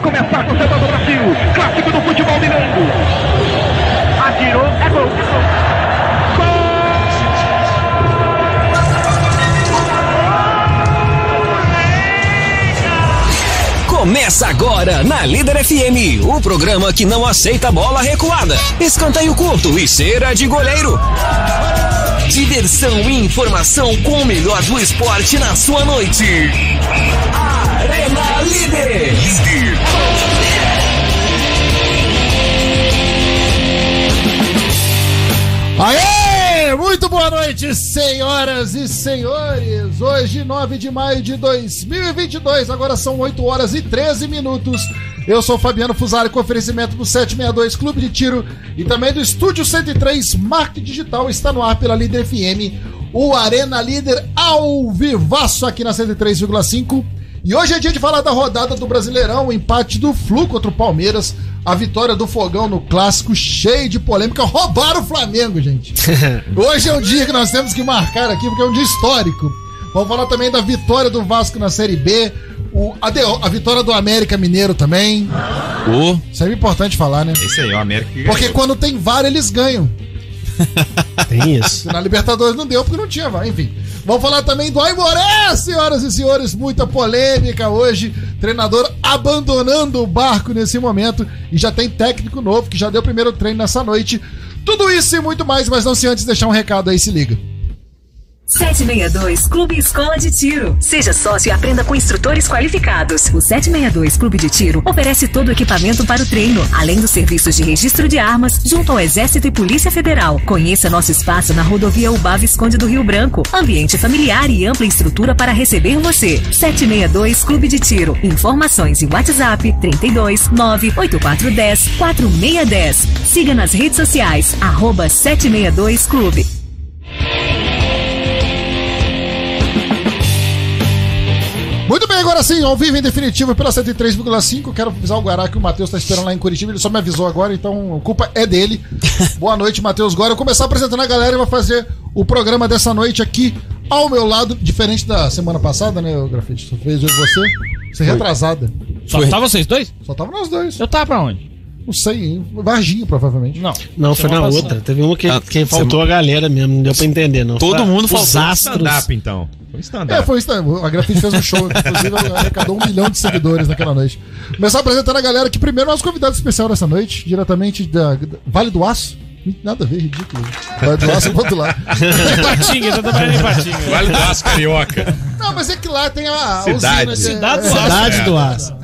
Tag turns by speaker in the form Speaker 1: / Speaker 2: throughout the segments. Speaker 1: começar a torcedor do Brasil. Clássico do futebol mineiro. Atirou, é gol.
Speaker 2: Começa agora na Líder FM, o programa que não aceita bola recuada, escanteio curto e cera de goleiro. Diversão e informação com o melhor do esporte na sua noite. Arena Líder.
Speaker 3: Aê! Muito boa noite, senhoras e senhores! Hoje, 9 de maio de 2022, agora são 8 horas e 13 minutos. Eu sou Fabiano Fusari, com oferecimento do 762 Clube de Tiro e também do Estúdio 103 Marketing Digital. Está no ar pela Líder FM, o Arena Líder ao vivaço aqui na 103,5. E hoje é dia de falar da rodada do Brasileirão, o empate do Flu contra o Palmeiras, a vitória do Fogão no clássico, cheio de polêmica. Roubaram o Flamengo, gente. Hoje é um dia que nós temos que marcar aqui, porque é um dia histórico. Vamos falar também da vitória do Vasco na Série B, o, a, de- a vitória do América Mineiro também.
Speaker 4: O.
Speaker 3: Isso é importante falar, né?
Speaker 4: Esse aí, o América que
Speaker 3: Porque quando tem VAR, eles ganham.
Speaker 5: Tem isso.
Speaker 3: Na Libertadores não deu porque não tinha VAR, enfim. Vamos falar também do Aimoré, senhoras e senhores, muita polêmica hoje. Treinador abandonando o barco nesse momento e já tem técnico novo que já deu o primeiro treino nessa noite. Tudo isso e muito mais, mas não se antes deixar um recado aí, se liga.
Speaker 6: 762 Clube Escola de Tiro. Seja sócio e aprenda com instrutores qualificados. O 762 Clube de Tiro oferece todo o equipamento para o treino, além dos serviços de registro de armas junto ao Exército e Polícia Federal. Conheça nosso espaço na rodovia Ubá Visconde do Rio Branco. Ambiente familiar e ampla estrutura para receber você. 762 Clube de Tiro. Informações em WhatsApp 32 98410 4610. Siga nas redes sociais, arroba 762 Clube.
Speaker 3: Muito bem, agora sim, ao vivo em definitivo pela 103,5. Quero avisar o Guará que o Matheus tá esperando lá em Curitiba. Ele só me avisou agora, então a culpa é dele. Boa noite, Matheus Guará. Eu vou começar apresentando a galera e vou fazer o programa dessa noite aqui ao meu lado, diferente da semana passada, né, o Grafite? Só fez eu e você. Você é retrasada.
Speaker 7: Só tá vocês dois?
Speaker 3: Só tava nós dois.
Speaker 7: Eu tava pra onde?
Speaker 3: Não sei, hein? Varginha, provavelmente.
Speaker 7: Não.
Speaker 5: Não, foi na
Speaker 7: Semana
Speaker 5: outra. Teve uma que
Speaker 4: Ah,
Speaker 5: quem faltou a galera mesmo, não deu pra entender, não.
Speaker 4: Todo
Speaker 5: Tá.
Speaker 4: mundo faltou
Speaker 5: Os astros.
Speaker 4: stand-up, então. Foi stand-up.
Speaker 3: É, foi isso. né? A Grafite fez um show, inclusive arrecadou um milhão de seguidores naquela noite. Começar apresentando a galera que primeiro é nosso convidado especial dessa noite, diretamente da da- Vale do Aço. Nada a ver, ridículo. Vale do Aço, outro lado.
Speaker 7: Patinga, tá trabalhando em Patinga.
Speaker 4: Vale do Aço Carioca.
Speaker 3: Não, mas é que lá tem a a
Speaker 4: Cidade.
Speaker 3: de-
Speaker 7: Cidade do
Speaker 3: é,
Speaker 7: Aço.
Speaker 5: Cidade do Aço.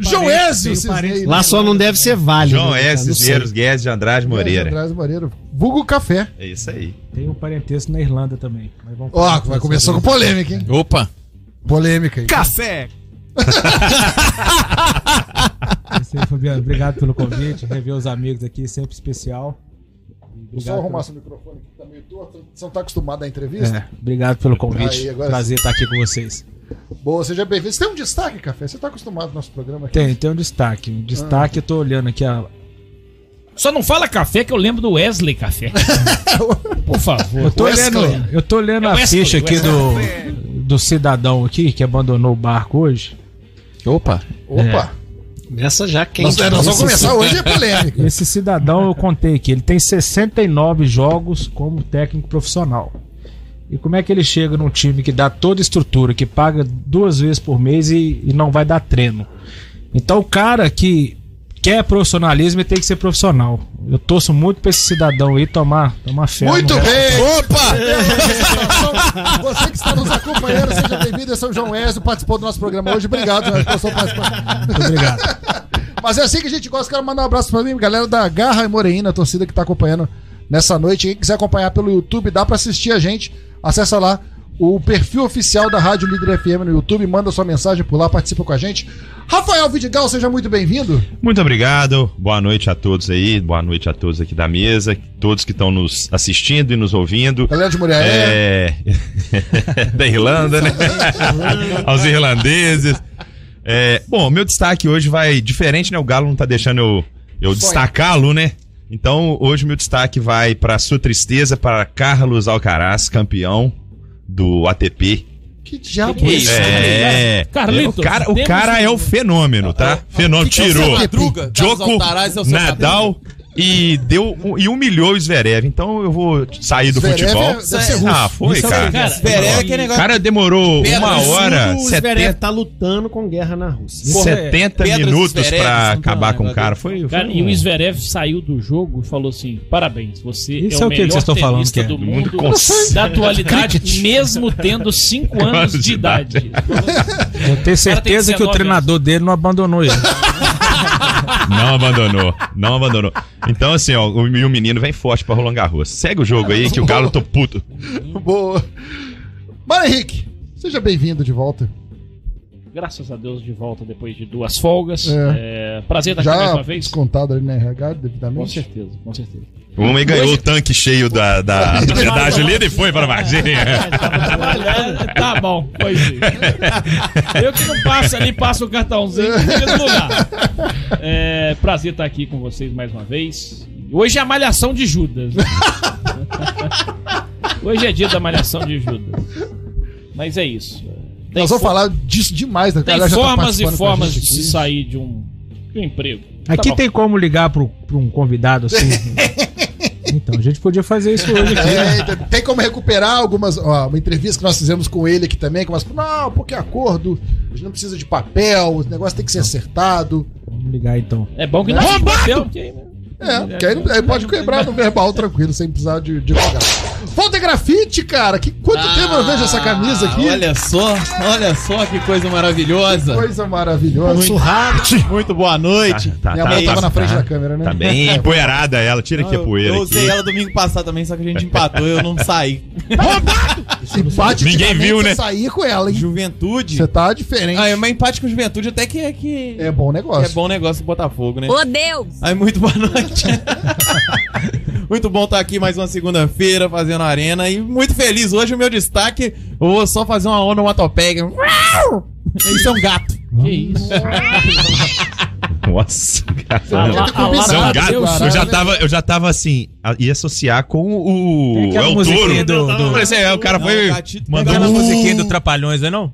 Speaker 3: João Ezio, Cisnei,
Speaker 5: Lá só não deve ser vale.
Speaker 4: João
Speaker 5: né, cara?
Speaker 4: S.
Speaker 5: Não sei.
Speaker 4: Vieiros Guedes de Andrade Moreira.
Speaker 3: Andrés Moreira. Vulgo Café.
Speaker 4: É isso aí.
Speaker 8: Tem um parentesco na Irlanda também. Mas vamos
Speaker 3: Ó, vai começou com polêmica, hein?
Speaker 4: Opa.
Speaker 3: Polêmica aí.
Speaker 7: Café!
Speaker 8: É isso aí, Fabiano. Obrigado pelo convite. Rever os amigos aqui, sempre especial. E
Speaker 3: Vou só
Speaker 8: pelo-
Speaker 3: arrumar seu microfone aqui, que tá meio torto. Você não tá acostumado à entrevista?
Speaker 8: É, obrigado pelo convite.
Speaker 3: Aí, agora
Speaker 8: Prazer estar aqui com vocês.
Speaker 3: Boa, seja bem-vindo. Você tem um destaque, Café? Você tá acostumado ao nosso programa aqui?
Speaker 8: Tem, tem um destaque. Um destaque, eu tô olhando aqui a.
Speaker 7: Só não fala café que eu lembro do Wesley Café. Por favor.
Speaker 8: Eu tô
Speaker 7: Wesley.
Speaker 8: olhando, eu tô olhando
Speaker 7: É
Speaker 8: a
Speaker 7: Wesley,
Speaker 8: ficha aqui do, do cidadão aqui que abandonou o barco hoje.
Speaker 4: Opa. É.
Speaker 3: Opa!
Speaker 5: Começa já quem.
Speaker 3: Nós, nós vamos começar hoje é polêmica.
Speaker 8: Esse cidadão eu contei aqui, ele tem 69 jogos como técnico profissional. E como é que ele chega num time que dá toda a estrutura, que paga duas vezes por mês e, e não vai dar treino? Então o cara que quer profissionalismo ele tem que ser profissional. Eu torço muito pra esse cidadão aí tomar, tomar fé.
Speaker 3: Muito
Speaker 8: no-
Speaker 3: bem!
Speaker 4: Opa!
Speaker 3: Você que está nos acompanhando, seja bem-vindo. Esse é o João Wesley, participou do nosso programa hoje. Obrigado João, por sua participação.
Speaker 8: Obrigado.
Speaker 3: Mas é assim que a gente gosta. Quero mandar um abraço pra mim, galera da Garra e Moreína, a torcida que tá acompanhando nessa noite. Quem quiser acompanhar pelo YouTube, dá pra assistir a gente. Acessa lá o perfil oficial da Rádio Líder FM no YouTube. Manda sua mensagem por lá, participa com a gente. Rafael Vidigal, seja muito bem-vindo.
Speaker 4: Muito obrigado. Boa noite a todos aí. Boa noite a todos aqui da mesa. Todos que estão nos assistindo e nos ouvindo.
Speaker 3: Galera de Mulher.
Speaker 4: É. da Irlanda, né? Aos irlandeses. É, bom, meu destaque hoje vai diferente, né? O Galo não tá deixando eu, eu destacá-lo, né? Então, hoje meu destaque vai pra sua tristeza, para Carlos Alcaraz, campeão do ATP
Speaker 3: Que diabo
Speaker 7: Que
Speaker 3: é
Speaker 7: isso?
Speaker 3: isso?
Speaker 4: É.
Speaker 7: Carlitos,
Speaker 4: o cara, o
Speaker 7: temos
Speaker 4: cara é
Speaker 7: um-
Speaker 4: o fenômeno, tá? Fenômeno.
Speaker 9: que que é o
Speaker 4: Tirou
Speaker 9: seu Madruga? Carlos
Speaker 4: Joko,
Speaker 9: Altaraz é o seu
Speaker 4: Nadal e deu um, e humilhou o Zverev. Então eu vou sair do
Speaker 3: Zverev
Speaker 4: futebol.
Speaker 3: deve ser russo.
Speaker 4: Ah, foi,
Speaker 7: Isso é
Speaker 4: cara.
Speaker 7: legal.
Speaker 9: Zverev é
Speaker 7: e-
Speaker 9: aquele
Speaker 4: O
Speaker 9: negócio.
Speaker 4: cara demorou
Speaker 9: Pedro, é
Speaker 4: uma
Speaker 9: isso
Speaker 4: hora,
Speaker 5: O Zverev
Speaker 4: 70,
Speaker 5: tá lutando com guerra na Rússia.
Speaker 9: Porra, é.
Speaker 4: 70
Speaker 9: Pedro
Speaker 4: minutos
Speaker 9: Zverev,
Speaker 4: pra
Speaker 9: Santana,
Speaker 4: acabar com o
Speaker 9: negócio
Speaker 4: cara.
Speaker 9: dele.
Speaker 4: Foi, foi
Speaker 7: Cara,
Speaker 4: um-
Speaker 7: e o Zverev saiu do jogo e falou assim: parabéns, você
Speaker 8: Isso
Speaker 7: é
Speaker 8: é
Speaker 7: o
Speaker 8: o que que
Speaker 7: melhor
Speaker 8: vocês estão falando
Speaker 7: tenista
Speaker 8: que é?
Speaker 7: do
Speaker 4: Do mundo
Speaker 7: mundo
Speaker 4: com-
Speaker 7: da atualidade, mesmo tendo 5 anos de idade.
Speaker 8: Eu tenho certeza que o
Speaker 7: 19
Speaker 8: treinador dele não abandonou ele.
Speaker 4: Não abandonou, não abandonou. Então, assim, ó, o, e o menino vem forte pra Roland Garros. Segue o jogo aí que o Galo tô puto.
Speaker 3: Boa. Mano Henrique, seja bem-vindo de volta.
Speaker 7: Graças a Deus, de volta depois de duas folgas.
Speaker 3: É.
Speaker 7: É, prazer estar aqui mais
Speaker 3: Já
Speaker 7: uma vez.
Speaker 3: descontado ali na RH,
Speaker 7: Com
Speaker 3: devidamente.
Speaker 7: certeza, com certeza.
Speaker 4: O homem ganhou o tanque cheio da, da, da verdade lida e foi pra Varginha.
Speaker 7: tá bom, foi sim. Eu que não passo ali, passo o cartãozinho no mesmo lugar. É, prazer estar aqui com vocês mais uma vez. Hoje é a malhação de Judas. né? Hoje é dia da malhação de Judas. Mas é isso. Tem
Speaker 3: Nós vamos
Speaker 7: fo-
Speaker 3: falar disso demais, né?
Speaker 7: Tem
Speaker 3: Galera já tá
Speaker 7: formas e
Speaker 3: participando com a
Speaker 7: formas
Speaker 3: gente
Speaker 7: de se
Speaker 3: aqui.
Speaker 7: sair de um, de um emprego.
Speaker 8: Aqui
Speaker 3: tá-
Speaker 7: bom.
Speaker 8: tem como ligar pro, pra um convidado assim. então, a gente podia fazer isso hoje aqui. né?
Speaker 3: É, então, tem como recuperar algumas. Ó, uma entrevista que nós fizemos com ele aqui também, que nós não, porque é acordo, a gente não precisa de papel, o negócio tem que ser acertado.
Speaker 8: Vamos ligar então.
Speaker 7: É bom que não
Speaker 3: Roubado!
Speaker 7: bateu, porque aí, né?
Speaker 3: É, porque aí, não- aí pode quebrar no
Speaker 7: é
Speaker 3: verbal tranquilo, sem precisar de, de pagar. Volta grafite, cara! Que, quanto tempo eu vejo essa camisa
Speaker 4: Ah,
Speaker 3: aqui?
Speaker 9: Olha só, olha só que coisa maravilhosa.
Speaker 3: Coisa maravilhosa.
Speaker 9: Muito boa noite.
Speaker 3: Minha mãe tava na frente da câmera, né?
Speaker 4: Tá bem empoeirada ela, tira aqui a
Speaker 9: eu,
Speaker 4: poeira
Speaker 9: eu usei
Speaker 4: aqui.
Speaker 9: ela domingo passado também, só que a gente empatou e eu não saí.
Speaker 3: Empate
Speaker 4: Ninguém
Speaker 3: antigamente,
Speaker 4: viu,
Speaker 3: você
Speaker 4: né?
Speaker 3: sair com ela, hein?
Speaker 9: Juventude.
Speaker 3: Você tá diferente.
Speaker 9: Ah, é uma empate com juventude até que é que.
Speaker 3: É bom
Speaker 9: É
Speaker 3: negócio.
Speaker 9: bom negócio o Botafogo, né?
Speaker 6: Ô Deus!
Speaker 9: Aí, muito boa noite. muito bom estar aqui mais uma segunda-feira fazendo arena e muito feliz. Hoje o meu destaque, eu vou só fazer uma onomatopeia. Isso é um gato.
Speaker 7: Que isso.
Speaker 4: Nossa,
Speaker 7: Ah,
Speaker 3: é
Speaker 4: cara.
Speaker 3: tá
Speaker 7: lá, ah, lá,
Speaker 4: São
Speaker 7: lá,
Speaker 4: gato.
Speaker 7: Deus,
Speaker 4: Eu
Speaker 3: né?
Speaker 4: já tava, eu já tava assim, a- ia associar com o. É o touro. Por exemplo, é, o cara
Speaker 9: Não,
Speaker 4: foi.
Speaker 9: o gatito
Speaker 4: Mandou
Speaker 9: pegava
Speaker 4: um-
Speaker 9: a musiquinha
Speaker 4: do Trapalhões, não é não?
Speaker 9: O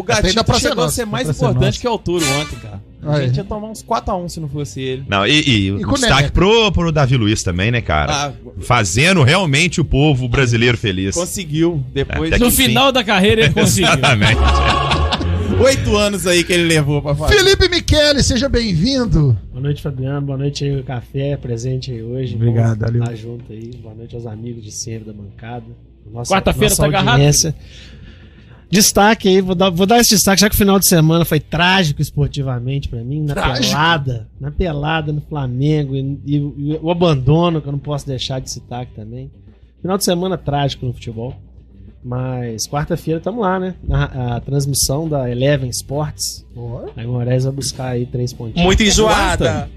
Speaker 3: Ainda
Speaker 9: gatito
Speaker 3: pra ser
Speaker 9: chegou a
Speaker 3: nosso,
Speaker 9: ser mais
Speaker 8: pra ser
Speaker 9: importante
Speaker 8: nosso.
Speaker 9: que o Alturo ontem, cara. A
Speaker 3: Aí.
Speaker 9: gente ia tomar uns 4x1 se não fosse ele.
Speaker 4: Não, e, e o
Speaker 3: com o
Speaker 4: destaque
Speaker 3: Neneca.
Speaker 4: pro, pro Davi Luiz também, né, cara?
Speaker 9: Ah,
Speaker 4: Fazendo realmente o povo brasileiro feliz.
Speaker 9: conseguiu. Depois
Speaker 4: Até
Speaker 9: de
Speaker 7: No final da carreira ele conseguiu.
Speaker 4: Exatamente.
Speaker 9: 8 anos aí que ele levou pra fazer.
Speaker 3: Felipe Michele, seja bem-vindo.
Speaker 5: Boa noite, Fabiano. Boa noite aí, o café presente aí hoje.
Speaker 8: Obrigado,
Speaker 5: Vamos
Speaker 8: valeu.
Speaker 5: Tá junto aí. Boa noite aos amigos de sempre da bancada. Nossa-
Speaker 7: Quarta-feira
Speaker 5: nossa
Speaker 7: tá agarrado.
Speaker 5: audiência. Destaque aí, vou dar, vou dar esse destaque, já que o final de semana foi trágico esportivamente pra mim, na
Speaker 3: Trágico?
Speaker 5: pelada, na pelada no Flamengo e, e o- e o abandono que eu não posso deixar de citar aqui também. Final de semana trágico no futebol, mas quarta-feira estamos lá, né? Na a transmissão da Eleven Sports. Aí o Moraes vai buscar aí três pontinhos.
Speaker 9: Muito enjoada.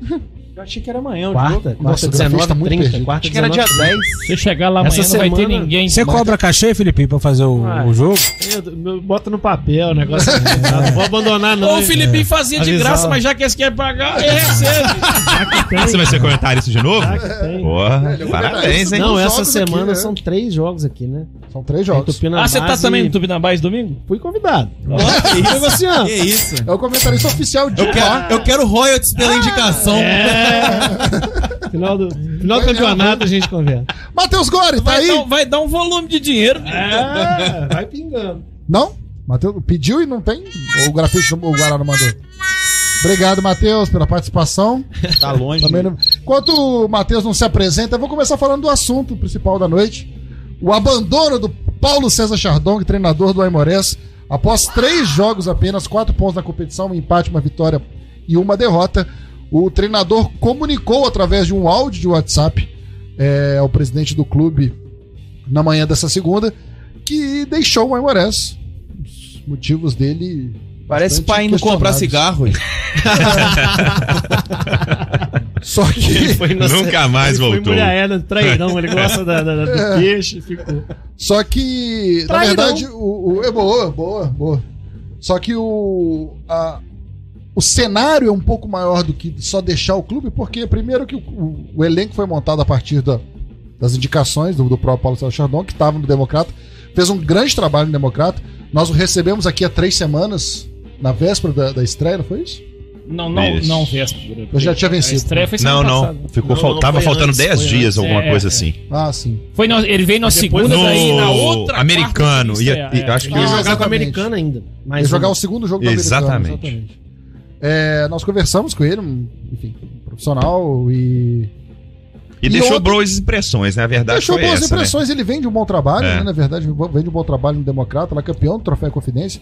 Speaker 9: Eu achei que era amanhã, o jogo.
Speaker 5: Quarta, quarta
Speaker 3: Nossa, o grafite
Speaker 5: 19,
Speaker 3: tá muito
Speaker 5: 30,
Speaker 3: perdido.
Speaker 5: quarta
Speaker 9: Achei que era dia
Speaker 5: 19,
Speaker 9: 10.
Speaker 7: Se chegar lá amanhã,
Speaker 5: Essa
Speaker 7: não vai ter
Speaker 5: semana-
Speaker 7: ninguém.
Speaker 8: Você cobra cachê, Felipe, pra fazer o,
Speaker 5: Ah,
Speaker 8: o jogo?
Speaker 5: Eu- eu- Bota no papel o negócio. Eu não vou abandonar, não.
Speaker 7: Ou o
Speaker 5: hein,
Speaker 7: um Filipinho fazia de
Speaker 5: Avisar.
Speaker 7: graça, mas já que eles querem pagar, ele recebe.
Speaker 4: Ah, Você vai ser comentarista de novo?
Speaker 5: cara. Tá que tem.
Speaker 4: Porra,
Speaker 3: Velho,
Speaker 4: parabéns, hein?
Speaker 5: Não,
Speaker 3: Tem
Speaker 5: essa
Speaker 3: jogos aqui,
Speaker 5: semana
Speaker 3: né?
Speaker 5: são três jogos aqui, né?
Speaker 3: São três
Speaker 5: Tem
Speaker 3: jogos.
Speaker 5: Tupinambás
Speaker 7: Ah, você tá também no
Speaker 5: e-
Speaker 7: Tupinambás domingo?
Speaker 5: Fui convidado.
Speaker 9: Que isso?
Speaker 5: Negociando.
Speaker 9: Que isso?
Speaker 3: É o comentarista oficial de
Speaker 9: Eu quero, eu quero royalties
Speaker 5: Ah,
Speaker 9: pela indicação.
Speaker 5: é, Final do, final
Speaker 3: Vai
Speaker 5: do campeonato a gente conversa.
Speaker 3: Matheus Gore, tá
Speaker 7: Vai,
Speaker 3: aí?
Speaker 7: dar, vai dar um volume de dinheiro.
Speaker 5: É, vai pingando.
Speaker 3: Não? Matheus pediu e não tem? Ou o grafite não- o Guará não mandou? Obrigado, Matheus, pela participação.
Speaker 9: Tá longe.
Speaker 3: Também não- Enquanto o Matheus não se apresenta, eu vou começar falando do assunto principal da noite. O abandono do Paulo César Chardong, treinador do Aimorés, após três jogos apenas, quatro pontos na competição, um empate, uma vitória e uma derrota. O treinador comunicou através de um áudio de WhatsApp é, ao presidente do clube na manhã dessa segunda que deixou o Aimorés. Os motivos dele.
Speaker 9: Parece
Speaker 3: bastante
Speaker 9: pai indo comprar
Speaker 3: questionáveis.
Speaker 9: cigarro.
Speaker 3: Só que.
Speaker 4: Ele foi- Nunca mais
Speaker 5: Ele Foi
Speaker 4: voltou.
Speaker 5: mulher era trairão, ele gosta da, da, da- do peixe e ficou.
Speaker 3: Só que, na verdade, o, o- é boa, boa, boa. Só que o a- o cenário é um pouco maior do que só deixar o clube, porque primeiro que o, o- o elenco foi montado a partir da- das indicações do, do próprio Paulo César Chardon, que estava no Democrata, fez um grande trabalho no Democrata. Nós o recebemos aqui há três semanas, na véspera da, da estreia, não foi isso?
Speaker 7: Não, não,
Speaker 4: Isso.
Speaker 7: não, véspera.
Speaker 3: Eu já tinha
Speaker 7: A
Speaker 3: vencido.
Speaker 7: estreia foi
Speaker 4: Não,
Speaker 7: semana
Speaker 4: não.
Speaker 7: passada.
Speaker 4: Ficou,
Speaker 9: Não,
Speaker 4: fal-
Speaker 9: não
Speaker 4: tava
Speaker 9: foi
Speaker 4: faltando
Speaker 9: antes,
Speaker 4: 10
Speaker 9: foi
Speaker 4: dias,
Speaker 9: antes.
Speaker 4: alguma
Speaker 7: É,
Speaker 4: coisa
Speaker 7: é.
Speaker 4: assim.
Speaker 3: Ah, sim.
Speaker 7: Foi na- ele veio na
Speaker 9: depois
Speaker 7: segunda,
Speaker 4: no Tá
Speaker 7: daí na outra. quarta
Speaker 4: americano,
Speaker 7: que ele
Speaker 4: e-
Speaker 7: estreia,
Speaker 4: e
Speaker 7: é.
Speaker 4: acho que-
Speaker 5: Ia
Speaker 3: Ah,
Speaker 5: jogar
Speaker 3: exatamente.
Speaker 5: com o americano ainda.
Speaker 3: Ia
Speaker 5: Mas
Speaker 3: jogar o segundo jogo do
Speaker 4: Exatamente.
Speaker 3: americano. Exatamente. É, nós conversamos com ele, um- enfim, um profissional e.
Speaker 4: E,
Speaker 3: E
Speaker 4: deixou
Speaker 3: outra-
Speaker 4: boas impressões, né? A verdade
Speaker 3: Deixou
Speaker 4: foi
Speaker 3: boas
Speaker 4: essa, né?
Speaker 3: impressões, ele vem de um bom trabalho,
Speaker 4: É.
Speaker 3: né? Na verdade, vem de um bom trabalho no Democrata, lá campeão do Troféu Confidência.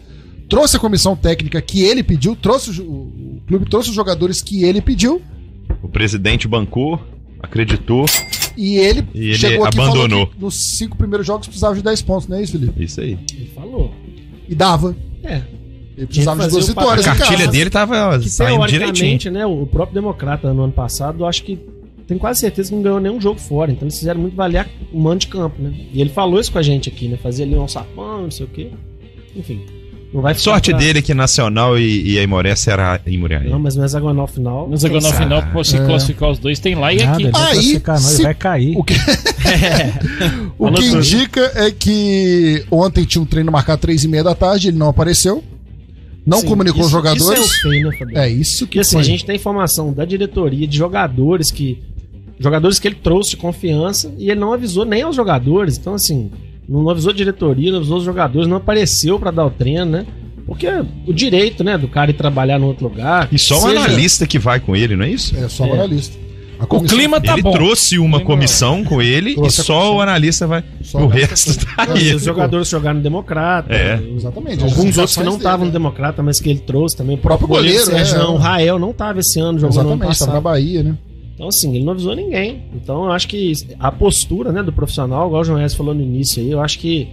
Speaker 3: Trouxe a comissão técnica que ele pediu, trouxe o jo- o clube trouxe os jogadores que ele pediu.
Speaker 4: O presidente bancou, acreditou.
Speaker 3: E ele,
Speaker 4: E ele
Speaker 3: chegou aqui e
Speaker 4: abandonou.
Speaker 3: falou que nos cinco primeiros jogos precisava de 10 pontos, não é isso, Felipe?
Speaker 4: Isso aí.
Speaker 5: Ele falou.
Speaker 3: E dava.
Speaker 5: É.
Speaker 3: Ele precisava de
Speaker 5: fazer
Speaker 3: duas
Speaker 5: o papel.
Speaker 4: A
Speaker 3: vitórias. em
Speaker 4: cartilha
Speaker 3: casa.
Speaker 4: dele tava
Speaker 5: Que
Speaker 4: saindo direitinho.
Speaker 5: teoricamente, né, o próprio Democrata no ano passado, eu acho que tem quase certeza que não ganhou nenhum jogo fora. Então eles fizeram muito valer o mano de campo, né? E ele falou isso com a gente aqui, né? Fazia ali um sapão, não sei o quê. Enfim. Não vai ficar
Speaker 4: Sorte
Speaker 5: pra-
Speaker 4: dele que Nacional e, e Aimoré será Aimoré.
Speaker 5: Não, mas no hexagonal final.
Speaker 7: No segundo
Speaker 4: Pensar.
Speaker 7: final, pra você
Speaker 3: É.
Speaker 7: classificar os dois, tem lá e
Speaker 8: Nada,
Speaker 7: aqui.
Speaker 8: ele vai
Speaker 3: Aí,
Speaker 8: classificar, não, ele
Speaker 3: se-
Speaker 8: vai cair.
Speaker 3: o que- O
Speaker 7: Falou
Speaker 3: que
Speaker 7: tudo.
Speaker 3: indica é que ontem tinha um treino marcado três e meia da tarde, ele não apareceu. Não
Speaker 5: Sim,
Speaker 3: comunicou os
Speaker 5: isso-
Speaker 3: jogadores.
Speaker 5: Isso é o feio, né, Fabiano?
Speaker 3: é, isso que
Speaker 5: Porque assim,
Speaker 3: foi.
Speaker 5: a gente tem informação da diretoria, de jogadores que. Jogadores que ele trouxe de confiança e ele não avisou nem aos jogadores. Então, assim, não avisou a diretoria, não avisou os jogadores, não apareceu pra dar o treino, né? Porque o direito, né, do cara ir trabalhar num outro lugar.
Speaker 4: E só um
Speaker 5: seja-
Speaker 4: analista que vai com ele, não é isso?
Speaker 3: É só
Speaker 5: É.
Speaker 3: analista. A
Speaker 7: O
Speaker 3: comissão-
Speaker 7: clima tá
Speaker 4: ele
Speaker 7: bom.
Speaker 4: trouxe uma
Speaker 7: Lembra?
Speaker 4: comissão com ele e
Speaker 3: Trouxe a
Speaker 4: só
Speaker 3: comissão.
Speaker 4: o analista vai.
Speaker 3: só
Speaker 4: o
Speaker 3: analista-
Speaker 4: resto tá
Speaker 3: Não,
Speaker 4: aí.
Speaker 5: Os jogadores jogaram no Democrata.
Speaker 4: É.
Speaker 3: Exatamente. as
Speaker 5: Alguns outros que
Speaker 3: indicações
Speaker 5: não estavam no
Speaker 3: dele, né?
Speaker 5: Democrata, mas que ele trouxe também. O
Speaker 3: próprio goleiro,
Speaker 5: Sérgio
Speaker 3: né?
Speaker 5: não, o Rael É, não tava esse ano jogando no ano
Speaker 3: Exatamente, estava
Speaker 5: passado.
Speaker 3: na Bahia, né?
Speaker 5: Então, assim, ele não avisou ninguém. Então, eu acho que a postura né, do profissional, igual o João Reis falou no início aí, eu acho que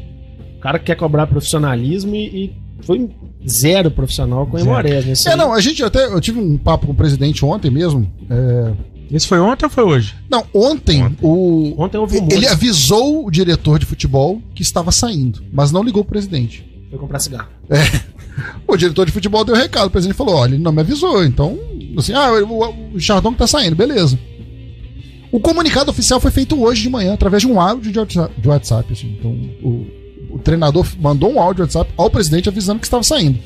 Speaker 5: o cara quer cobrar profissionalismo e, e foi zero profissional com o Emorés. Né? Isso
Speaker 3: É,
Speaker 5: aí-
Speaker 3: não, a gente até. Eu tive um papo com o presidente ontem mesmo. é,
Speaker 8: Isso foi ontem ou foi hoje?
Speaker 3: Não, ontem, o.
Speaker 5: Ontem houve um
Speaker 3: Ele é-
Speaker 5: monte.
Speaker 3: avisou o diretor de futebol que estava saindo, mas não ligou o presidente. É.
Speaker 5: Foi comprar cigarro.
Speaker 3: O diretor de futebol deu recado, o presidente falou: olha, ele não me avisou, então, assim, ah, o, o Chardon que tá saindo, beleza. O comunicado oficial foi feito hoje de manhã, através de um áudio de WhatsApp. de WhatsApp, assim. Então, o, o treinador mandou um áudio de WhatsApp ao presidente avisando que estava saindo.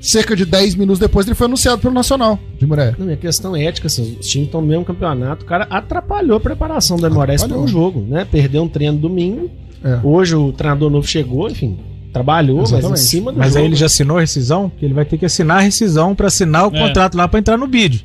Speaker 3: Cerca de 10 minutos depois, ele foi anunciado pelo Nacional de Mulher.
Speaker 5: Não, minha questão é ética, assim, os times estão no mesmo campeonato, o cara atrapalhou a preparação do Emorés para
Speaker 3: Atrapalhou.
Speaker 5: um jogo, né? Perdeu um treino domingo,
Speaker 3: É.
Speaker 5: hoje o treinador novo chegou, enfim, trabalhou,
Speaker 3: Exatamente.
Speaker 5: mas em cima do
Speaker 8: Mas aí
Speaker 5: jogo.
Speaker 8: ele já assinou a rescisão? Porque ele vai ter que assinar a rescisão pra assinar o
Speaker 7: É.
Speaker 8: contrato lá pra entrar no bid.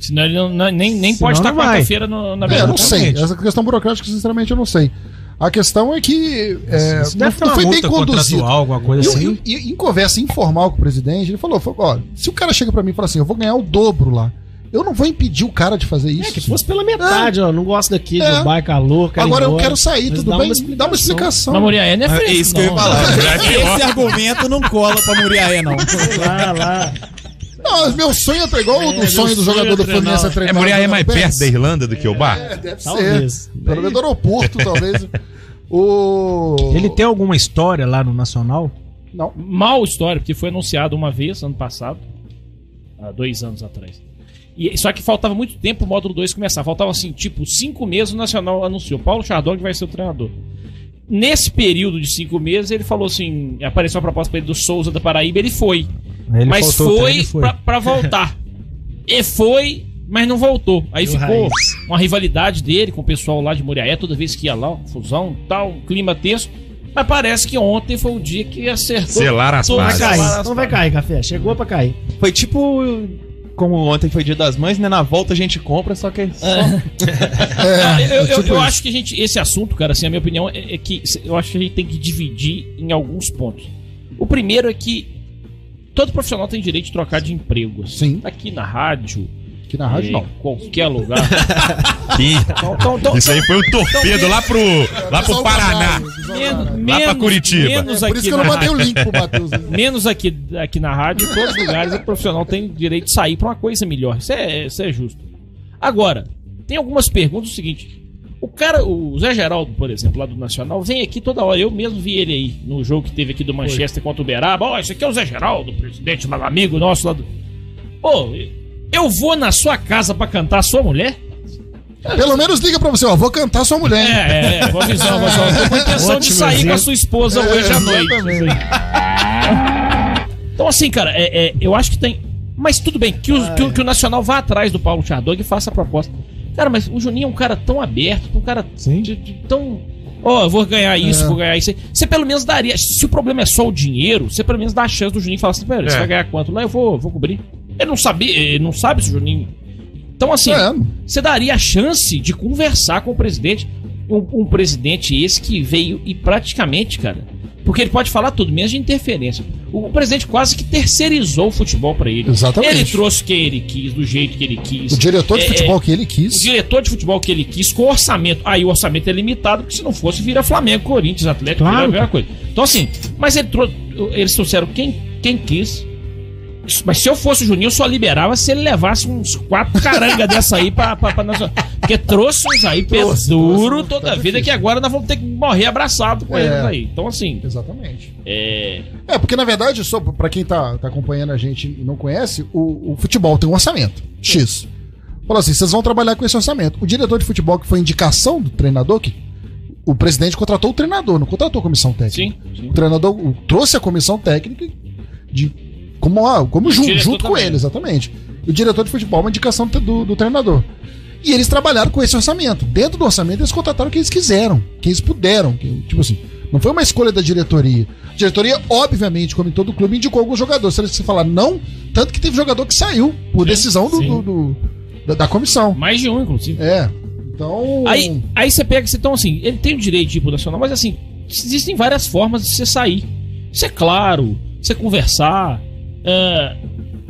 Speaker 7: Senão ele não, não- nem, nem
Speaker 8: Senão
Speaker 7: pode estar
Speaker 8: não vai.
Speaker 7: quarta-feira no- na
Speaker 3: É, eu não
Speaker 7: verdade.
Speaker 3: sei.
Speaker 8: Exatamente.
Speaker 3: Essa questão burocrática, sinceramente, eu não sei. A questão é que. é,
Speaker 8: Isso
Speaker 3: não,
Speaker 8: deve ter
Speaker 3: não
Speaker 8: uma
Speaker 3: foi bem
Speaker 8: multa
Speaker 3: conduzido.
Speaker 8: contratual, alguma coisa
Speaker 3: E,
Speaker 8: assim.
Speaker 3: e- e em conversa informal com o presidente, ele falou: falou, ó, se o cara chega pra mim e fala assim, eu vou ganhar o dobro lá, eu não vou impedir o cara de fazer isso.
Speaker 5: É, que fosse pela metade, ó. Não gosto daqui,
Speaker 3: É.
Speaker 5: Dubai, calor, quero ir
Speaker 3: Agora eu
Speaker 5: embora. Ah,
Speaker 3: quero sair,
Speaker 5: Mas
Speaker 3: tudo
Speaker 5: dá
Speaker 3: bem?
Speaker 5: uma
Speaker 3: Dá uma explicação.
Speaker 7: Na Moriaé não é fresco,
Speaker 9: É isso que eu ia
Speaker 7: não.
Speaker 9: falar.
Speaker 4: Já é pior.
Speaker 9: Esse argumento não cola pra Muriaé, não.
Speaker 5: Lá, lá.
Speaker 3: Não, meu sonho é igual o do sonho do
Speaker 7: sonho
Speaker 3: jogador
Speaker 7: é
Speaker 3: do Fluminense
Speaker 4: É,
Speaker 3: é
Speaker 7: treinar.
Speaker 3: treinar.
Speaker 4: Moriá é
Speaker 3: jogando
Speaker 4: mais
Speaker 3: bem.
Speaker 4: perto da Irlanda do que o bar?
Speaker 3: É, deve ser.
Speaker 5: Talvez.
Speaker 3: Pelo menos do aeroporto, talvez. O.
Speaker 8: Ele tá tem alguma história lá no Nacional?
Speaker 7: Mal história, porque foi anunciado uma vez ano passado, há dois anos atrás. E, só que faltava muito tempo pro módulo 2 começar. Faltavam assim, tipo, cinco meses o Nacional anunciou. Paulo Chardon que vai ser o treinador. Nesse período de cinco meses, ele falou assim: apareceu a proposta pra ele do Souza da Paraíba, ele foi.
Speaker 8: Ele
Speaker 7: mas
Speaker 8: faltou o treino
Speaker 7: foi,
Speaker 8: e foi.
Speaker 7: Pra, pra voltar. e foi, mas não voltou. Aí
Speaker 5: o
Speaker 7: ficou
Speaker 5: Raiz?
Speaker 7: uma rivalidade dele com o pessoal lá de Moriaé, toda vez que ia lá, uma fusão, tal, um clima tenso. Mas parece que ontem foi o dia que acertou.
Speaker 4: Selar as
Speaker 7: todas
Speaker 5: Vai
Speaker 7: as
Speaker 4: bases.
Speaker 5: cair.
Speaker 7: paradas.
Speaker 5: Não vai cair, café. Chegou pra cair.
Speaker 9: Foi tipo. Como ontem foi dia das mães, né? Na volta a gente compra, só que. é Só...
Speaker 7: Ah,
Speaker 3: É,
Speaker 7: eu, eu-
Speaker 3: tipo
Speaker 7: eu
Speaker 3: isso.
Speaker 7: acho que a gente, esse assunto, cara, assim, a minha opinião é, é que se- eu acho que a gente tem que dividir em alguns pontos. O primeiro é que todo profissional tem direito de trocar de emprego. assim.
Speaker 3: Sim.
Speaker 7: Aqui na rádio,
Speaker 3: Aqui na rádio,
Speaker 7: em
Speaker 3: não.
Speaker 7: qualquer lugar.
Speaker 4: Ih,
Speaker 7: Então, então,
Speaker 4: Isso aí foi um torpedo lá pro, lá pro Paraná.
Speaker 7: men-
Speaker 4: Lá pra
Speaker 7: menos-
Speaker 4: Curitiba.
Speaker 7: Menos
Speaker 3: É Por isso
Speaker 7: aqui né?
Speaker 3: que eu não
Speaker 7: na
Speaker 3: mandei
Speaker 7: rádio.
Speaker 3: o link pro Matheus.
Speaker 7: Menos aqui, aqui na rádio, em todos os lugares, o profissional tem direito de sair pra uma coisa melhor. Isso é, isso é justo. Agora, tem algumas perguntas. O seguinte: o cara, o Zé Geraldo, por exemplo, lá do Nacional, vem aqui toda hora. Eu mesmo vi ele aí no jogo que teve aqui do Manchester contra o Beraba. Ó, esse aqui é o Zé Geraldo, presidente, mas amigo nosso lá do. Pô, eu vou na sua casa pra cantar a sua mulher?
Speaker 3: Pelo menos liga pra você, ó. Vou cantar sua mulher. hein?
Speaker 7: É, é, é. Vou avisar, vou avisar. Eu tô com a intenção de
Speaker 8: Ótimo
Speaker 7: sair com a
Speaker 8: exemplo.
Speaker 7: sua esposa hoje à noite.
Speaker 3: É, Exatamente.
Speaker 7: Então, assim, cara, é- é, eu acho que tem. Mas tudo bem, que, os- que o- que o Nacional vá atrás do Paulo Chardog e faça a proposta. Cara, mas o Juninho é um cara tão aberto, um cara
Speaker 8: Sim.
Speaker 7: de- de- tão. Ó, eu vou ganhar isso, vou ganhar isso. Você pelo menos daria. Se o problema é só o dinheiro, você pelo menos dá a chance do Juninho falar assim: pera, você
Speaker 4: É.
Speaker 7: vai ganhar quanto? Não, eu vou, vou cobrir. Ele não sabe, ele não sabe se o Juninho. Então, assim,
Speaker 3: É.
Speaker 7: você daria a chance de conversar com o presidente. Um, um presidente esse que veio e praticamente, cara. Porque ele pode falar tudo, menos de interferência. O, o presidente quase que terceirizou o futebol pra ele.
Speaker 3: Exatamente.
Speaker 7: Ele trouxe quem ele quis, do jeito que ele quis.
Speaker 3: O diretor de
Speaker 7: É,
Speaker 3: futebol que ele
Speaker 7: o
Speaker 3: quis.
Speaker 7: diretor de futebol que ele quis, com orçamento. Aí o orçamento é limitado, porque se não fosse, vira Flamengo, Corinthians, Atlético,
Speaker 8: Claro.
Speaker 7: vira a mesma coisa. Então, assim, mas ele trou- eles trouxeram quem, quem quis. Mas se eu fosse o Juninho, eu só liberava se ele levasse uns quatro carangas dessa aí pra, pra, pra nacional. Porque trouxe uns aí
Speaker 3: Trouxe,
Speaker 7: penduro
Speaker 3: trouxe,
Speaker 7: toda
Speaker 3: tá
Speaker 7: a vida, que agora nós vamos ter que morrer abraçado com
Speaker 3: É.
Speaker 7: eles aí. Então, assim,
Speaker 3: Exatamente.
Speaker 7: é.
Speaker 3: É, porque na verdade, só pra quem tá, tá acompanhando a gente e não conhece, o, o futebol tem um orçamento. X. Falou assim: vocês vão trabalhar com esse orçamento. O diretor de futebol, que foi indicação do treinador, que o presidente contratou o treinador, não contratou a comissão técnica.
Speaker 7: Sim, sim.
Speaker 3: O treinador o- trouxe a comissão técnica de, como, ah, como jun-
Speaker 7: diretor
Speaker 3: junto com
Speaker 7: também.
Speaker 3: ele, exatamente. E o diretor de futebol, é uma indicação do, do treinador. E eles trabalharam com esse orçamento. Dentro do orçamento, eles contrataram quem eles quiseram, quem eles puderam. que- tipo assim, não foi uma escolha da diretoria. A diretoria, obviamente, como em todo clube, indicou alguns jogadores. Se você falar não, tanto que teve jogador que saiu por decisão do,
Speaker 7: sim.
Speaker 3: do- do- da, da comissão.
Speaker 7: Mais de um, inclusive.
Speaker 3: É. Então.
Speaker 7: Aí, aí você pega, então assim, ele tem o direito de ir pro nacional, mas assim, existem várias formas de você sair. Isso é claro, você conversar. Ah,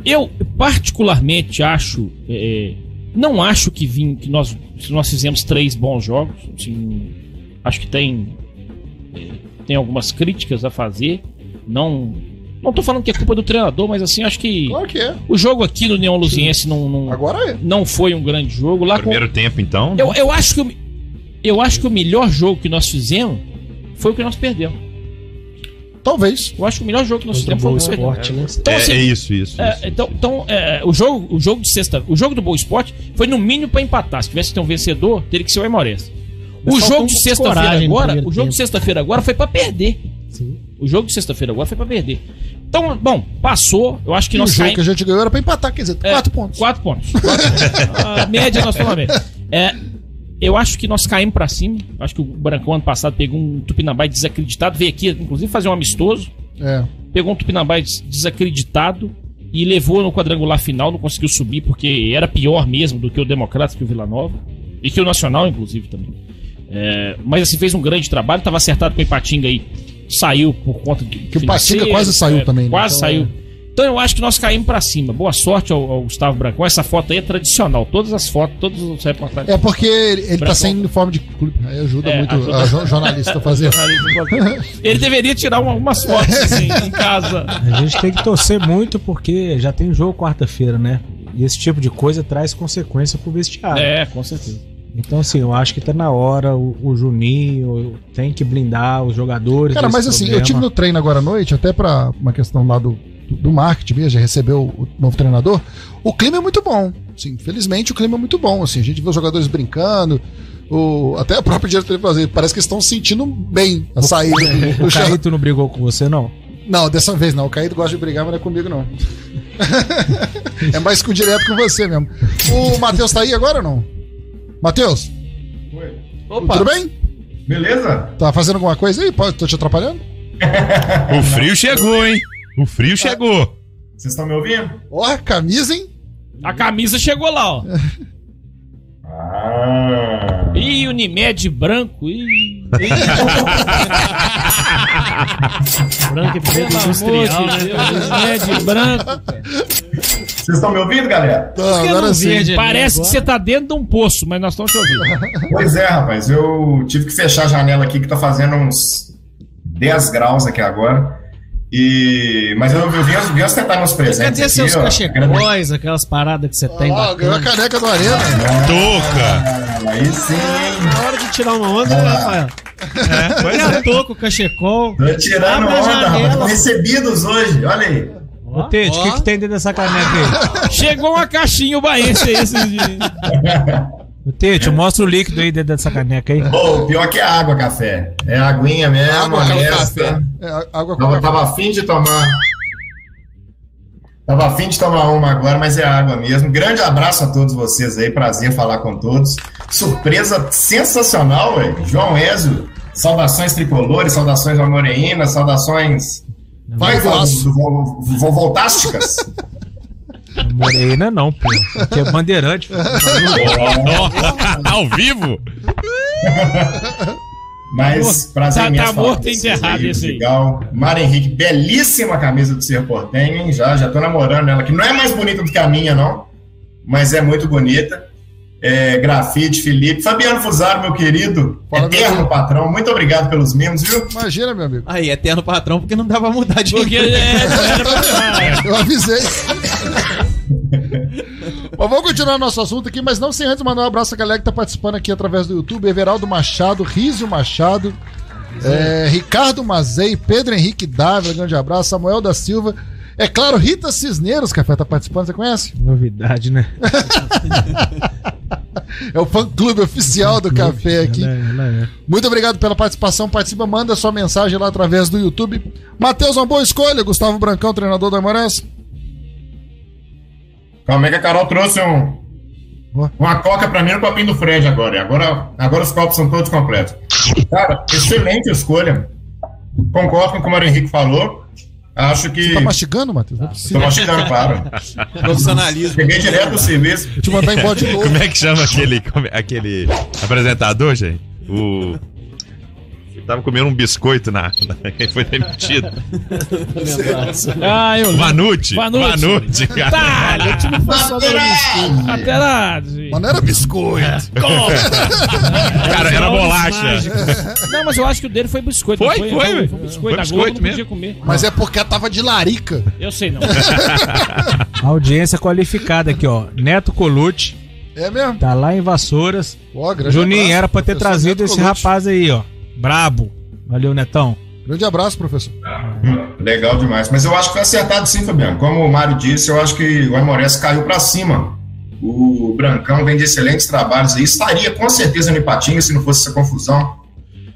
Speaker 7: eu particularmente acho, é, não acho que vim, que nós, nós fizemos três bons jogos. assim, acho que tem é, tem algumas críticas a fazer. Não, não tô falando que é culpa do treinador, mas assim acho que
Speaker 3: Claro que é.
Speaker 7: o jogo aqui no Neon Luziense não, não,
Speaker 3: Agora é.
Speaker 7: não foi um grande jogo. Lá com,
Speaker 4: Primeiro tempo, então.
Speaker 7: eu, eu acho que o, eu acho que o melhor jogo que nós fizemos foi o que nós perdemos.
Speaker 3: Talvez.
Speaker 7: Eu acho que o melhor jogo que nós
Speaker 5: Contra o
Speaker 7: fizemos foi o
Speaker 5: Boa
Speaker 7: que nós perdemos.
Speaker 5: Esporte, né?
Speaker 7: Então,
Speaker 4: é,
Speaker 7: assim,
Speaker 4: é isso, isso.
Speaker 7: é,
Speaker 4: isso.
Speaker 7: então, então, é, o, jogo, o jogo de sexta, o jogo do Boa Esporte foi no mínimo pra empatar. Se tivesse que ter um vencedor, teria que ser o Aimorés. O
Speaker 5: Mas
Speaker 7: jogo
Speaker 5: faltou
Speaker 7: de
Speaker 5: um
Speaker 7: sexta-feira
Speaker 5: coragem no
Speaker 7: agora,
Speaker 5: primeiro
Speaker 7: o jogo de
Speaker 5: tempo.
Speaker 7: sexta-feira agora foi pra perder. O jogo de sexta-feira agora foi pra perder. Então, bom, passou. Eu acho que
Speaker 3: E o
Speaker 7: nós
Speaker 3: jogo
Speaker 7: caímos.
Speaker 3: que a gente ganhou era pra empatar, quer dizer,
Speaker 7: É,
Speaker 3: quatro pontos.
Speaker 7: Quatro pontos. Quatro pontos. a média nós falamos. a média. É, eu acho que nós caímos pra cima. Eu acho que o Brancão ano passado pegou um Tupinambá desacreditado, veio aqui, inclusive, fazer um amistoso.
Speaker 3: É.
Speaker 7: Pegou um Tupinambá des- desacreditado e levou no quadrangular final, não conseguiu subir, porque era pior mesmo do que o Democrata, que o Vila Nova. E que o Nacional, inclusive, também. É, mas assim, fez um grande trabalho, tava acertado com o Ipatinga aí. Saiu por conta de.
Speaker 3: Que o Ipatinga quase saiu também, né?
Speaker 7: Quase
Speaker 3: Então,
Speaker 7: saiu.
Speaker 3: é.
Speaker 7: Então eu acho que nós caímos pra cima. Boa sorte ao, ao Gustavo Brancão. Essa foto aí é tradicional. Todas as fotos, todos os reportagens.
Speaker 3: É porque ele, ele tá
Speaker 7: Brancão.
Speaker 3: sem uniforme de clube. Aí ajuda
Speaker 7: É,
Speaker 3: muito
Speaker 7: ajuda.
Speaker 3: a jo- jornalista a fazer.
Speaker 7: Ele deveria tirar uma- umas fotos assim, em casa.
Speaker 8: A gente tem que torcer muito porque já tem jogo quarta-feira, né? E esse tipo de coisa traz consequência pro vestiário.
Speaker 7: É, com certeza.
Speaker 8: Então, assim, eu acho que tá na hora, o, o Juninho tem que blindar os jogadores.
Speaker 3: Cara,
Speaker 8: desse
Speaker 3: mas assim, eu
Speaker 8: problema.
Speaker 3: tive no treino agora à noite, até pra uma questão lá do, do marketing mesmo, já recebeu o novo treinador. O clima é muito bom. Sim, felizmente o clima é muito bom. Assim, a gente vê os jogadores brincando. O, até a própria diretoria fazer, parece que eles estão sentindo bem a saída. do
Speaker 8: O
Speaker 3: chão.
Speaker 8: Carlito não brigou com você, não?
Speaker 3: Não, dessa vez não. O Caído gosta de brigar, mas não é comigo, não. é mais com direto com você mesmo. O Matheus tá aí agora ou não? Matheus? Tudo bem?
Speaker 10: Beleza?
Speaker 3: Tá fazendo alguma coisa aí? Pode, tô te atrapalhando?
Speaker 7: é.
Speaker 4: O frio chegou, hein? O frio chegou.
Speaker 10: Vocês estão me ouvindo?
Speaker 3: Ó, camisa, hein?
Speaker 7: A camisa chegou lá, ó.
Speaker 10: Ah.
Speaker 7: Ih, Unimed branco. Ih.
Speaker 5: Branco e preto
Speaker 7: Pelo
Speaker 5: industrial,
Speaker 7: amor de
Speaker 5: né?
Speaker 7: Deus, Unimed branco.
Speaker 10: Vocês estão me ouvindo, galera?
Speaker 3: Tá,
Speaker 5: Por que
Speaker 3: agora
Speaker 5: não
Speaker 3: sim.
Speaker 5: verde ali
Speaker 7: Parece que
Speaker 5: agora?
Speaker 7: você tá dentro de um poço, mas nós estamos te ouvindo.
Speaker 10: Pois é, rapaz. Eu tive que fechar a janela aqui que tá fazendo uns 10 graus aqui agora. E... Mas eu, eu vim, eu vim ostentar meus presentes.
Speaker 5: Quer dizer,
Speaker 10: aqui,
Speaker 5: seus
Speaker 10: ó.
Speaker 5: cachecóis, aquelas paradas que você tem.
Speaker 3: Ó, ganhou a
Speaker 5: bacana.
Speaker 3: caneca do Arena.
Speaker 4: Toca.
Speaker 10: Ah, Aí sim, hein?
Speaker 5: Na hora de tirar uma onda, né, Rafael?
Speaker 4: É, pois é.
Speaker 5: Eu tô com o cachecol.
Speaker 10: Tô tirando
Speaker 5: Abre
Speaker 10: onda,
Speaker 5: a
Speaker 10: rapaz. Tô
Speaker 5: janela.
Speaker 10: recebidos hoje. Olha aí.
Speaker 8: Ô, Tete, o que, que tem dentro dessa caneca aí?
Speaker 7: Chegou uma caixinha o baense aí. esses dias.
Speaker 8: Ô, Tete, mostra o líquido aí dentro dessa caneca aí.
Speaker 10: Ô, pior que é água, café. É aguinha mesmo,
Speaker 9: Água, café.
Speaker 10: honesta.
Speaker 3: É, a- água com
Speaker 10: Tava,
Speaker 3: água.
Speaker 10: tava afim de tomar. Tava afim de tomar uma agora, mas é água mesmo. Grande abraço a todos vocês aí, prazer falar com todos. Surpresa sensacional, ué. João Ezio, saudações tricolores, saudações à Moreína, saudações. Vai, um
Speaker 3: Vasco.
Speaker 10: Voltásticas.
Speaker 8: Moreira não, pô. Aqui é bandeirante. pô.
Speaker 4: Ao vivo?
Speaker 10: Mas prazer
Speaker 7: Tá-
Speaker 10: imenso
Speaker 7: tá
Speaker 10: falar
Speaker 7: morto
Speaker 10: com
Speaker 7: e
Speaker 10: vocês
Speaker 7: enterrado
Speaker 10: aí,
Speaker 7: esse aí.
Speaker 10: Legal. Mara Henrique, belíssima camisa do Ser Portenho, hein? Já, já tô namorando ela, que não é mais bonita do que a minha, não. Mas é muito bonita. É, grafite, Felipe. Fabiano Fusaro, meu querido.
Speaker 3: Fala, meu
Speaker 10: eterno
Speaker 3: amigo.
Speaker 10: patrão. Muito obrigado pelos mimos, viu?
Speaker 3: Imagina, meu amigo.
Speaker 9: Aí, eterno patrão, porque não dá pra mudar de
Speaker 7: Porque é.
Speaker 3: Eu avisei. Bom, vamos continuar nosso assunto aqui, mas não sem antes mandar um abraço à galera que tá participando aqui através do YouTube. Everaldo Machado, Rizio Machado, é, Ricardo Mazei, Pedro Henrique Dávila, grande abraço, Samuel da Silva. É claro, Rita Cisneiros, Café tá participando, você conhece?
Speaker 8: Novidade, né?
Speaker 3: É o fã clube oficial do Café aqui.
Speaker 8: Ela é- ela é.
Speaker 3: Muito obrigado pela participação. Participa, manda sua mensagem lá através do YouTube. Matheus, uma boa escolha. Gustavo Brancão, treinador do Amarés.
Speaker 10: Calma aí que a Carol trouxe um,
Speaker 3: Boa.
Speaker 10: uma coca pra mim no copinho do Fred agora. E Agora, agora os copos são todos completos. Cara, excelente escolha. Concordo com o que o Mário Henrique falou. Acho que.
Speaker 3: Tá mastigando, Matheus? Não é possível.
Speaker 10: Tô mastigando, claro.
Speaker 9: profissionalismo.
Speaker 10: Cheguei direto do serviço.
Speaker 3: Te mandar embora de novo.
Speaker 4: Como é que chama aquele, come- aquele apresentador, gente? O. Ele tava comendo um biscoito na. na foi demitido.
Speaker 7: Ah, eu
Speaker 4: Vanucci.
Speaker 7: Vanucci.
Speaker 4: Vanucci, cara.
Speaker 7: Caralho, eu tive Laterade.
Speaker 3: Mas não era
Speaker 8: É.
Speaker 3: biscoito.
Speaker 4: cara, era bolacha.
Speaker 7: Não, mas eu acho que o dele foi biscoito. não
Speaker 4: Foi, foi,
Speaker 7: Não,
Speaker 4: velho.
Speaker 7: foi
Speaker 4: Foi
Speaker 7: biscoito. da Globo
Speaker 4: biscoito
Speaker 7: não podia comer.
Speaker 3: Mas é porque tava de larica.
Speaker 7: Eu sei não.
Speaker 8: Audiência qualificada aqui, ó. Neto Colucci,
Speaker 3: É mesmo?
Speaker 8: tá lá em Vassouras.
Speaker 3: Ó, grande
Speaker 8: Juninho,
Speaker 3: abraço,
Speaker 8: era pra ter
Speaker 3: professor
Speaker 8: trazido
Speaker 3: Neto
Speaker 8: esse
Speaker 3: Colucci.
Speaker 8: rapaz aí, ó. Brabo. Valeu, Netão.
Speaker 3: Grande abraço, professor.
Speaker 10: Legal demais. Mas eu acho que foi acertado sim, Fabiano. Como o Mário disse, eu acho que o Amores caiu para cima. O Brancão vem de excelentes trabalhos e estaria com certeza no Ipatinga se não fosse essa confusão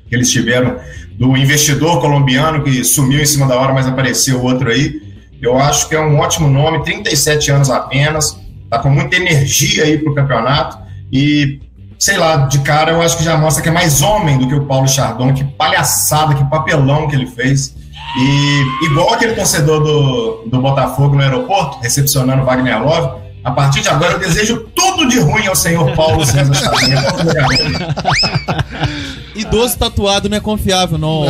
Speaker 10: que eles tiveram do investidor colombiano que sumiu em cima da hora, mas apareceu outro aí. Eu acho que é um ótimo nome, 37 anos apenas, tá com muita energia aí pro campeonato e sei lá, de cara eu acho que já mostra que é mais homem do que o Paulo Chardon, que palhaçada, que papelão que ele fez. E igual aquele torcedor do, do Botafogo no aeroporto, recepcionando o Wagner Love, a partir de agora eu desejo tudo de ruim ao
Speaker 3: um
Speaker 10: senhor Paulo César Xavier. Tudo de ruim.
Speaker 9: Idoso tatuado não é confiável, não.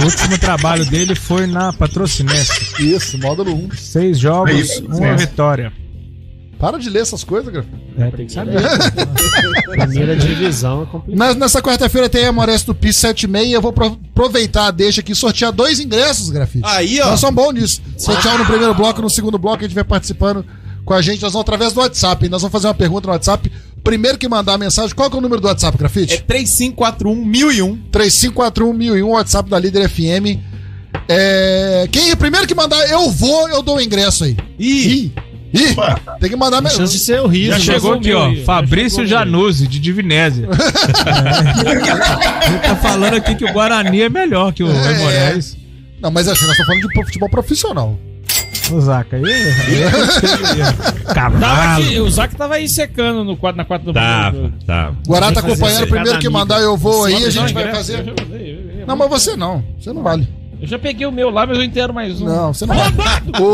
Speaker 8: O último trabalho dele foi na Patrocinense.
Speaker 3: Isso, módulo 1.
Speaker 8: Seis
Speaker 3: É
Speaker 8: jogos,
Speaker 10: Aí,
Speaker 8: uma
Speaker 10: Patrocinense.
Speaker 8: vitória.
Speaker 3: Para de ler essas coisas, cara.
Speaker 8: É, tem que saber.
Speaker 5: Primeira divisão é complicado.
Speaker 3: Na- nessa quarta-feira tem a Amores do PIS 76. Eu vou pro- aproveitar a deixa aqui e sortear dois ingressos, grafite.
Speaker 9: Aí, ó.
Speaker 3: Nós somos bons nisso. Sortear um no primeiro bloco, no segundo bloco, a gente vai participando com a gente. Nós vamos através do WhatsApp. hein? Nós vamos fazer uma pergunta no WhatsApp. Primeiro que mandar a mensagem, qual que é o número do WhatsApp, grafite?
Speaker 9: É 3541 1001.
Speaker 3: 3541 WhatsApp da Líder FM. É, Quem primeiro que mandar, eu vou, eu dou o ingresso aí.
Speaker 9: Ih,
Speaker 3: Ih, tem que mandar.
Speaker 5: Chance de ser o riso.
Speaker 8: Já
Speaker 5: né?
Speaker 8: chegou aqui, ó. Fabrício Januzzi, de Divinésia. É. Ele tá falando aqui que o Guarani é melhor que o
Speaker 3: É,
Speaker 8: é, Moraes.
Speaker 3: Não, mas assim, nós estamos falando de futebol profissional.
Speaker 8: O Zaca aí.
Speaker 7: Tava aqui,
Speaker 8: Cavalo.
Speaker 7: o Zac tava aí secando no quadro, na quarta do
Speaker 4: Tava, tava.
Speaker 3: O Guará tá acompanhando, primeiro que mandar, eu vou aí, a gente vai
Speaker 7: ingresso, Eu
Speaker 3: fazer.
Speaker 7: já, mandei, eu- eu-
Speaker 3: Não, mas você não. Você não vale.
Speaker 7: eu já peguei o meu lá, mas eu inteiro mais um.
Speaker 3: Não, você não vale.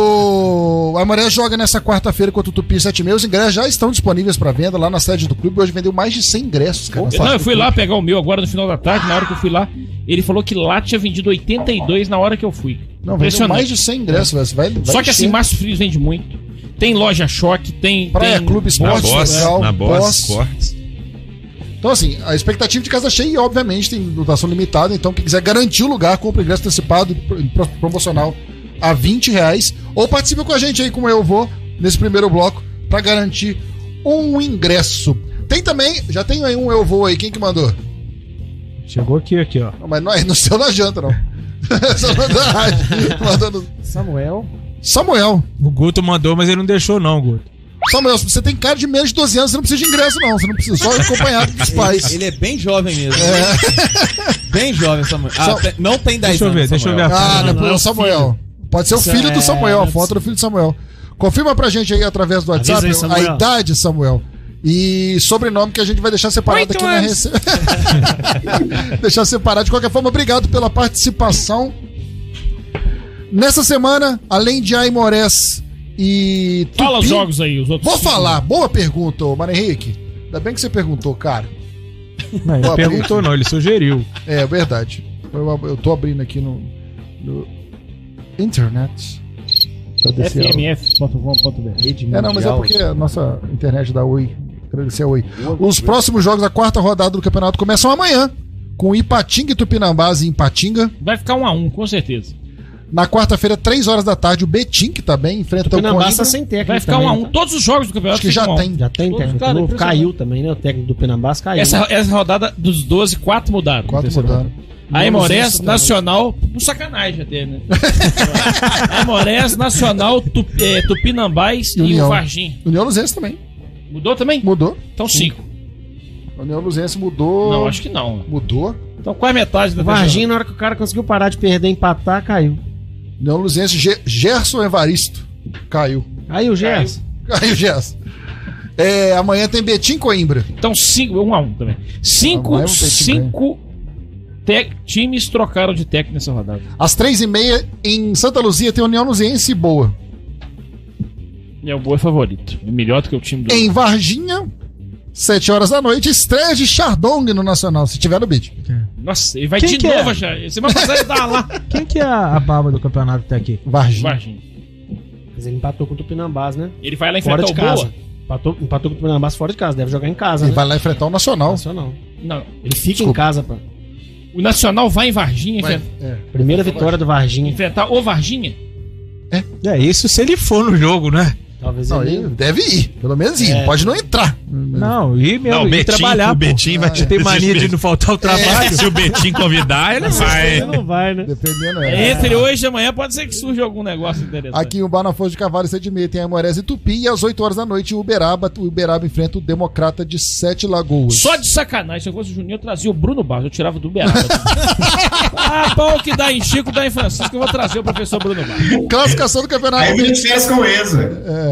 Speaker 3: O Amaré joga nessa quarta-feira contra o Tupi 76. Os ingressos já estão disponíveis para venda lá na sede do clube. Hoje vendeu mais de 100 ingressos, cara. na
Speaker 7: Não,
Speaker 3: sede
Speaker 7: eu
Speaker 3: do
Speaker 7: fui
Speaker 3: clube.
Speaker 7: lá pegar o meu agora no final da tarde, na hora que eu fui lá, ele falou que lá tinha vendido 82 na hora que eu fui.
Speaker 3: Não, vendeu mais de 100 ingressos, velho. Você Vai, vai
Speaker 7: Só que assim,
Speaker 3: encher.
Speaker 7: Márcio Frios vende muito. Tem loja choque, tem.
Speaker 3: Praia
Speaker 7: tem...
Speaker 3: Clube
Speaker 4: Na
Speaker 3: Esporte
Speaker 4: Boss,
Speaker 3: Social,
Speaker 4: na Boss,
Speaker 3: Boss.
Speaker 4: Sports.
Speaker 3: Então, assim, a expectativa de casa cheia, e, obviamente, tem lotação limitada. Então, quem quiser garantir o lugar, compra ingresso antecipado pro- pro- promocional a 20 reais. Ou participe com a gente aí, como eu vou, nesse primeiro bloco, pra garantir um ingresso. Tem também, já tem aí um eu vou aí, quem que mandou?
Speaker 8: Chegou aqui, aqui, ó.
Speaker 3: Não, mas não, é no seu na janta, não. é Só mandou na rádio. Mandou no-
Speaker 5: Samuel.
Speaker 3: Samuel.
Speaker 8: O Guto mandou, mas ele não deixou, não, Guto.
Speaker 3: Samuel, você tem cara de menos de 12 anos, você não precisa de ingresso, não. Você não precisa, só acompanhado dos pais.
Speaker 9: Ele é bem jovem mesmo. né? Bem jovem, Samuel. Ah,
Speaker 3: Só-
Speaker 9: te- não tem 10
Speaker 8: Deixa eu
Speaker 9: anos.
Speaker 8: ver, deixa eu ver a
Speaker 9: Samuel.
Speaker 3: Ah, não,
Speaker 5: não, é
Speaker 3: é
Speaker 5: o
Speaker 3: o Samuel. Pode ser o
Speaker 9: Isso
Speaker 3: filho
Speaker 9: é-
Speaker 3: do Samuel, a foto do filho do Samuel. Confirma pra gente aí através do
Speaker 5: Avisa
Speaker 3: WhatsApp
Speaker 5: aí,
Speaker 3: a
Speaker 5: Samuel.
Speaker 3: idade, Samuel. E sobrenome que a gente vai deixar separado aqui na rece... Deixar separado. De qualquer forma, obrigado pela participação. Nessa semana, além de Aimorés e.
Speaker 7: Fala os
Speaker 3: Tupi-
Speaker 7: jogos aí, os outros.
Speaker 3: Vou
Speaker 7: cinco.
Speaker 3: falar. Boa pergunta, ô Mano Henrique. Ainda bem que você perguntou, cara.
Speaker 8: Não, ele
Speaker 3: Vou abrir.
Speaker 8: perguntou, não, ele sugeriu.
Speaker 3: É verdade. Eu, eu tô abrindo aqui no. no internet. Pra descer a-
Speaker 5: FMF.com.br.
Speaker 3: É, não, mas é porque a nossa internet da Oi. Agradecer a Oi. Os próximos jogos da quarta rodada do campeonato começam amanhã, com Ipatinga e Tupinambás em Ipatinga.
Speaker 7: Vai ficar um a um, com certeza.
Speaker 3: Na quarta-feira, três horas da tarde, o Betim, que tá bem, enfrenta o
Speaker 5: Pinambás tá
Speaker 3: Coimbra.
Speaker 5: sem técnico.
Speaker 7: Vai ficar um
Speaker 5: também,
Speaker 7: a um.
Speaker 5: tá?
Speaker 7: Todos os jogos do campeonato
Speaker 3: Acho que já
Speaker 7: ficam um a um.
Speaker 3: tem.
Speaker 5: Já tem
Speaker 7: Todos,
Speaker 5: técnico
Speaker 7: cara,
Speaker 5: novo.
Speaker 7: impressionante.
Speaker 5: Caiu também, né? O técnico do Pinambás caiu.
Speaker 7: Essa, essa rodada dos 12, 4 mudaram.
Speaker 3: Quatro mudaram.
Speaker 7: Aí Morés,
Speaker 5: é
Speaker 3: Vamos
Speaker 7: Nacional, um sacanagem até, né? Aí Morés, Nacional, Tup- eh, Tupinambás e,
Speaker 3: União.
Speaker 7: o Vargim.
Speaker 3: União Luzense também.
Speaker 7: Mudou também?
Speaker 3: Mudou.
Speaker 7: Então cinco.
Speaker 3: União Luzense mudou.
Speaker 7: Não, acho que não.
Speaker 3: Mudou.
Speaker 7: Então quase metade da
Speaker 5: O Varginha, na hora que o cara conseguiu parar de perder, empatar, caiu.
Speaker 3: União Luzense, Ge- Gerson Evaristo. Caiu.
Speaker 5: Aí o Gerson.
Speaker 3: Caiu, Gerson. É, amanhã tem Betim e Coimbra.
Speaker 7: Então cinco, um a um também.
Speaker 3: Ah,
Speaker 7: Cinco,
Speaker 3: mas eu não sei quem
Speaker 7: cinco te- times trocaram de técnico nessa rodada.
Speaker 3: Às três e meia, em Santa Luzia, tem União Luzense e Boa.
Speaker 7: E é o Boa é favorito. É melhor do que o time do...
Speaker 3: Em Varginha, 7 horas da noite, estreia de Chardong no Nacional, se tiver no bid.
Speaker 7: Nossa, ele vai
Speaker 8: Quem
Speaker 7: de
Speaker 8: que é?
Speaker 7: novo já. Semana passada ele tava lá.
Speaker 8: Quem que é a, a baba do campeonato até aqui?
Speaker 3: Varginha.
Speaker 7: Varginha.
Speaker 5: Mas ele empatou com o Tupinambás, né?
Speaker 7: Ele vai lá
Speaker 5: Fora
Speaker 7: enfrentar
Speaker 5: de
Speaker 7: o Boa.
Speaker 5: casa. Empatou, empatou com o Tupinambás fora de casa. Deve jogar em casa,
Speaker 3: Ele
Speaker 5: né?
Speaker 3: vai lá enfrentar o Nacional.
Speaker 5: Nacional.
Speaker 7: Não.
Speaker 5: Ele fica em
Speaker 3: Desculpa.
Speaker 5: casa, pá.
Speaker 7: O Nacional vai em Varginha
Speaker 3: Vai-
Speaker 7: enfren-
Speaker 3: é.
Speaker 5: Primeira vitória do Varginha.
Speaker 7: enfrentar o Varginha.
Speaker 8: É isso se ele for no jogo, né?
Speaker 5: Talvez
Speaker 3: Não,
Speaker 5: ele.
Speaker 3: ele deve ir, pelo menos ir.
Speaker 5: É.
Speaker 3: Pode não entrar.
Speaker 8: Não, e meu,
Speaker 4: Não, o
Speaker 8: e
Speaker 4: Betim,
Speaker 8: trabalhar,
Speaker 4: o
Speaker 8: pô.
Speaker 4: Betim vai
Speaker 8: Você tem mania de não faltar
Speaker 7: É.
Speaker 8: o trabalho?
Speaker 4: Se o Betim convidar, ele vai.
Speaker 5: Ele não vai, né?
Speaker 3: Dependendo. É.
Speaker 7: Entre hoje e amanhã pode ser que surja algum negócio interessante.
Speaker 3: Aqui o Bar na Força de Cavalo, 7 e meia, tem Amorés e Tupi. E às 8 horas da noite, o Uberaba. O Uberaba enfrenta o Democrata de Sete Lagoas.
Speaker 7: Só de sacanagem, se eu fosse o Juninho, eu trazia o Bruno Barros, eu tirava do Uberaba. ah, pau que dá em Chico, dá em Francisco, eu vou trazer o professor Bruno Barros.
Speaker 3: Classificação do campeonato.
Speaker 10: Aí vira de férias com eles, velho.
Speaker 3: É.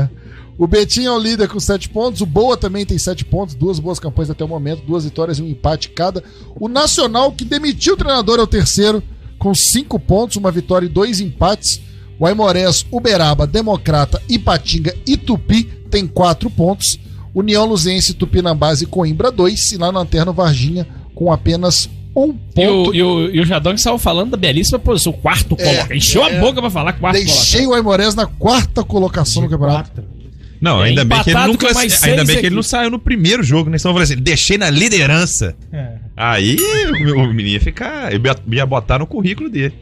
Speaker 3: O Betim é o líder com 7 pontos. O Boa também tem 7 pontos. Duas boas campanhas até o momento. Duas vitórias e um empate cada. O Nacional, que demitiu o treinador, é o terceiro, com 5 pontos, uma vitória e dois empates. O Aimorés, Uberaba, Democrata, Ipatinga e Tupi tem 4 pontos. União Luzense, Tupinambás e Coimbra 2. E lá na Lanterna, o Varginha com apenas 1 um
Speaker 7: E
Speaker 3: ponto.
Speaker 7: o, e, o, e o Jadão que estava falando da belíssima posição, quarto coloca. Encheu a boca pra falar quarto coloca.
Speaker 3: Deixei o Aimorés na quarta colocação no campeonato.
Speaker 4: Não,
Speaker 7: É,
Speaker 4: ainda bem que ele
Speaker 7: empatado
Speaker 4: nunca.
Speaker 7: com mais
Speaker 4: Ainda
Speaker 7: seis
Speaker 4: bem que ele
Speaker 7: aqui.
Speaker 4: não saiu no primeiro jogo, né? Senão eu falei assim, deixei na liderança. Aí o menino ia ficar. Eu ia- ia botar no currículo dele.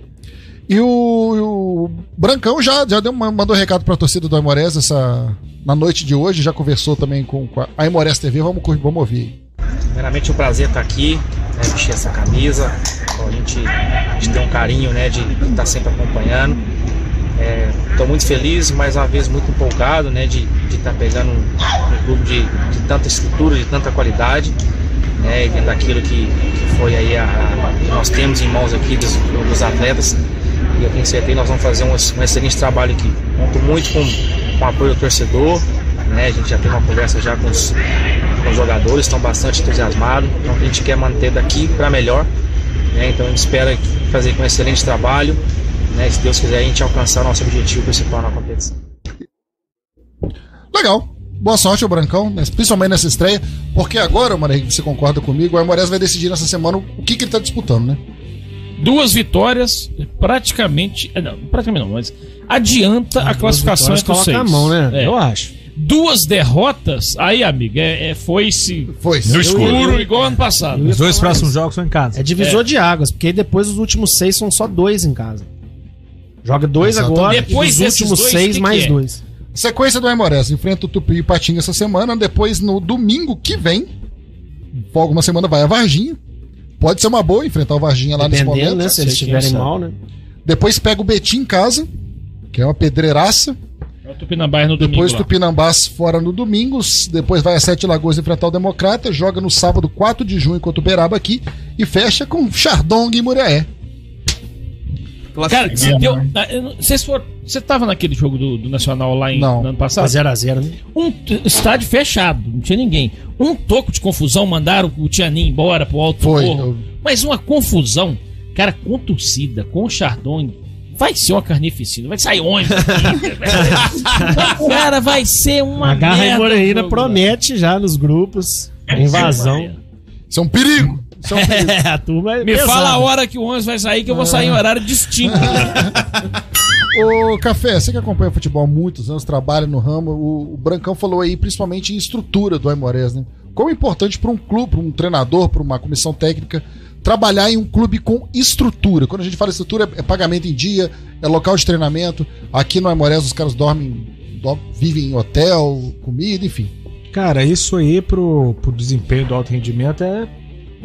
Speaker 3: E o, o Brancão já, já deu, uma- mandou recado pra torcida do Aimorés essa, na noite de hoje, já conversou também com, com a Aimorés TV, vamos, cur- vamos ouvir.
Speaker 11: Primeiramente, um prazer estar aqui, né, vestir essa camisa. Então, a, gente, a gente tem um carinho né, de estar sempre acompanhando. Estou muito feliz, mais uma vez muito empolgado né, de de estar pegando um, um clube de, de tanta estrutura, de tanta qualidade, né, e daquilo que, que foi aí a, a- que nós temos em mãos aqui dos, dos atletas. E eu tenho certeza que nós vamos fazer um, ex- um excelente trabalho aqui. Conto muito com, com o apoio do torcedor, né, a gente já teve uma conversa já com os, com os jogadores, estão bastante entusiasmados, então a gente quer manter daqui para melhor. né, então a gente espera fazer com um excelente trabalho. Né, se Deus quiser, a gente alcançar nosso objetivo principal na competição.
Speaker 3: Legal. Boa sorte ao Brancão, né, principalmente nessa estreia, porque agora, Mané, você concorda comigo, o Aimorés vai decidir nessa semana o que, que ele tá disputando, né?
Speaker 7: Duas vitórias, praticamente. eh, Não, praticamente não, mas adianta a classificação entre os seis.
Speaker 5: coloca a mão, né?
Speaker 7: É.
Speaker 5: Eu acho.
Speaker 7: Duas derrotas, aí, amigo, é, é foi-se
Speaker 3: Foi.
Speaker 4: No escuro.
Speaker 7: escuro igual ano passado.
Speaker 8: Os dois próximos jogos são em casa.
Speaker 5: É divisor de águas, porque aí depois os últimos seis são só dois em casa. Joga dois
Speaker 3: Exatamente.
Speaker 5: agora,
Speaker 7: Depois
Speaker 5: e os
Speaker 7: desses
Speaker 5: últimos
Speaker 7: dois,
Speaker 5: seis
Speaker 7: que
Speaker 5: mais
Speaker 7: que é?
Speaker 5: dois.
Speaker 3: Sequência do Aimorés, enfrenta o Tupi e Patinho essa semana, depois no domingo que vem, por alguma semana vai a Varginha. Pode ser uma boa enfrentar o Varginha lá nesse
Speaker 5: Dependendo,
Speaker 3: momento.
Speaker 5: né? Se eles
Speaker 7: sei quem
Speaker 5: estiverem
Speaker 7: sabe.
Speaker 5: mal, né?
Speaker 3: Depois pega o Betim em casa, que é uma pedreiraça.
Speaker 7: É o Tupinambás no domingo.
Speaker 3: Depois
Speaker 7: lá.
Speaker 3: Tupinambás fora no domingo, s- depois vai a Sete Lagoas enfrentar o Democrata, joga no sábado 4 de junho contra o Beraba aqui e fecha com Chardong e Muriaé.
Speaker 7: Cara,
Speaker 3: é.
Speaker 7: se deu. na- eu não- Vocês foram. Você tava naquele jogo do, do Nacional lá em,
Speaker 3: Não.
Speaker 7: no ano passado?
Speaker 5: 0x0, né?
Speaker 7: Um t- estádio fechado, não tinha ninguém. Um toco de confusão, mandaram o Tianin embora pro alto
Speaker 3: Foi,
Speaker 7: morro.
Speaker 3: eu-
Speaker 7: Mas uma confusão, cara, com torcida, com Chardon. Vai ser uma carnificina, vai sair onde? cara, vai ser uma.
Speaker 5: a Garra e
Speaker 7: merda o
Speaker 5: Moreira
Speaker 7: jogo, né?
Speaker 5: promete já nos grupos. a invasão.
Speaker 3: Isso é um perigo. Isso é um perigo.
Speaker 5: a turma é
Speaker 7: Me
Speaker 5: pesada.
Speaker 7: fala a hora que o 11 vai sair, que eu vou sair em
Speaker 5: Ah.
Speaker 7: horário distinto.
Speaker 3: Ô, Café, você que acompanha o futebol há muitos anos, trabalha no ramo, o, o Brancão falou aí principalmente em estrutura do Aimorés, né? Como é importante para um clube, para um treinador, para uma comissão técnica, trabalhar em um clube com estrutura. Quando a gente fala estrutura, é pagamento em dia, é local de treinamento. Aqui no Aimorés os caras dormem, do- vivem em hotel, comida, enfim.
Speaker 8: Cara, isso aí pro, pro desempenho do alto rendimento é,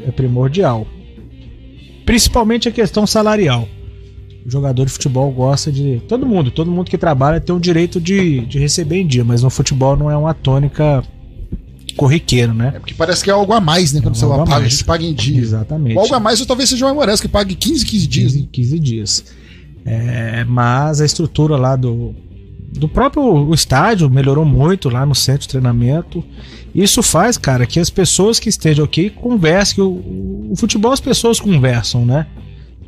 Speaker 8: é primordial. Principalmente a questão salarial. O jogador de futebol gosta de. Todo mundo, todo mundo que trabalha tem o direito de, de receber em dia, mas no futebol não é uma tônica corriqueira, né?
Speaker 3: É porque parece que é algo a mais, né? Quando
Speaker 8: É
Speaker 3: você
Speaker 8: algo a
Speaker 3: paga, a
Speaker 8: mais.
Speaker 3: gente paga em dia.
Speaker 8: Exatamente.
Speaker 3: O algo a mais talvez seja o Aimorés, que pague 15, 15 dias. né?
Speaker 8: 15, 15 dias. É, mas a estrutura lá do, do próprio o estádio melhorou muito lá no centro de treinamento. Isso faz, cara, que as pessoas que estejam aqui conversem. que O, o futebol as pessoas conversam, né?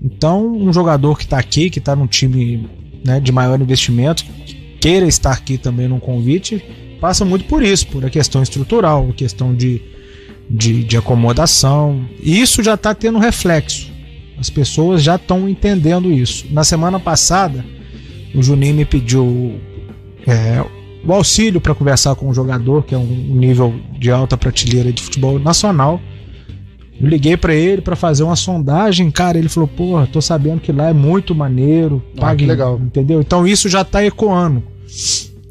Speaker 8: Então, um jogador que tá aqui, que tá num time né, de maior investimento, que queira estar aqui também num convite, passa muito por isso, por a questão estrutural, a questão de, de, de acomodação. E isso já tá tendo reflexo. As pessoas já estão entendendo isso. Na semana passada, o Juninho me pediu é, o auxílio para conversar com um jogador, que é um um nível de alta prateleira de futebol nacional. Eu liguei para ele para fazer uma sondagem, cara. Ele falou: Porra, tô sabendo que lá é muito maneiro.
Speaker 3: Ah,
Speaker 8: Pague,
Speaker 3: que legal.
Speaker 8: Entendeu? Então isso já tá ecoando.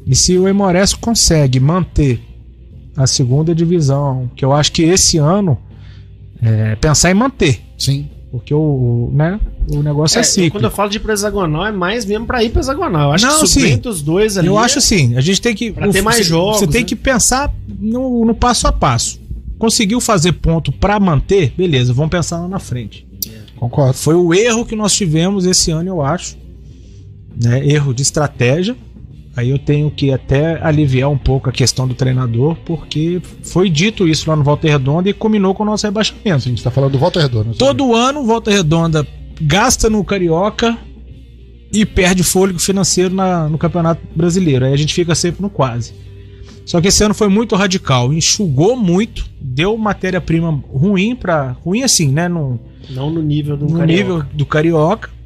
Speaker 8: E se o Emores consegue manter a segunda divisão, que eu acho que esse ano é pensar em manter.
Speaker 3: Sim.
Speaker 8: Porque o, o, né, o negócio é,
Speaker 5: É,
Speaker 8: ciclo.
Speaker 5: quando eu falo de ir pra hexagonal, é mais mesmo pra ir pra hexagonal. Eu acho
Speaker 8: Não,
Speaker 5: que subindo os dois ali.
Speaker 8: Eu acho assim, a gente tem que.
Speaker 5: Pra ter mais
Speaker 8: você,
Speaker 5: jogos,
Speaker 8: Você tem
Speaker 5: né?
Speaker 8: que pensar no, no passo a passo. Conseguiu fazer ponto pra manter? Beleza, vamos pensar lá na frente.
Speaker 5: É.
Speaker 3: Concordo.
Speaker 8: Foi o erro que nós tivemos esse ano, eu acho. Né? Erro de estratégia. Aí eu tenho que até aliviar um pouco a questão do treinador, porque foi dito isso lá no Volta Redonda e combinou com o nosso rebaixamento.
Speaker 3: Sim, você tá falando do Walter Redondo.
Speaker 8: Todo ano, Volta Redonda gasta no Carioca e perde fôlego financeiro na- no Campeonato Brasileiro. Aí a gente fica sempre no quase. Só que esse ano foi muito radical, enxugou muito, deu matéria-prima ruim para ruim assim, né? No,
Speaker 5: Não no nível do
Speaker 8: no
Speaker 5: Carioca.
Speaker 8: nível do Carioca.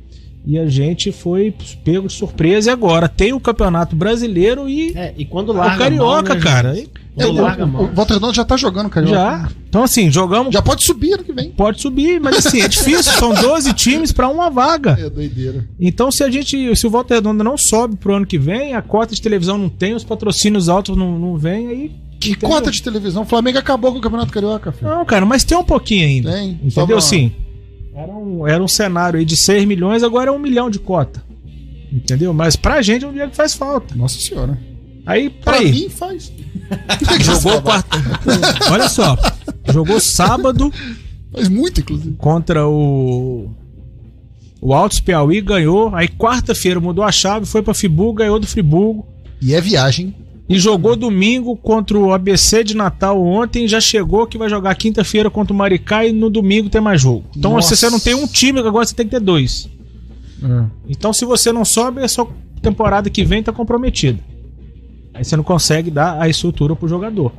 Speaker 8: E a gente foi pego de surpresa. E agora tem o Campeonato Brasileiro e
Speaker 5: É, e quando
Speaker 8: o
Speaker 5: larga a mão,
Speaker 8: Carioca,
Speaker 5: né,
Speaker 8: cara.
Speaker 5: gente?
Speaker 3: É,
Speaker 5: Quando larga a
Speaker 3: o, o
Speaker 5: mão.
Speaker 3: Walter Redondo já tá jogando, cara.
Speaker 8: Já. Então assim, jogamos.
Speaker 3: Já pode subir ano que vem.
Speaker 8: Pode subir, mas assim, é difícil. São 12 times para uma vaga.
Speaker 3: É doideira.
Speaker 8: Então, se a gente, se o Volta Redonda não sobe pro ano que vem, a cota de televisão não tem, os patrocínios altos não, não vêm, aí.
Speaker 3: Que
Speaker 8: entendeu?
Speaker 3: conta de televisão? O Flamengo acabou com o Campeonato Carioca, filho.
Speaker 8: Não, cara, mas tem um pouquinho ainda.
Speaker 3: Tem.
Speaker 8: Entendeu?
Speaker 3: Sobra-
Speaker 8: Sim. Era um, era um cenário aí de 6 milhões, agora é um milhão de cota. Entendeu? Mas pra gente é um dinheiro que faz falta.
Speaker 3: Nossa senhora.
Speaker 8: Aí,
Speaker 3: Pra
Speaker 8: peraí.
Speaker 3: mim faz. Jogou quarto.
Speaker 8: Olha só. Jogou sábado
Speaker 3: Faz muito, inclusive.
Speaker 8: contra o. O Altos Piauí ganhou. Aí quarta-feira mudou a chave, foi pra Friburgo, ganhou do Friburgo.
Speaker 3: E é viagem.
Speaker 8: E jogou domingo contra o ABC de Natal ontem, já chegou que vai jogar quinta-feira contra o Maricá e no domingo tem mais jogo. Então
Speaker 3: Nossa.
Speaker 8: se você não tem um time, agora você tem que ter dois. Então se você não sobe, a sua temporada que vem tá comprometida. Aí você não consegue dar a estrutura pro jogador.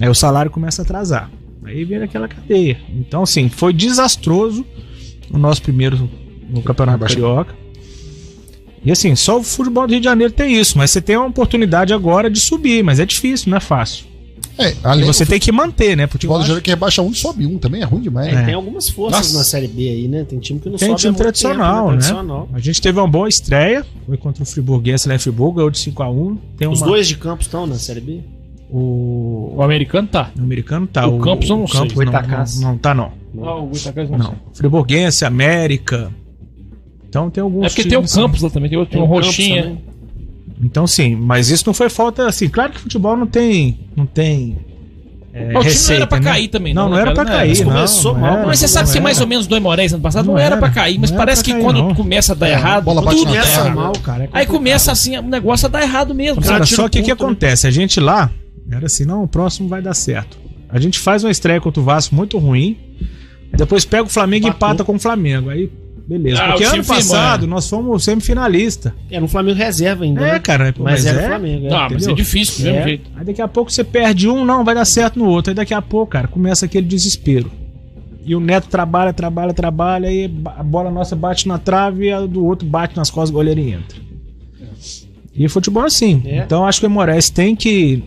Speaker 8: Aí o salário começa a atrasar. Aí vira aquela cadeia. Então assim, foi desastroso o nosso primeiro no Campeonato Carioca. E assim, só o futebol do Rio de Janeiro tem isso, mas você tem uma oportunidade agora de subir, mas é difícil, não é fácil.
Speaker 3: É,
Speaker 8: E
Speaker 3: além
Speaker 8: você
Speaker 3: do
Speaker 8: tem que manter, né? Porque
Speaker 3: futebol do Janeiro que rebaixa um e sobe um também, é ruim demais.
Speaker 5: É,
Speaker 8: É.
Speaker 5: Tem algumas forças
Speaker 3: Nossa.
Speaker 5: na Série B aí, né? Tem time que não
Speaker 8: Tem
Speaker 5: sobe
Speaker 8: time
Speaker 5: há muito
Speaker 8: é tradicional, né?
Speaker 5: Tradicional.
Speaker 8: a gente teve uma boa estreia, foi contra o Friburguense lá em Friburgo, ganhou de 5x1. Tem
Speaker 5: Os
Speaker 8: uma-
Speaker 5: dois de Campos estão na Série B?
Speaker 8: O,
Speaker 7: o americano tá.
Speaker 8: o americano tá.
Speaker 7: O Campos eu não sei,
Speaker 8: Campos
Speaker 5: o
Speaker 8: não,
Speaker 5: Itacás.
Speaker 8: não, não tá, não.
Speaker 7: Não, o Goitacás não.
Speaker 8: Não. Friburguense, América. Então tem alguns.
Speaker 7: É porque tem o
Speaker 8: times, né?
Speaker 7: Campos lá também, tem outro,
Speaker 5: Tem
Speaker 7: um
Speaker 5: o Campos
Speaker 7: roxinha.
Speaker 5: também.
Speaker 8: Então, sim, mas isso não foi falta assim. Claro que futebol não tem. Não tem. é,
Speaker 7: Mas o time não era pra
Speaker 8: né?
Speaker 7: cair também,
Speaker 8: Não,
Speaker 7: não,
Speaker 8: não,
Speaker 7: né,
Speaker 8: era pra
Speaker 7: cara? Não era.
Speaker 8: cair.
Speaker 7: Mas
Speaker 8: Não,
Speaker 7: começou
Speaker 8: não
Speaker 7: mal.
Speaker 8: era,
Speaker 7: mas você sabe
Speaker 8: não
Speaker 7: ser mais
Speaker 8: era.
Speaker 7: ou menos do Moraes ano passado? Não,
Speaker 8: Não
Speaker 7: era,
Speaker 8: era.
Speaker 7: pra cair, mas
Speaker 8: Não era
Speaker 7: parece
Speaker 8: pra
Speaker 7: que
Speaker 8: cair,
Speaker 7: quando
Speaker 8: não. É,
Speaker 7: começa a dar errado,
Speaker 3: bola bate
Speaker 7: tudo
Speaker 3: na
Speaker 7: dá
Speaker 3: terra.
Speaker 7: errado.
Speaker 8: mal, cara. é
Speaker 7: Aí começa assim, o negócio a dar errado mesmo.
Speaker 8: Cara,
Speaker 7: Cara, tira
Speaker 8: só
Speaker 7: o
Speaker 8: que o que
Speaker 7: ponto, né?
Speaker 8: acontece? A gente lá, era assim, não, o próximo vai dar certo. A gente faz uma estreia contra o Vasco muito ruim, depois pega o Flamengo e
Speaker 5: Empatou.
Speaker 8: empata com o Flamengo. Aí, beleza.
Speaker 7: Ah,
Speaker 8: Porque
Speaker 7: o time
Speaker 8: ano passado
Speaker 7: firmou,
Speaker 8: nós fomos semifinalista.
Speaker 5: Era um Flamengo reserva ainda.
Speaker 8: É,
Speaker 5: né?
Speaker 8: cara, pô,
Speaker 5: Mas,
Speaker 8: mas
Speaker 5: era o
Speaker 8: é.
Speaker 5: Flamengo. é.
Speaker 7: Ah, mas é
Speaker 8: entendeu?
Speaker 7: difícil, do mesmo
Speaker 8: É.
Speaker 7: jeito.
Speaker 8: Aí daqui a pouco você perde um, não, vai dar certo no outro. Aí daqui a pouco, cara, começa aquele desespero. E o Neto trabalha, trabalha, trabalha, e ba- a bola nossa bate na trave e a do outro bate nas costas, o goleiro entra. E futebol é assim.
Speaker 5: É.
Speaker 8: Então acho que o Moraes tem que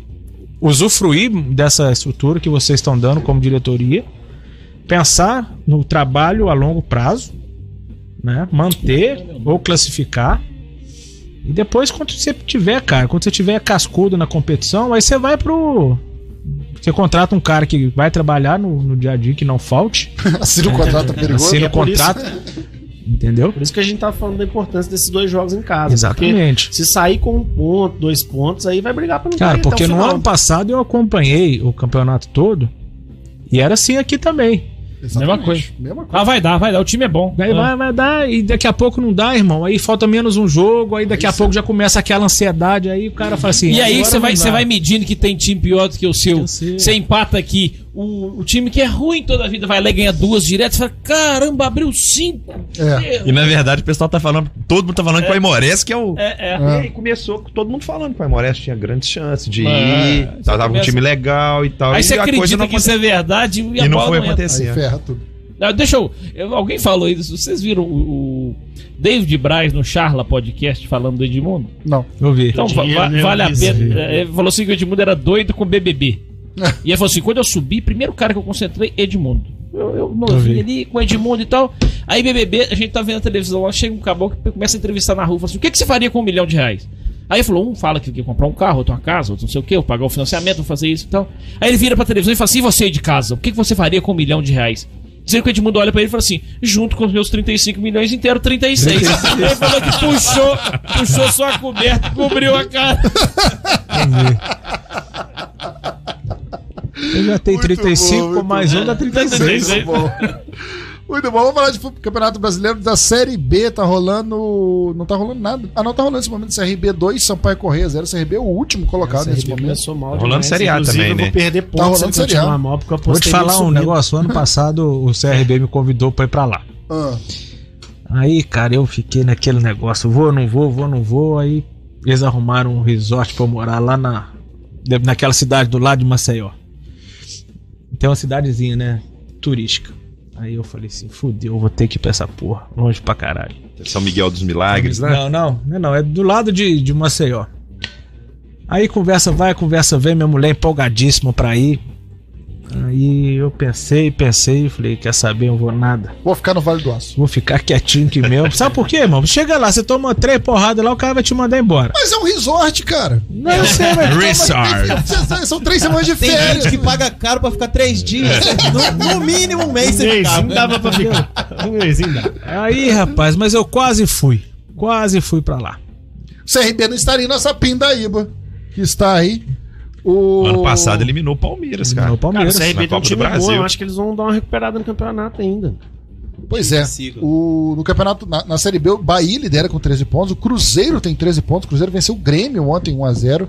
Speaker 8: usufruir dessa estrutura que vocês estão dando como diretoria, pensar no trabalho a longo prazo, né? manter ou classificar. E depois, quando você tiver, cara, quando você tiver cascudo na competição, aí você vai pro. Você contrata um cara que vai trabalhar no, no dia a dia, que não falte.
Speaker 3: Assina o contrato tá perigoso.
Speaker 8: Assina
Speaker 5: é
Speaker 8: o
Speaker 5: por isso.
Speaker 8: contrato. Entendeu?
Speaker 5: Por isso que a gente tava falando da importância desses dois jogos em casa. porque
Speaker 8: Exatamente.
Speaker 5: Se sair com um ponto, dois pontos, aí vai brigar pra não
Speaker 8: Cara,
Speaker 5: cair até o
Speaker 8: porque é um no
Speaker 5: Então, final.
Speaker 8: ano passado eu acompanhei o campeonato todo. E era assim aqui também.
Speaker 3: Exatamente.
Speaker 7: Mesma coisa.
Speaker 3: Mesma coisa.
Speaker 7: Ah, vai dar, vai dar. O time é bom.
Speaker 8: Aí
Speaker 7: Ah.
Speaker 8: vai, vai dar, e daqui a pouco não dá, irmão. Aí falta menos um jogo, aí daqui a pouco já começa aquela ansiedade. Aí o cara fala assim.
Speaker 7: E aí
Speaker 8: agora
Speaker 7: você vai,
Speaker 8: não dá.
Speaker 7: você vai medindo que tem time pior do que o seu.
Speaker 8: Eu sei.
Speaker 7: Você empata aqui. O, o time que é ruim toda a vida vai lá e ganha duas direto. Você fala, caramba, abriu cinco.
Speaker 3: É.
Speaker 4: E na verdade o pessoal tá falando, todo mundo tá falando que o Aimorés que é o.
Speaker 7: É, é.
Speaker 3: É.
Speaker 4: E aí começou todo mundo falando que o Aimorés tinha grandes chances de
Speaker 7: É,
Speaker 4: ir,
Speaker 7: você
Speaker 4: tava com um
Speaker 7: começa-
Speaker 4: time legal e tal.
Speaker 7: Aí
Speaker 4: e
Speaker 7: você
Speaker 4: a coisa
Speaker 7: acredita
Speaker 4: não
Speaker 7: que isso é verdade e
Speaker 4: aconte-
Speaker 7: a
Speaker 4: e não
Speaker 7: bola
Speaker 4: foi
Speaker 7: não entra.
Speaker 3: Aí
Speaker 4: acontecer. né?
Speaker 3: ferra tudo.
Speaker 7: Ah, Deixa eu, eu- Alguém falou isso. Vocês viram o, o David Braz no Charla Podcast falando do Edmundo?
Speaker 3: Não.
Speaker 8: Eu vi.
Speaker 7: Então va- va- vale a pena. É, Ele falou assim que o Edmundo era doido com BBB. e ele falou assim: quando eu subi, primeiro cara que eu concentrei, Edmundo. Eu, eu novinho
Speaker 8: vi.
Speaker 7: ali com Edmundo e tal. Aí BBB, a gente tá vendo a televisão lá, chega um caboclo que começa a entrevistar na rua, fala assim: o que, que você faria com um milhão de reais? Aí ele falou: um fala que quer comprar um carro, outro uma casa, outro não sei o que, eu pagar o financiamento, vou fazer isso e tal. Aí ele vira pra televisão e fala assim: e você aí de casa, o que, que você faria com um milhão de reais? Dizendo que o Edmundo olha pra ele e fala assim: junto com os meus 35 milhões inteiro, 36. Aí ele falou que puxou, puxou só a coberta, e cobriu a cara.
Speaker 8: Eu já tenho
Speaker 3: Muito
Speaker 8: 35,
Speaker 3: bom,
Speaker 8: com
Speaker 3: muito
Speaker 8: mais um dá
Speaker 3: Muito
Speaker 8: 36.
Speaker 3: bom. Muito bom. Vamos falar de fu- Campeonato Brasileiro da Série B. Tá rolando. Não tá rolando nada. Ah, não tá rolando nesse momento. CRB 2, Sampaio Correia 0. CRB é o último colocado nesse momento. Tá
Speaker 5: Começou mal
Speaker 4: Tá rolando
Speaker 5: demais.
Speaker 4: Série A
Speaker 5: Inclusive,
Speaker 4: também,
Speaker 5: eu vou
Speaker 4: né?
Speaker 5: perder pontos
Speaker 3: rolando
Speaker 5: se eu
Speaker 3: Série A.
Speaker 5: continuar mal, porque eu
Speaker 8: Vou te
Speaker 5: apostei
Speaker 8: falar
Speaker 5: nisso
Speaker 8: um
Speaker 5: mesmo.
Speaker 8: negócio. Ano passado o CRB me convidou pra ir pra lá.
Speaker 3: Ah,
Speaker 8: Aí, cara, eu fiquei naquele negócio, vou, não vou, vou, não vou. Aí eles arrumaram um resort pra eu morar lá na, naquela cidade do lado de Maceió. Tem uma cidadezinha, né? Turística. Aí eu falei assim, fudeu, eu vou ter que ir pra essa porra, longe pra caralho.
Speaker 4: São Miguel dos Milagres, né?
Speaker 8: Não, não, não, é não, é do lado de, de Maceió. Aí conversa vai, conversa vem, minha mulher empolgadíssima pra ir. Aí eu pensei, pensei, falei, quer saber, eu vou nada.
Speaker 3: vou ficar no Vale do Aço.
Speaker 8: Vou ficar quietinho que mesmo. Sabe por quê, irmão? Chega lá, você toma três porradas lá, o cara vai te mandar embora.
Speaker 3: Mas é um resort, cara.
Speaker 8: Não,
Speaker 4: É.
Speaker 8: eu sei, mas.
Speaker 4: Resort.
Speaker 3: São três semanas de
Speaker 9: Tem
Speaker 3: férias.
Speaker 9: gente que paga caro pra ficar três dias.
Speaker 4: É.
Speaker 9: No, no mínimo um mês
Speaker 5: Um
Speaker 9: você
Speaker 5: mêsinho
Speaker 9: ficava.
Speaker 5: dava pra ficar. Um mêsinho dava.
Speaker 8: Aí, rapaz, mas eu quase fui. Quase fui pra lá.
Speaker 3: CRB não estaria nessa pindaíba. Que está aí. O...
Speaker 4: Ano passado eliminou o Palmeiras, cara.
Speaker 8: No Palmeiras.
Speaker 4: Cara,
Speaker 5: CRB
Speaker 4: Na
Speaker 5: tem um
Speaker 4: Copa do
Speaker 5: time bom,
Speaker 4: Brasil.
Speaker 5: eu acho que eles vão dar uma recuperada no campeonato ainda.
Speaker 3: Pois é.
Speaker 9: Sigla.
Speaker 3: O, no campeonato, na, na Série B, o Bahia lidera com 13 pontos. O Cruzeiro tem 13 pontos. O Cruzeiro venceu o Grêmio ontem 1x0.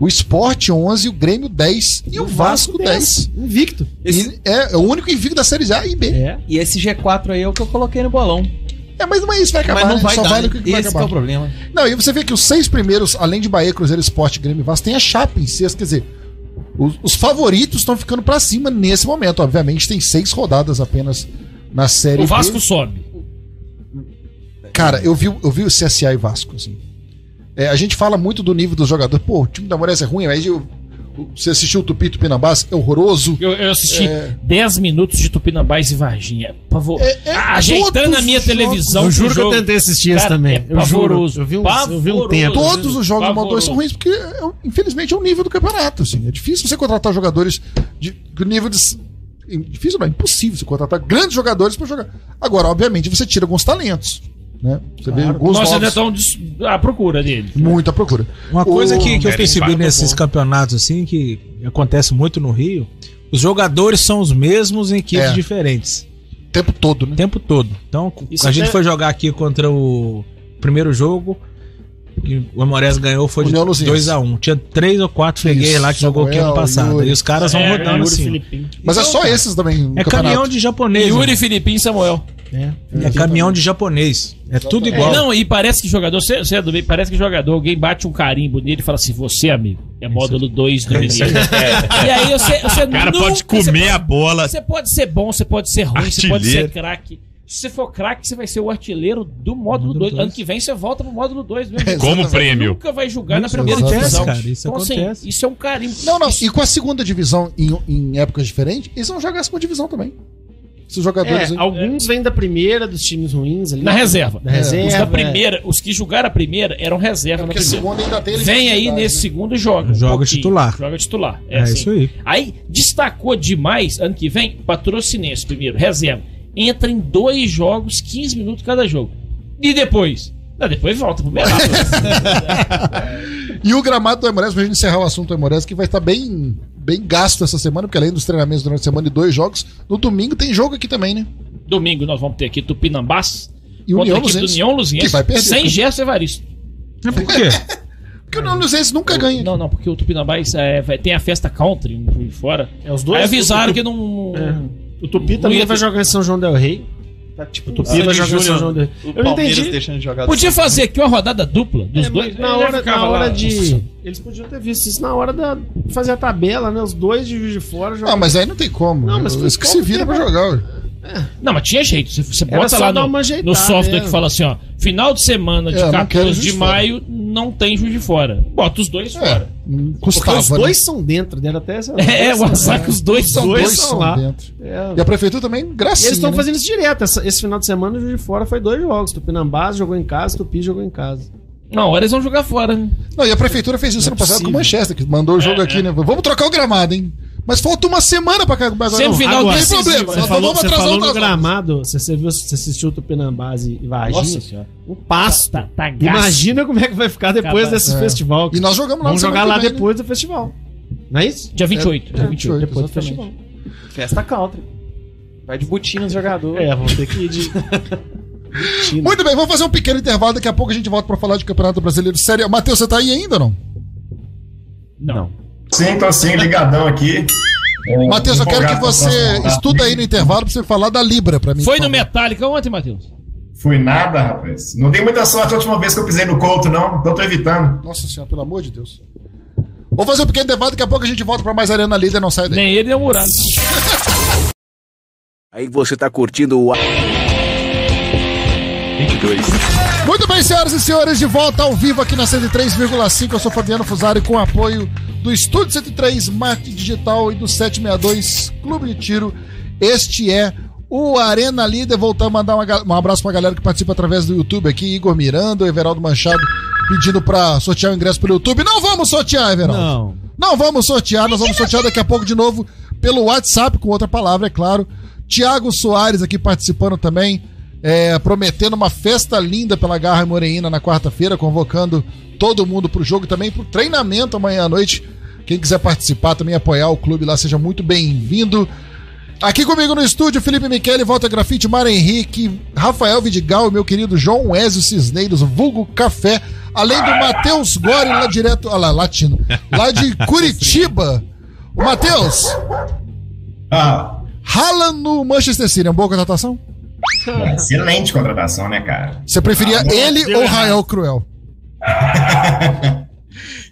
Speaker 3: O Sport 11, o Grêmio 10 e o Vasco 10.
Speaker 5: Invicto.
Speaker 3: E é, é o único invicto da Série A e B.
Speaker 5: É.
Speaker 9: E esse G4 aí é o que eu coloquei no bolão.
Speaker 3: É, mas não é isso, vai acabar.
Speaker 9: Mas não
Speaker 3: né?
Speaker 9: vai
Speaker 3: Só
Speaker 9: dar.
Speaker 3: vale o
Speaker 9: né?
Speaker 3: que vai
Speaker 9: Esse que é
Speaker 3: acabar.
Speaker 9: o problema.
Speaker 3: Não, e você vê que os seis primeiros, além de Bahia, Cruzeiro, Esporte, Grêmio e Vasco, tem a Chape em sexto. Quer dizer, os, os favoritos estão ficando pra cima nesse momento. Obviamente, tem seis rodadas apenas na Série
Speaker 7: O
Speaker 3: B.
Speaker 7: Vasco sobe.
Speaker 3: Cara, eu vi, eu vi o CSA e Vasco, assim. É, a gente fala muito do nível dos jogadores. Pô, o time da Moraes é ruim, mas eu- você assistiu o Tupi Tupinambás, é horroroso.
Speaker 7: Eu, eu assisti
Speaker 3: É.
Speaker 7: 10 minutos de Tupinambás e Varginha. Pavor...
Speaker 3: É- é
Speaker 7: Ajeitando
Speaker 3: todos
Speaker 7: a minha
Speaker 3: os jogos.
Speaker 7: televisão.
Speaker 5: eu juro
Speaker 7: pro
Speaker 5: que eu
Speaker 7: jogo.
Speaker 5: tentei esses dias
Speaker 7: Cara,
Speaker 5: também.
Speaker 7: é
Speaker 5: eu juro.
Speaker 7: pavoroso.
Speaker 5: Eu vi um, eu vi um
Speaker 7: Pavoroso.
Speaker 5: tempo.
Speaker 3: Todos os jogos do
Speaker 7: Pavoroso.
Speaker 3: Moldova são ruins, porque, é o- infelizmente, é o nível do campeonato, assim. É difícil você contratar jogadores de, do nível de... Difícil não, é impossível você contratar grandes jogadores pra jogar. Agora, obviamente, você tira alguns talentos. Né? Você vê alguns
Speaker 7: Nossa, né, ainda
Speaker 3: novos,
Speaker 7: estão à procura dele.
Speaker 3: muita procura.
Speaker 8: Uma
Speaker 3: O-
Speaker 8: coisa que, que eu
Speaker 4: Garimpado
Speaker 8: percebi
Speaker 4: bom.
Speaker 8: nesses campeonatos assim, que acontece muito no Rio, os jogadores são os mesmos em equipes
Speaker 3: É.
Speaker 8: diferentes.
Speaker 3: O tempo todo, né?
Speaker 8: O tempo todo. Então,
Speaker 5: Isso
Speaker 8: a gente
Speaker 5: até-
Speaker 8: foi jogar aqui contra o primeiro jogo. E o Amores ganhou, foi de
Speaker 3: União Luzinhas.
Speaker 8: 2x1 Tinha três ou quatro freguês
Speaker 3: Isso,
Speaker 8: lá que jogou aqui ano
Speaker 3: Samuel,
Speaker 8: passado.
Speaker 3: Yuri.
Speaker 8: E os caras vão
Speaker 7: É,
Speaker 8: rodando
Speaker 7: Yuri
Speaker 8: assim.
Speaker 5: Filipinho.
Speaker 3: Mas é só esses também. no
Speaker 8: É
Speaker 3: campeonato.
Speaker 8: caminhão de japonês.
Speaker 7: Yuri, Filipinho e Samuel.
Speaker 8: mano. É caminhão de japonês. É tudo
Speaker 3: Exatamente.
Speaker 8: igual.
Speaker 7: Não, e parece que jogador, você você é do meio, parece que jogador, alguém bate um carimbo nele e fala assim: você, amigo, é módulo 2 do É, menino. E aí você, você
Speaker 4: O cara
Speaker 7: nunca-
Speaker 4: pode comer a bola.
Speaker 7: Você pode ser bom, você pode ser ruim, você pode ser
Speaker 4: Artilheiro.
Speaker 7: craque. Se você for craque, você vai ser o artilheiro do módulo
Speaker 8: Módulo
Speaker 7: 2.
Speaker 8: dois.
Speaker 7: Ano que vem você volta pro módulo 2 mesmo.
Speaker 4: Como
Speaker 7: Você
Speaker 4: prêmio.
Speaker 7: nunca vai julgar na
Speaker 8: Isso
Speaker 7: primeira
Speaker 8: acontece,
Speaker 7: divisão.
Speaker 8: cara, isso acontece.
Speaker 7: isso é um carimbo.
Speaker 3: Não, não. E com a segunda divisão em, em épocas diferentes, eles vão jogar a segunda divisão também. Esses jogadores
Speaker 5: É,
Speaker 3: aí.
Speaker 5: alguns vêm da primeira, dos times ruins ali.
Speaker 7: Na reserva.
Speaker 5: Da reserva,
Speaker 7: Os da
Speaker 5: é.
Speaker 7: primeira, os que julgaram a primeira eram reserva na
Speaker 8: né?
Speaker 3: Porque a
Speaker 7: primeira.
Speaker 3: segunda ainda tem
Speaker 7: Vem aí
Speaker 3: elegibilidade,
Speaker 7: nesse
Speaker 3: né?
Speaker 7: segundo e joga.
Speaker 8: Joga
Speaker 7: pouquinho.
Speaker 8: titular.
Speaker 7: Joga titular. É,
Speaker 8: É
Speaker 7: assim.
Speaker 8: isso aí.
Speaker 7: Aí destacou demais, ano que vem, patrocinense primeiro, reserva. Entra em dois jogos, 15 minutos cada jogo. E depois? Não, depois volta pro Beraba.
Speaker 3: E o gramado do Emorés, pra gente encerrar o assunto do Emorés, que vai estar bem, bem gasto essa semana, porque além dos treinamentos durante a semana e dois jogos, no domingo tem jogo aqui também, né?
Speaker 7: Domingo nós vamos ter aqui Tupinambás.
Speaker 3: E
Speaker 7: contra
Speaker 3: União
Speaker 7: a equipe do
Speaker 3: Luzense.
Speaker 7: União Luziense,
Speaker 3: Que vai perder. né?
Speaker 7: sem Gerson Evaristo.
Speaker 8: Mas por quê?
Speaker 3: Porque o União Luzense nunca ganha.
Speaker 7: Não, não, porque o Tupinambás é, vai- tem a festa country um- fora.
Speaker 5: É, os
Speaker 7: Aí
Speaker 5: dois.
Speaker 7: avisaram
Speaker 5: o
Speaker 7: que
Speaker 5: Tupi- é.
Speaker 7: não.
Speaker 5: O Tupi
Speaker 7: Não
Speaker 5: também
Speaker 7: ia
Speaker 5: vai
Speaker 7: ter-
Speaker 5: jogar em São João Del Rey. Tá, tipo, o Tupi
Speaker 9: Sandy
Speaker 5: vai jogar em São
Speaker 9: Júnior.
Speaker 5: João Del Rey.
Speaker 9: O
Speaker 5: Eu não
Speaker 9: Palmeiras
Speaker 5: entendi.
Speaker 9: deixando de jogar.
Speaker 7: Podia fazer aqui uma rodada dupla dos
Speaker 5: É,
Speaker 7: dois.
Speaker 5: mas na
Speaker 7: Ele já
Speaker 5: hora,
Speaker 7: ficava
Speaker 5: na hora
Speaker 7: lá.
Speaker 5: de. Eles podiam ter visto isso na hora da. Fazer a tabela, né? Os dois de Juiz de Fora
Speaker 3: Ah,
Speaker 5: jogando.
Speaker 3: mas aí não tem como.
Speaker 5: Não, mas
Speaker 3: Os que
Speaker 5: tem
Speaker 3: se
Speaker 5: como
Speaker 3: vira pra
Speaker 5: ter- né?
Speaker 3: jogar. ué.
Speaker 7: Não, mas tinha jeito. Você, você
Speaker 5: Era
Speaker 7: bota
Speaker 5: só
Speaker 7: lá
Speaker 5: dar
Speaker 7: no,
Speaker 5: uma ajeitada
Speaker 7: no software
Speaker 5: mesmo.
Speaker 7: que fala assim, ó. Final de semana de
Speaker 3: É, não quero
Speaker 7: 14
Speaker 3: Juiz
Speaker 7: de
Speaker 3: de Fora.
Speaker 7: maio não tem juiz de fora. Bota os dois
Speaker 3: É,
Speaker 7: fora.
Speaker 3: não
Speaker 5: Porque
Speaker 3: custava.
Speaker 5: os
Speaker 3: né?
Speaker 5: dois são um dentro, deram até essa.
Speaker 7: É, o azar que os dois
Speaker 3: assim, são
Speaker 7: são
Speaker 3: dois,
Speaker 5: são
Speaker 3: são
Speaker 5: lá.
Speaker 3: dentro.
Speaker 5: É.
Speaker 3: E a prefeitura também,
Speaker 5: E
Speaker 3: gracinha.
Speaker 5: eles estão
Speaker 3: né?
Speaker 5: fazendo isso direto. Essa- esse final de semana, o Juiz de Fora foi dois jogos. Tupinambás jogou em casa, Tupi jogou em casa.
Speaker 7: Na hora eles vão jogar fora. né?
Speaker 3: Não, e a prefeitura fez isso ano passado com o
Speaker 5: possível.
Speaker 3: Manchester, que mandou o jogo
Speaker 5: É,
Speaker 3: aqui, né? Vamos trocar o gramado, hein? Mas falta uma semana pra cá. Mas
Speaker 7: Sempre
Speaker 3: não,
Speaker 7: final
Speaker 3: não tem
Speaker 7: decisivo,
Speaker 3: problema.
Speaker 7: né?
Speaker 3: Nós
Speaker 5: Você
Speaker 3: não
Speaker 5: falou,
Speaker 3: vamos
Speaker 5: você
Speaker 3: atrasar
Speaker 5: falou
Speaker 3: o
Speaker 5: no
Speaker 3: gramado.
Speaker 5: gramado, você, você viu, você assistiu o Tupinambás e e Varginha.
Speaker 7: senhora.
Speaker 5: Um passo.
Speaker 7: Tá, tá gasto.
Speaker 5: Imagina como é que vai ficar depois
Speaker 7: Capaz.
Speaker 5: desse
Speaker 3: É.
Speaker 5: festival.
Speaker 3: E nós jogamos lá
Speaker 5: Vamos
Speaker 3: na semana
Speaker 5: jogar lá
Speaker 3: que vem, né?
Speaker 5: depois do festival. Não é isso?
Speaker 7: Dia 28. dia 28.
Speaker 3: É,
Speaker 5: Depois do
Speaker 3: exatamente.
Speaker 5: festival.
Speaker 9: Festa country. Vai de botina os jogadores.
Speaker 5: É, vamos ter que ir de.
Speaker 3: Muito bem, vamos fazer um pequeno intervalo. Daqui a pouco a gente volta pra falar de Campeonato Brasileiro de Série A. Matheus, você tá aí ainda ou não?
Speaker 7: Não.
Speaker 10: Sim, tô sim, ligadão aqui. É,
Speaker 3: Matheus, eu quero que
Speaker 10: empolgado pra
Speaker 3: você
Speaker 10: próxima rodada.
Speaker 3: estuda aí no intervalo pra você falar da Libra pra mim.
Speaker 7: Foi
Speaker 3: por
Speaker 7: no
Speaker 3: favor.
Speaker 7: Metallica ontem, Matheus.
Speaker 10: Fui nada, rapaz. Não dei muita sorte a última vez que eu pisei no Couto, não. Então tô evitando.
Speaker 3: Nossa senhora, pelo amor de Deus. Vou fazer um pequeno intervalo. Daqui a pouco a gente volta pra mais Arena Líder. Não sai daí.
Speaker 7: Nem ele, nem o Murado.
Speaker 12: Aí você tá curtindo o.
Speaker 3: Muito bem, senhoras e senhores, de volta ao vivo aqui na 103,5. Eu sou Fabiano Fusari com o apoio do Estúdio 103 Marketing Digital e do 762 Clube de Tiro. Este é o Arena Líder. Voltando a mandar uma ga- um abraço pra galera que participa através do YouTube aqui. Igor Miranda, o Everaldo Manchado pedindo pra sortear o ingresso pelo YouTube. Não vamos sortear, Everaldo.
Speaker 9: Não.
Speaker 3: Não vamos sortear, nós vamos sortear daqui a pouco de novo pelo WhatsApp, com outra palavra, é claro. Tiago Soares aqui participando também, é, prometendo uma festa linda pela Garra Moreína na quarta-feira, convocando todo mundo pro jogo e também pro treinamento amanhã à noite. Quem quiser participar, também apoiar o clube lá, seja muito bem-vindo. Aqui comigo no estúdio, Felipe Michele, Walter Grafite, Mara Henrique, Rafael Vidigal e meu querido João Ezio Cisneiros, vulgo Café, além do Matheus Gore, lá direto, olha lá, latino, lá de Curitiba. O Matheus,
Speaker 10: Ah,
Speaker 3: Haaland no Manchester City, é uma boa contratação?
Speaker 10: É excelente contratação, né, cara? Ah,
Speaker 3: Você preferia ele ou Rael Cruel?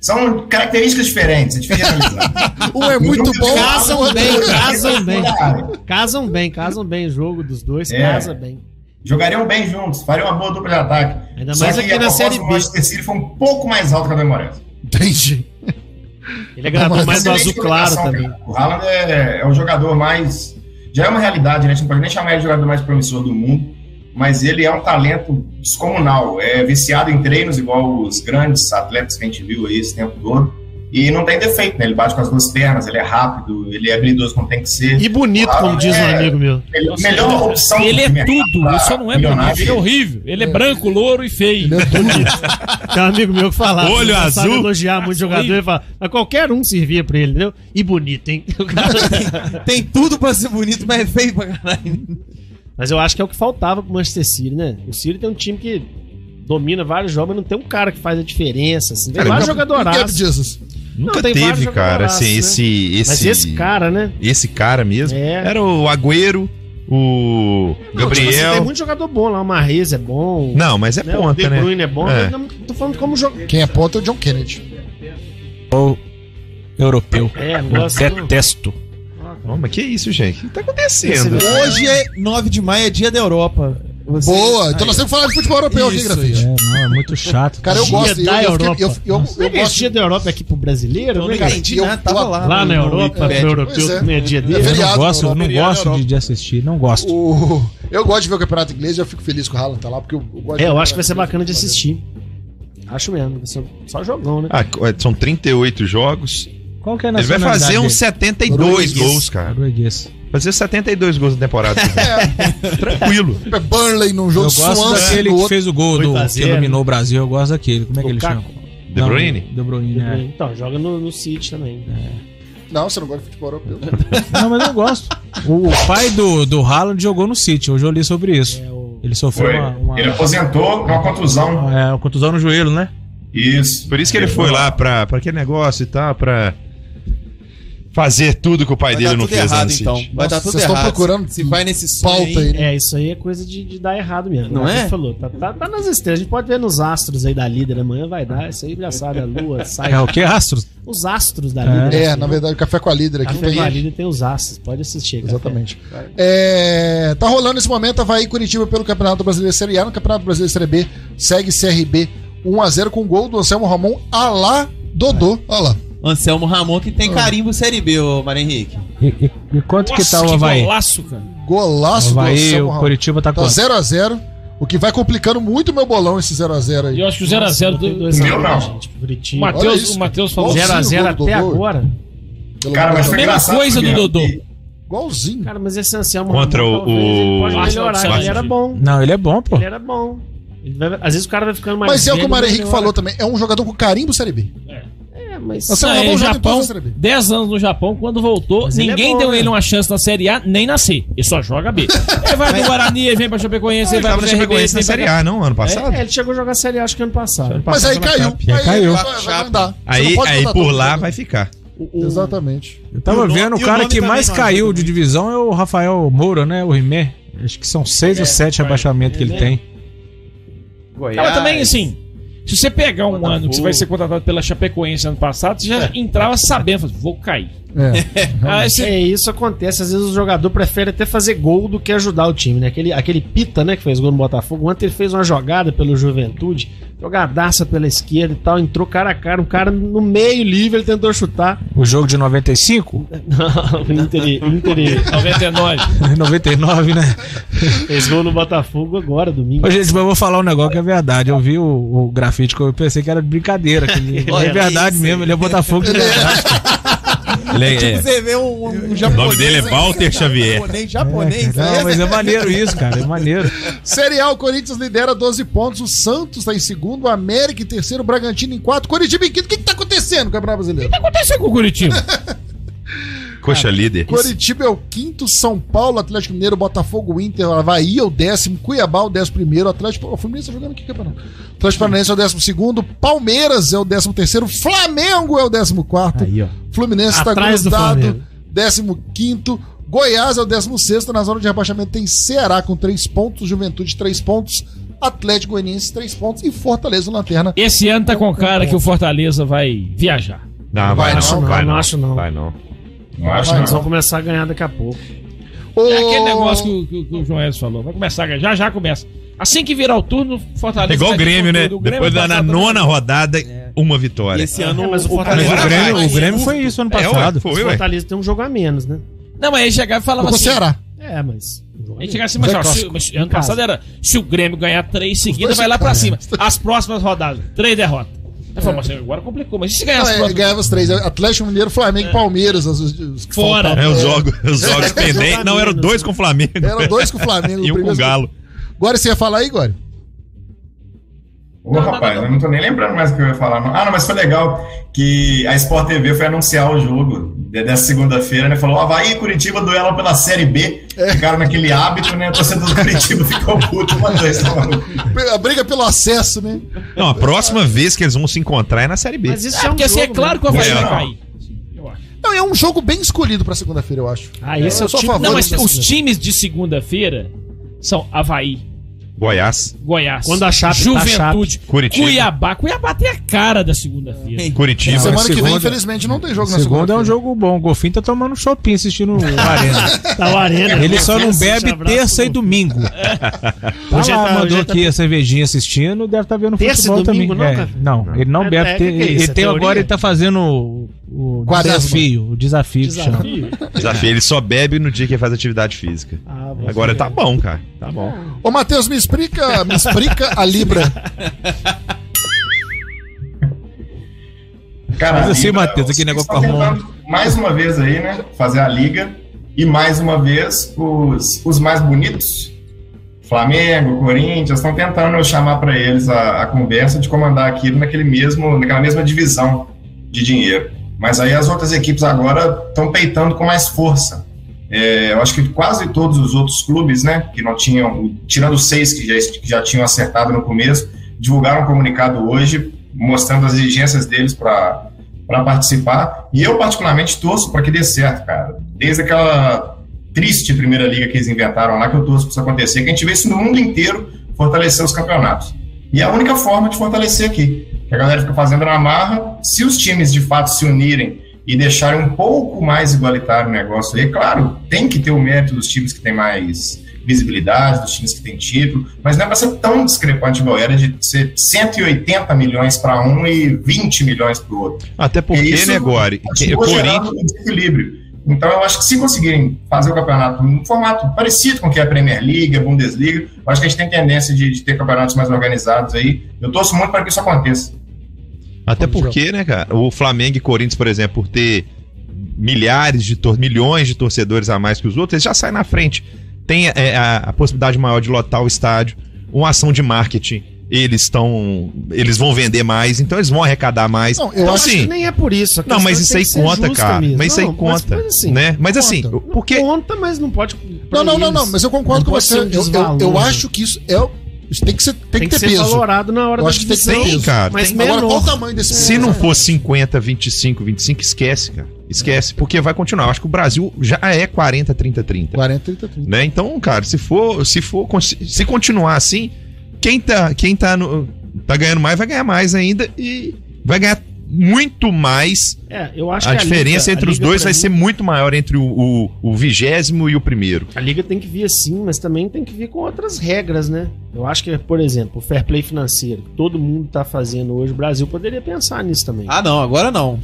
Speaker 10: São características diferentes, é difícil analisar.
Speaker 3: Um é muito bom,
Speaker 5: Casam
Speaker 3: o outro-
Speaker 5: bem, casam bem.
Speaker 10: Cara,
Speaker 5: Casam bem, casam bem. O jogo dos dois
Speaker 10: É.
Speaker 5: casa bem.
Speaker 10: Jogariam bem juntos, fariam uma boa dupla de ataque.
Speaker 5: Ainda mais aqui na Série
Speaker 10: O
Speaker 5: B.
Speaker 10: Manchester City foi um pouco mais alto que a do Moraes. né?
Speaker 3: Entendi.
Speaker 5: Ele agradou
Speaker 3: Mas
Speaker 5: mais do
Speaker 10: Excelente
Speaker 5: azul claro
Speaker 10: contratação,
Speaker 5: também.
Speaker 10: cara. O Haaland é, é o jogador mais. Já é uma realidade, né? A gente não pode nem chamar ele de jogador mais promissor do mundo, mas ele é um talento descomunal. É viciado em treinos, igual os grandes atletas que a gente viu aí esse tempo todo. E não tem defeito, né? Ele bate com as duas pernas, ele é rápido, ele é habilidoso quando tem que ser.
Speaker 5: E bonito,
Speaker 10: Claro,
Speaker 5: como diz um
Speaker 10: é,
Speaker 5: amigo meu.
Speaker 10: ele- melhor opção
Speaker 7: Ele é
Speaker 10: do mercado
Speaker 7: tudo,
Speaker 10: pra
Speaker 7: ele só não é
Speaker 10: milionário
Speaker 7: bonito, ele é horrível. Ele é branco, louro e feio.
Speaker 8: é
Speaker 5: Tem um amigo meu que falava.
Speaker 4: Olho
Speaker 5: ele não Sabe
Speaker 4: azul.
Speaker 5: elogiar muito jogador. Ele fala, mas qualquer um servia pra ele, entendeu? E bonito, hein? O cara-
Speaker 9: Tem tudo pra ser bonito, mas é feio pra caralho.
Speaker 5: mas eu acho que é o que faltava pro Manchester City, né? O City tem um time que domina vários jogos, mas não tem um cara que faz a diferença. Assim. Tem
Speaker 4: Cara,
Speaker 5: vários
Speaker 4: nunca-
Speaker 3: Gabe
Speaker 5: jogadoraços.
Speaker 3: Jesus.
Speaker 4: Nunca
Speaker 5: Não, tem vários
Speaker 4: teve, cara,
Speaker 5: jogadoraços,
Speaker 4: assim,
Speaker 5: né?
Speaker 4: esse, esse.
Speaker 5: Mas esse cara, né?
Speaker 4: Esse cara mesmo.
Speaker 5: É.
Speaker 4: Era o Agüero, o
Speaker 5: Não, tipo assim, tem
Speaker 4: Gabriel.
Speaker 5: muito jogador bom lá. O Marrez é bom.
Speaker 4: Não, mas é
Speaker 5: né? o
Speaker 4: ponta,
Speaker 5: De
Speaker 4: né?
Speaker 5: Bruyne é bom.
Speaker 4: É.
Speaker 5: mas não- Tô falando como jogo.
Speaker 3: Quem é ponta é o John Kennedy.
Speaker 8: Europeu.
Speaker 5: É, não gosto. não.
Speaker 8: Detesto.
Speaker 4: Não, mas que isso, gente? O que tá acontecendo?
Speaker 9: Hoje é 9 de maio, é dia da Europa. Você-
Speaker 3: Boa! Então nós temos que falar de futebol europeu aqui,
Speaker 9: Isso,
Speaker 3: Grafite.
Speaker 8: É, não, é muito chato.
Speaker 3: Cara, eu
Speaker 5: Dia
Speaker 3: gosto.
Speaker 5: da
Speaker 3: eu, eu, fiquei- eu,
Speaker 5: Europa.
Speaker 3: eu,
Speaker 5: Será
Speaker 3: eu
Speaker 5: que esse
Speaker 3: gosto.
Speaker 5: dia da Europa é aqui pro brasileiro?
Speaker 9: Eu não
Speaker 5: né, cara?
Speaker 9: entendi
Speaker 3: eu-
Speaker 9: nada, tava
Speaker 3: eu-
Speaker 9: lá.
Speaker 5: Lá na
Speaker 9: no- no
Speaker 5: Europa, pro
Speaker 9: Wikipedia.
Speaker 5: europeu,
Speaker 3: Pois é.
Speaker 5: também é dia dele.
Speaker 3: É
Speaker 8: Eu não
Speaker 3: feriado,
Speaker 8: gosto, eu não
Speaker 9: Europa,
Speaker 8: gosto de,
Speaker 9: Europa.
Speaker 8: de assistir, não gosto.
Speaker 3: O- Eu gosto de ver o campeonato inglês e eu fico feliz com o Haaland tá lá, porque eu, eu gosto
Speaker 5: É,
Speaker 3: de-
Speaker 5: eu acho que vai ser bacana de assistir. Acho mesmo, vai ser só jogão, né?
Speaker 4: Ah, são 38 jogos.
Speaker 8: Qual que é a
Speaker 4: Ele vai
Speaker 8: nacionalidade
Speaker 4: fazer um uns
Speaker 8: dele?
Speaker 4: 72 gols, cara.
Speaker 8: Norueguês.
Speaker 4: Fazer 72 gols na temporada. Tranquilo.
Speaker 3: É Burnley num jogo
Speaker 8: Eu gosto
Speaker 3: Swansea
Speaker 8: daquele
Speaker 3: no
Speaker 8: que
Speaker 3: outro.
Speaker 8: fez o gol
Speaker 5: Oito a
Speaker 8: do, que
Speaker 5: zero.
Speaker 8: eliminou o Brasil, eu gosto daquele. Como é que ele
Speaker 5: Lukaku.
Speaker 8: chama?
Speaker 4: De
Speaker 8: Não,
Speaker 4: Bruyne?
Speaker 8: De Bruyne, né?
Speaker 5: Então, joga no, no City também.
Speaker 3: Não, você não gosta de futebol europeu.
Speaker 8: Não, mas eu gosto. O o pai do, do Haaland jogou no City, hoje eu li sobre isso. Ele sofreu
Speaker 10: Foi.
Speaker 8: uma, uma,
Speaker 10: Ele aposentou com uma contusão.
Speaker 8: é, uma contusão no joelho, né?
Speaker 10: Isso.
Speaker 4: Por isso que ele foi lá pra, pra aquele negócio e tal, pra fazer tudo que o pai
Speaker 9: Vai
Speaker 4: dele
Speaker 9: dar
Speaker 4: não
Speaker 9: tudo
Speaker 4: fez lá
Speaker 9: errado,
Speaker 4: no
Speaker 9: então.
Speaker 4: City.
Speaker 9: Vai dar
Speaker 3: Nossa,
Speaker 9: tudo
Speaker 3: vocês tão
Speaker 9: errado.
Speaker 3: procurando
Speaker 9: Se vai nesse sonho
Speaker 3: Pauta
Speaker 9: aí,
Speaker 3: aí, né?
Speaker 5: É, isso aí é coisa de, de dar errado mesmo.
Speaker 9: Não
Speaker 5: né?
Speaker 9: é?
Speaker 5: Você falou, tá, tá, tá nas estrelas. A gente pode ver nos astros aí da líder amanhã, vai dar. Isso aí já sabe, a lua sai.
Speaker 8: É o que, Astros?
Speaker 5: Os astros da
Speaker 8: É.
Speaker 5: líder. né?
Speaker 3: É, na verdade, café com a líder aqui
Speaker 5: assim, Café
Speaker 3: tem.
Speaker 5: com a líder tem os astros, pode assistir. Café.
Speaker 3: Exatamente. É, tá rolando nesse momento Havaí e Curitiba pelo Campeonato Brasileiro Série A. No Campeonato Brasileiro Série B, segue CRB 1x0 com gol do Anselmo Ramon Alá Dodô. Olha lá.
Speaker 9: Anselmo Ramon, que
Speaker 3: Ah.
Speaker 9: tem carimbo Série B, ô Mário Henrique.
Speaker 8: E, e- e quanto que tá o Havaí?
Speaker 7: golaço, cara.
Speaker 3: Golaço do
Speaker 8: Havaí,
Speaker 3: Anselmo
Speaker 8: o
Speaker 3: Ramon.
Speaker 8: Curitiba tá
Speaker 3: Tá
Speaker 8: com.
Speaker 3: 0x0. O que vai complicando muito o meu bolão esse 0x0
Speaker 7: E
Speaker 3: aí.
Speaker 7: eu acho que o 0x0 do.
Speaker 10: Meu não.
Speaker 7: O
Speaker 5: Curitiba.
Speaker 3: Olha
Speaker 7: Matheus,
Speaker 3: isso.
Speaker 7: o Matheus falou.
Speaker 3: Zero a- Igualzinho
Speaker 5: 0x0
Speaker 3: o gol do
Speaker 5: até
Speaker 3: Dodô.
Speaker 5: agora.
Speaker 3: Pelo
Speaker 10: Cara, mas
Speaker 3: menos.
Speaker 10: foi
Speaker 7: Mesma
Speaker 10: engraçado.
Speaker 7: coisa do
Speaker 10: Fabiano,
Speaker 7: Dodô.
Speaker 10: que
Speaker 3: Igualzinho.
Speaker 5: Cara, mas esse Anselmo
Speaker 4: Contra
Speaker 5: Ramon,
Speaker 4: o-
Speaker 5: talvez ele pode
Speaker 7: o-
Speaker 5: melhorar. Ele era
Speaker 7: Vasco.
Speaker 5: bom.
Speaker 8: Não, ele é bom, pô.
Speaker 5: Ele era bom. Ele vai- às vezes o cara vai ficando mais.
Speaker 3: Mas é o que
Speaker 5: velho,
Speaker 3: o Mário
Speaker 5: mas né?
Speaker 3: Henrique
Speaker 5: melhora.
Speaker 3: falou também. É um jogador com carimbo Série B.
Speaker 5: É, mas.
Speaker 3: Você
Speaker 7: Ah,
Speaker 3: é
Speaker 7: é,
Speaker 3: bom jogador
Speaker 7: Japão,
Speaker 3: da Série B.
Speaker 7: 10 anos no Japão, quando voltou,
Speaker 5: Mas ele é
Speaker 7: ninguém
Speaker 5: bom,
Speaker 7: deu
Speaker 5: né?
Speaker 7: ele uma chance na Série A, nem na C. Ele só joga B. ele vai pro Guarani, ele vem pra Chapecoense,
Speaker 4: Ah,
Speaker 7: ele
Speaker 4: Ele
Speaker 7: vai
Speaker 4: tava
Speaker 7: pro
Speaker 4: na
Speaker 7: CRB, ele
Speaker 4: Chapecoense na
Speaker 7: vem pra
Speaker 4: Série A, não? Ano passado?
Speaker 5: É, ele chegou a jogar Série A acho que ano passado.
Speaker 3: Mas aí caiu.
Speaker 8: É, caiu.
Speaker 3: Vai, vai mandar. Você
Speaker 4: Aí,
Speaker 3: não pode
Speaker 4: aí
Speaker 3: mandar
Speaker 4: por
Speaker 3: todo
Speaker 4: lá
Speaker 3: mundo.
Speaker 4: vai ficar.
Speaker 3: Exatamente.
Speaker 8: Eu
Speaker 9: E
Speaker 8: tava
Speaker 9: o nome-
Speaker 8: vendo, o
Speaker 9: e o
Speaker 8: cara
Speaker 9: nome
Speaker 8: que
Speaker 9: também
Speaker 8: mais
Speaker 9: não
Speaker 8: caiu
Speaker 9: ajuda
Speaker 8: de divisão é o Rafael Moura, né? O Rimé. Acho que são seis ou sete rebaixamentos que ele tem.
Speaker 7: Não,
Speaker 9: Ah,
Speaker 7: mas também, assim, se você pegar um ano que você vai ser contratado pela Chapecoense ano passado, você já entrava sabendo, falava, vou cair. Ah, Aí você-
Speaker 5: É, isso acontece. Às vezes o jogador prefere até fazer gol do que ajudar o time, né? Aquele, aquele Pita, né, que fez gol no Botafogo. Ontem ele fez uma jogada pelo Juventude, jogadaça pela esquerda e tal, entrou cara a cara, um cara no meio livre, ele tentou chutar.
Speaker 8: O jogo de 95?
Speaker 5: Não, o Inter, Inter
Speaker 7: 99.
Speaker 8: 99, né?
Speaker 5: fez gol no Botafogo agora, domingo.
Speaker 8: Ô, gente, mas eu vou falar um negócio que é verdade. Eu vi o, o grafite que eu pensei que era de brincadeira. que ele-
Speaker 9: Olha,
Speaker 8: é verdade
Speaker 9: isso,
Speaker 8: mesmo, ele é Botafogo de verdade.
Speaker 4: Ele é- é.
Speaker 9: Você vê um, um
Speaker 4: O
Speaker 9: japonês.
Speaker 4: nome dele é Walter Xavier.
Speaker 9: Japonês, japonês.
Speaker 8: Não, mas é maneiro isso, cara. É maneiro.
Speaker 3: Série A, o Corinthians lidera 12 pontos. O Santos tá em segundo. O América em terceiro. O Bragantino em quarto. Curitiba em quinto. O que, que tá acontecendo no Campeonato Brasileiro?
Speaker 7: aconteceu com o Curitiba?
Speaker 4: Coxa líder.
Speaker 3: Curitiba é o quinto, São Paulo, Atlético Mineiro, Botafogo, Inter, Havaí é o décimo, Cuiabá é o décimo primeiro, Atlético... O Fluminense tá jogando aqui, campeonato. Atlético Paranaense é o décimo segundo, Palmeiras é o décimo terceiro, Flamengo é o décimo quarto,
Speaker 8: Aí, ó.
Speaker 3: Fluminense tá está
Speaker 5: Atrás do
Speaker 3: grudado,
Speaker 5: Flamengo.
Speaker 3: 15. Goiás é o 16. Na zona de rebaixamento tem Ceará com 3 pontos, Juventude 3 pontos, Atlético Goianiense 3 pontos e Fortaleza na lanterna.
Speaker 7: Esse ano tá com cara que o Fortaleza vai viajar.
Speaker 4: Não, vai,
Speaker 3: Vai
Speaker 4: não,
Speaker 3: não,
Speaker 4: vai
Speaker 5: não
Speaker 4: não.
Speaker 5: acho não.
Speaker 4: Vai não.
Speaker 10: Não acho,
Speaker 5: Eles vão
Speaker 10: não.
Speaker 5: começar a ganhar daqui a pouco.
Speaker 7: É aquele negócio que, o- que o- que o João Edson falou. Vai começar, já já começa. Assim que virar o turno, o Fortaleza.
Speaker 4: É igual o
Speaker 7: vai ter
Speaker 4: Grêmio, né?
Speaker 7: conteúdo. O Grêmio né?
Speaker 4: Depois da
Speaker 7: vai
Speaker 4: na
Speaker 7: passar
Speaker 4: nona
Speaker 7: também.
Speaker 4: rodada, uma vitória.
Speaker 9: Esse ano
Speaker 5: mas o
Speaker 9: Palmeiras
Speaker 4: Fortaleza-
Speaker 8: O Grêmio,
Speaker 9: vai.
Speaker 8: o Grêmio foi isso ano
Speaker 4: É, ué,
Speaker 8: passado.
Speaker 4: foi, ué.
Speaker 5: Fortaleza tem um jogo a menos, né?
Speaker 7: Não, mas aí chegava e falava
Speaker 3: Com o
Speaker 7: assim.
Speaker 3: Ceará.
Speaker 5: É, mas. um jogo a
Speaker 7: Aí
Speaker 5: menos.
Speaker 7: chegava assim, mas, ó, se- mas ano passado era. Se o Grêmio ganhar três seguidas, vai lá pra cima. As próximas rodadas, três derrotas. Ele falou, mas agora complicou. Mas e se ganhar
Speaker 3: Não,
Speaker 7: as
Speaker 3: é,
Speaker 7: próximas?
Speaker 3: ganhava os três. Atlético Mineiro, Flamengo e Palmeiras. Os, os que
Speaker 7: É. Fora.
Speaker 3: faltavam.
Speaker 4: É, os jogos, os jogos pendentes. Não, eram dois com o Flamengo.
Speaker 3: Eram dois com o Flamengo,
Speaker 4: e um com o
Speaker 3: primeiro-
Speaker 4: Galo.
Speaker 3: Agora você ia falar aí, Gore?
Speaker 10: Ô, rapaz, eu não tô nem lembrando mais o que eu ia falar. não. Ah, não, mas foi legal que a Sport TV foi anunciar o jogo de- dessa segunda-feira, né? Falou, Havaí e Curitiba duelam pela Série B.
Speaker 8: É.
Speaker 10: Ficaram naquele hábito, né? O torcedor do Curitiba ficou puto, mandou isso. mano.
Speaker 3: A briga pelo acesso, né?
Speaker 4: Não, a próxima vez que eles vão se encontrar é na Série B.
Speaker 5: Mas isso
Speaker 7: É,
Speaker 5: é, um
Speaker 7: porque assim, é
Speaker 5: jogo,
Speaker 7: claro
Speaker 5: né?
Speaker 7: que o Havaí
Speaker 4: É,
Speaker 7: vai
Speaker 4: não.
Speaker 7: cair.
Speaker 3: Não, e é um jogo bem escolhido pra segunda-feira, eu acho.
Speaker 5: Ah, esse é
Speaker 3: Eu
Speaker 5: o
Speaker 3: sou a
Speaker 5: time-
Speaker 3: favor
Speaker 7: Não, mas
Speaker 3: do-
Speaker 7: os times de segunda-feira são Havaí,
Speaker 4: Goiás,
Speaker 7: Goiás,
Speaker 5: Quando a Chape tá
Speaker 7: Juventude,
Speaker 4: Curitiba.
Speaker 7: Cuiabá. Cuiabá tem a cara da segunda-feira.
Speaker 4: Curitiba.
Speaker 3: Semana que vem,
Speaker 8: segunda-
Speaker 3: infelizmente, não tem jogo na
Speaker 8: Segundo
Speaker 3: segunda.
Speaker 8: é um jogo bom. O Golfinho tá tomando um shopping assistindo o Arena.
Speaker 5: Tá o Arena.
Speaker 8: Ele só não
Speaker 5: Esse
Speaker 8: bebe
Speaker 5: abraço,
Speaker 8: terça e
Speaker 5: Golfinho.
Speaker 8: domingo. Hoje
Speaker 5: Hoje
Speaker 8: lá,
Speaker 5: tá-
Speaker 8: mandou
Speaker 5: hoje tá-
Speaker 8: aqui a cervejinha assistindo, deve estar vendo
Speaker 5: Terça e
Speaker 8: futebol também.
Speaker 5: domingo, não,
Speaker 8: É,
Speaker 5: cara?
Speaker 8: não, ele não
Speaker 5: É,
Speaker 8: bebe.
Speaker 5: é,
Speaker 8: ter-
Speaker 5: que que é
Speaker 8: ele
Speaker 5: isso? É
Speaker 8: tem agora,
Speaker 5: teoria?
Speaker 8: ele tá fazendo o, o
Speaker 3: Quaresma.
Speaker 8: desafio. O desafio, que chama.
Speaker 5: Desafio?
Speaker 4: Desafio, ele só bebe no dia que ele faz atividade física.
Speaker 5: Ah, você
Speaker 4: Agora
Speaker 5: vê.
Speaker 4: tá bom, cara. Tá bom.
Speaker 3: Ô, Matheus, me explica, me explica a Libra.
Speaker 10: Cara,
Speaker 8: Mas assim,
Speaker 10: a Liga,
Speaker 8: Matheus,
Speaker 10: os
Speaker 8: aquele negócio
Speaker 10: estão
Speaker 8: com a Roma.
Speaker 10: tentando Mais uma vez aí, né? Fazer a liga. E mais uma vez, os, os mais bonitos, Flamengo, Corinthians, estão tentando chamar para eles a, a conversa de comandar aquilo naquele mesmo, naquela mesma divisão de dinheiro. Mas aí as outras equipes agora estão peitando com mais força. É, eu acho que quase todos os outros clubes, né, que não tinham, tirando os seis que já, que já tinham acertado no começo, divulgaram um comunicado hoje mostrando as exigências deles para para participar. E eu, particularmente, torço para que dê certo, cara. Desde aquela triste primeira liga que eles inventaram lá, que eu torço para isso acontecer, que a gente vê isso no mundo inteiro fortalecer os campeonatos. E é a única forma de fortalecer aqui, que a galera fica fazendo na marra. Se os times de fato se unirem e deixarem um pouco mais igualitário o negócio aí, claro, tem que ter o mérito dos times que tem mais visibilidade, dos times que tem título, mas não é para ser tão discrepante igual era de ser 180 milhões para um e 20 milhões para o outro.
Speaker 4: Até porque,
Speaker 10: Isso
Speaker 4: né, Gore? Que-
Speaker 10: Continua
Speaker 4: Corinthians.
Speaker 10: gerando um desequilíbrio. Então, eu acho que se conseguirem fazer o campeonato num formato parecido com o que é a Premier League, a Bundesliga, eu acho que a gente tem tendência de, de ter campeonatos mais organizados aí. Eu torço muito para que isso aconteça.
Speaker 4: Até porque, né, cara? O Flamengo e Corinthians, por exemplo, por ter milhares de tor milhões de torcedores a mais que os outros, eles já saem na frente. Tem é, a, a possibilidade maior de lotar o estádio, uma ação de marketing. Eles estão. Eles vão vender mais, então eles vão arrecadar mais.
Speaker 3: Não, eu
Speaker 4: então,
Speaker 3: acho
Speaker 4: assim,
Speaker 5: que nem é por isso. a
Speaker 4: Não,
Speaker 5: questão
Speaker 4: mas
Speaker 5: é que
Speaker 4: isso
Speaker 5: tem
Speaker 4: aí
Speaker 5: que ser
Speaker 4: conta,
Speaker 5: justa
Speaker 4: cara.
Speaker 5: mesmo.
Speaker 4: Mas isso aí
Speaker 5: Não,
Speaker 4: conta.
Speaker 5: mas assim,
Speaker 4: né? Mas assim,
Speaker 3: conta.
Speaker 4: porque.
Speaker 5: Conta, mas não pode. pra
Speaker 3: Não, não, não,
Speaker 5: eles-
Speaker 3: não, mas eu concordo
Speaker 5: não
Speaker 3: com
Speaker 5: pode
Speaker 3: você.
Speaker 5: ser um
Speaker 3: Eu, eu,
Speaker 5: desvalor,
Speaker 3: eu
Speaker 5: né?
Speaker 3: acho que isso é. Isso tem que, ser, tem
Speaker 5: Tem
Speaker 3: que
Speaker 5: que
Speaker 3: ter
Speaker 5: ser
Speaker 3: peso.
Speaker 5: valorado na hora
Speaker 3: Eu
Speaker 5: da
Speaker 3: acho que tem que ter
Speaker 5: divisão.
Speaker 3: peso.
Speaker 4: cara.
Speaker 5: Mas
Speaker 3: Agora, qual o
Speaker 5: menor.
Speaker 3: tamanho desse
Speaker 4: Se não for 50, 25, 25, esquece, cara. Esquece, porque vai continuar. Eu acho que o Brasil já é 40, 30, 30.
Speaker 3: 40, 30, 30.
Speaker 4: né? Então, cara, se for, se for, se continuar assim, quem tá, quem tá no, tá ganhando mais vai ganhar mais ainda e vai ganhar muito mais.
Speaker 5: É, eu acho
Speaker 4: a
Speaker 5: que
Speaker 4: diferença
Speaker 5: liga-
Speaker 4: entre
Speaker 5: a
Speaker 4: os
Speaker 5: liga
Speaker 4: dois
Speaker 5: pra
Speaker 4: vai
Speaker 5: mim-
Speaker 4: ser muito maior entre o- o o vigésimo e o primeiro.
Speaker 5: A liga tem que vir assim, mas também tem que vir com outras regras, né? Eu acho que, por exemplo, o fair play financeiro, que todo mundo tá fazendo hoje, o Brasil poderia pensar nisso também.
Speaker 9: Ah, não, agora não.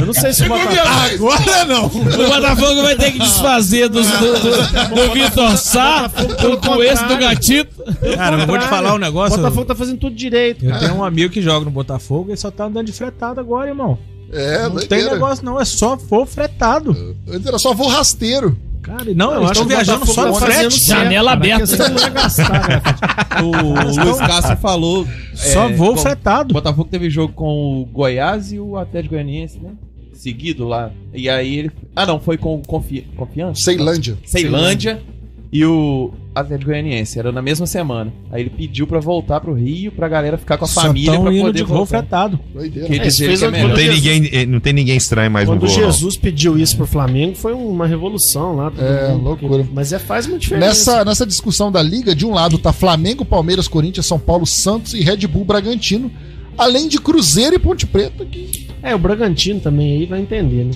Speaker 5: Eu não sei se o Botafogo,
Speaker 9: Agora não.
Speaker 7: O Botafogo vai ter que desfazer do, do, do, do
Speaker 5: tá
Speaker 7: Vitor Sá, do Coelho, do Gatito.
Speaker 8: Cara, eu vou te falar um
Speaker 5: o
Speaker 8: negócio.
Speaker 5: Botafogo tá fazendo tudo direito.
Speaker 8: Eu tenho um amigo que joga no Botafogo e só tá andando de fretado agora, irmão.
Speaker 3: É,
Speaker 8: Não tem
Speaker 3: doideira. É.
Speaker 8: negócio, não. É só for fretado.
Speaker 3: Antes era só voo rasteiro.
Speaker 8: Cara, e não, eu
Speaker 5: Eles
Speaker 8: acho
Speaker 5: tão
Speaker 8: que viajando
Speaker 5: Botafogo
Speaker 8: só de
Speaker 5: tá fazendo
Speaker 8: frete.
Speaker 5: certo,
Speaker 7: Janela
Speaker 5: cara. A
Speaker 7: aberta.
Speaker 5: questão não é gastar, cara.
Speaker 9: O Luiz Castro falou.
Speaker 8: Só
Speaker 9: é,
Speaker 8: voo
Speaker 9: com- O
Speaker 8: fretado.
Speaker 9: Botafogo teve jogo com o Goiás e o Atlético Goianiense, né? Seguido lá. E aí ele. Ah, não, foi com o Confi... Confiança?
Speaker 3: Ceilândia.
Speaker 9: Ceilândia e o Atlético Goianiense. Era na mesma semana. Aí ele pediu pra voltar pro Rio, pra galera ficar com a
Speaker 8: Só
Speaker 9: família
Speaker 8: tão
Speaker 9: pra
Speaker 8: indo
Speaker 9: poder
Speaker 8: de voo
Speaker 9: voltar.
Speaker 8: fretado.
Speaker 3: Doideira.
Speaker 9: Que
Speaker 5: É, isso
Speaker 9: dizer
Speaker 5: fez
Speaker 9: que é
Speaker 5: uma-
Speaker 9: melhor.
Speaker 4: Não tem
Speaker 5: Jesus-
Speaker 4: ninguém, eh, não tem ninguém estranho mais no
Speaker 5: Quando
Speaker 4: gol. não.
Speaker 5: Jesus pediu isso pro Flamengo, foi uma revolução lá. todo
Speaker 3: É,
Speaker 5: mundo.
Speaker 3: loucura.
Speaker 5: Mas é, faz uma diferença.
Speaker 3: Nessa, nessa discussão da liga, de um lado tá Flamengo, Palmeiras, Corinthians, São Paulo, Santos e Red Bull Bragantino, além de Cruzeiro e Ponte Preta. Que...
Speaker 5: É, o Bragantino também aí vai entender, né?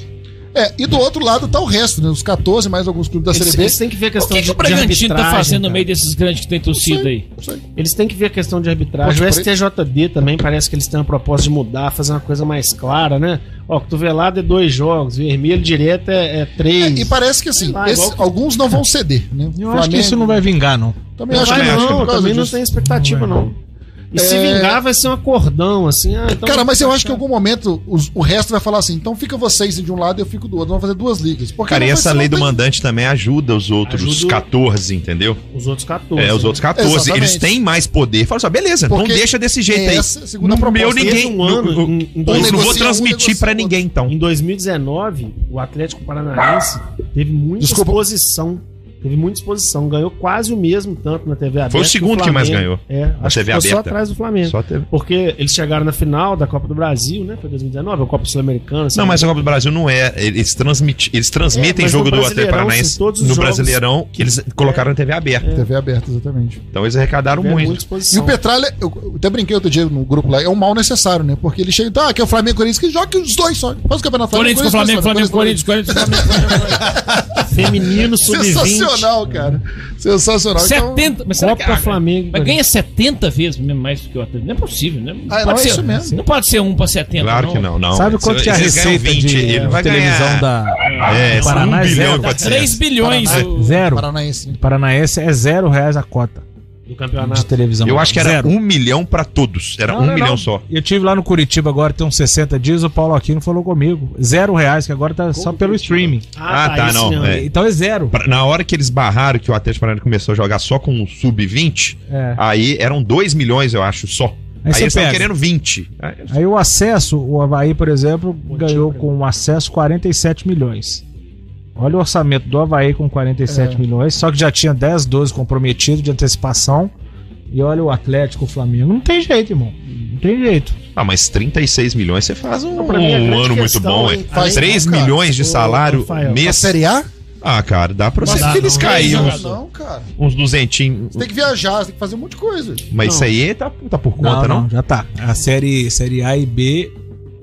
Speaker 3: É, e do outro lado tá o resto, né? Os 14 mais alguns clubes da
Speaker 5: Eles,
Speaker 3: Série B.
Speaker 5: eles têm que ver a
Speaker 7: O
Speaker 5: questão
Speaker 7: que, que
Speaker 5: de
Speaker 7: o Bragantino tá
Speaker 5: arbitragem,
Speaker 7: fazendo no
Speaker 5: cara.
Speaker 7: meio desses grandes que tem torcida aí?
Speaker 3: Não sei.
Speaker 5: Eles têm que ver a questão de arbitragem.
Speaker 3: Pode
Speaker 5: o
Speaker 3: crer.
Speaker 5: STJD também parece que eles têm uma proposta de mudar, fazer uma coisa mais clara, né? Ó, cotovelado é dois jogos, vermelho direto é, é
Speaker 3: É,
Speaker 5: três.
Speaker 3: e parece que assim,
Speaker 5: Sei lá,
Speaker 3: esse-
Speaker 5: igual-
Speaker 3: alguns não vão ceder, né?
Speaker 8: Eu acho que isso não vai vingar, não.
Speaker 3: Também
Speaker 4: Eu
Speaker 3: acho que
Speaker 4: também
Speaker 3: não,
Speaker 4: acho que
Speaker 3: por
Speaker 5: não,
Speaker 3: causa
Speaker 5: também não
Speaker 3: disso.
Speaker 5: tem expectativa, não. E se
Speaker 3: É.
Speaker 5: vingar vai ser um acordão, assim. ah, então
Speaker 3: Cara, mas eu acho que em
Speaker 5: eu
Speaker 3: algum momento os- o resto vai falar assim: então fica vocês de um lado e eu fico do outro. Vamos fazer duas ligas. Porque
Speaker 4: Cara, e
Speaker 3: não vai- um
Speaker 4: essa
Speaker 3: não
Speaker 4: lei do
Speaker 3: tem-
Speaker 4: mandante também ajuda os outros
Speaker 3: Ajuda o-
Speaker 4: 14, entendeu?
Speaker 5: Os outros 14.
Speaker 4: É, os
Speaker 5: né?
Speaker 4: outros 14. Eles
Speaker 5: Exatamente.
Speaker 4: têm mais poder. Fala só, beleza,
Speaker 5: Porque
Speaker 4: não deixa desse jeito aí.
Speaker 5: essa é a segunda
Speaker 4: no meu
Speaker 5: proposta.
Speaker 4: ninguém.
Speaker 5: Um ano,
Speaker 4: no-
Speaker 5: um- um
Speaker 4: ou
Speaker 5: dois-
Speaker 4: eu não vou
Speaker 5: negocia um,
Speaker 4: transmitir pra ninguém, então.
Speaker 5: Em 2019, o Atlético Paranaense teve muita exposição. Teve muita exposição. Ganhou quase o mesmo tanto na TV aberta.
Speaker 4: Foi o segundo que mais
Speaker 5: Flamengo.
Speaker 4: ganhou.
Speaker 5: É,
Speaker 4: Na
Speaker 5: acho
Speaker 4: TV
Speaker 5: que ficou só
Speaker 4: aberta.
Speaker 5: atrás do Flamengo.
Speaker 4: Só teve-
Speaker 5: Porque eles chegaram na final da Copa do Brasil, né? Foi 2019, a Copa Sul-Americana.
Speaker 4: Não,
Speaker 5: sabe?
Speaker 4: mas a Copa do Brasil não é. Eles, transmiti- eles transmitem
Speaker 5: É, mas
Speaker 4: jogo
Speaker 5: no
Speaker 4: do Atlético
Speaker 5: Brasileirão,
Speaker 4: Paranaense
Speaker 5: sim, todos os
Speaker 4: no
Speaker 5: jogos-
Speaker 4: Brasileirão, que eles colocaram na TV
Speaker 8: É.
Speaker 4: aberta.
Speaker 3: TV aberta, exatamente.
Speaker 4: Então eles arrecadaram
Speaker 3: Tiveram muita
Speaker 4: muito.
Speaker 3: exposição. E
Speaker 7: Então-
Speaker 3: o Petralha, eu eu até brinquei outro dia no grupo lá, é um mal necessário, né? Porque ele chega e tá, aqui é o Flamengo e Corinthians, que joga os dois só. Faz o campeonato
Speaker 7: Corinthians com Flamengo, Flamengo, Corinthians, Corinthians, Flamengo.
Speaker 5: Feminino, sub-20.
Speaker 3: Sensacional, cara. Sensacional. é Então-
Speaker 7: 70, mas será que
Speaker 5: Copa
Speaker 7: ah,
Speaker 5: Flamengo,
Speaker 7: Mas ganha 70 vezes mesmo mais do que o Atlético. Não é possível, né?
Speaker 3: Ah, não,
Speaker 7: pode
Speaker 3: é
Speaker 7: ser,
Speaker 3: isso mesmo.
Speaker 7: Não pode ser um pra 70.
Speaker 4: Claro que não, não.
Speaker 8: Sabe quanto que é a
Speaker 4: Eles ganham
Speaker 8: receita de
Speaker 4: ele vai
Speaker 8: televisão
Speaker 4: ganhar-
Speaker 8: da-
Speaker 4: é,
Speaker 8: do Paraná?
Speaker 4: 1
Speaker 8: É
Speaker 4: bilhão
Speaker 8: zero.
Speaker 4: e 400.
Speaker 7: 3 bilhões.
Speaker 8: Paraná-
Speaker 7: o-
Speaker 8: Zero.
Speaker 3: Paranaense. né?
Speaker 8: Paranaense é zero reais a cota
Speaker 5: Do
Speaker 8: de
Speaker 5: campeonato.
Speaker 8: televisão.
Speaker 4: Eu acho que era
Speaker 8: Zero.
Speaker 4: um milhão pra todos. Era
Speaker 8: Não,
Speaker 4: um
Speaker 8: não,
Speaker 4: milhão
Speaker 8: não.
Speaker 4: só.
Speaker 8: Eu tive lá no Curitiba agora, tem uns 60 dias, o Paulo Aquino falou comigo. Zero reais, que agora tá só pelo streaming.
Speaker 4: Ah, tá,
Speaker 5: isso
Speaker 4: não,
Speaker 5: mesmo.
Speaker 4: é.
Speaker 8: Então é zero.
Speaker 4: Pra- Na hora que eles barraram que o Atlético Paranaense começou a jogar só com o sub-20,
Speaker 8: É.
Speaker 4: aí eram 2 milhões, eu acho, só. Aí,
Speaker 8: você
Speaker 4: eles estavam
Speaker 8: pega.
Speaker 4: querendo 20. Aí-
Speaker 8: Aí o acesso, o Havaí, por exemplo, ganhou com o acesso 47 milhões. Olha o orçamento do Havaí com
Speaker 5: É.
Speaker 8: 47 milhões, só que já tinha 10, 12 comprometidos de antecipação. E olha o Atlético, o Flamengo. Não tem jeito, irmão. Não tem jeito.
Speaker 4: Ah, mas 36 milhões você faz um,
Speaker 5: Não, pra mim, a
Speaker 4: um
Speaker 5: grande
Speaker 4: ano muito
Speaker 5: questão, é
Speaker 4: bom,
Speaker 5: hein?
Speaker 4: hein?
Speaker 3: Faz
Speaker 4: 3
Speaker 3: não, cara.
Speaker 4: milhões de
Speaker 5: Ô,
Speaker 4: salário
Speaker 5: Rafael, tá
Speaker 3: Pra
Speaker 4: mês.
Speaker 3: É Série A?
Speaker 4: Ah, cara, dá pra você.
Speaker 5: dá,
Speaker 4: que eles
Speaker 5: não.
Speaker 4: caíram
Speaker 5: Não,
Speaker 4: uns,
Speaker 3: Não, cara.
Speaker 4: uns duzentinhos.
Speaker 3: Você tem que viajar, você tem que fazer um monte de coisa.
Speaker 4: Mas isso
Speaker 5: não.
Speaker 4: aí tá, tá por conta, não?
Speaker 8: já tá. A série, série A e B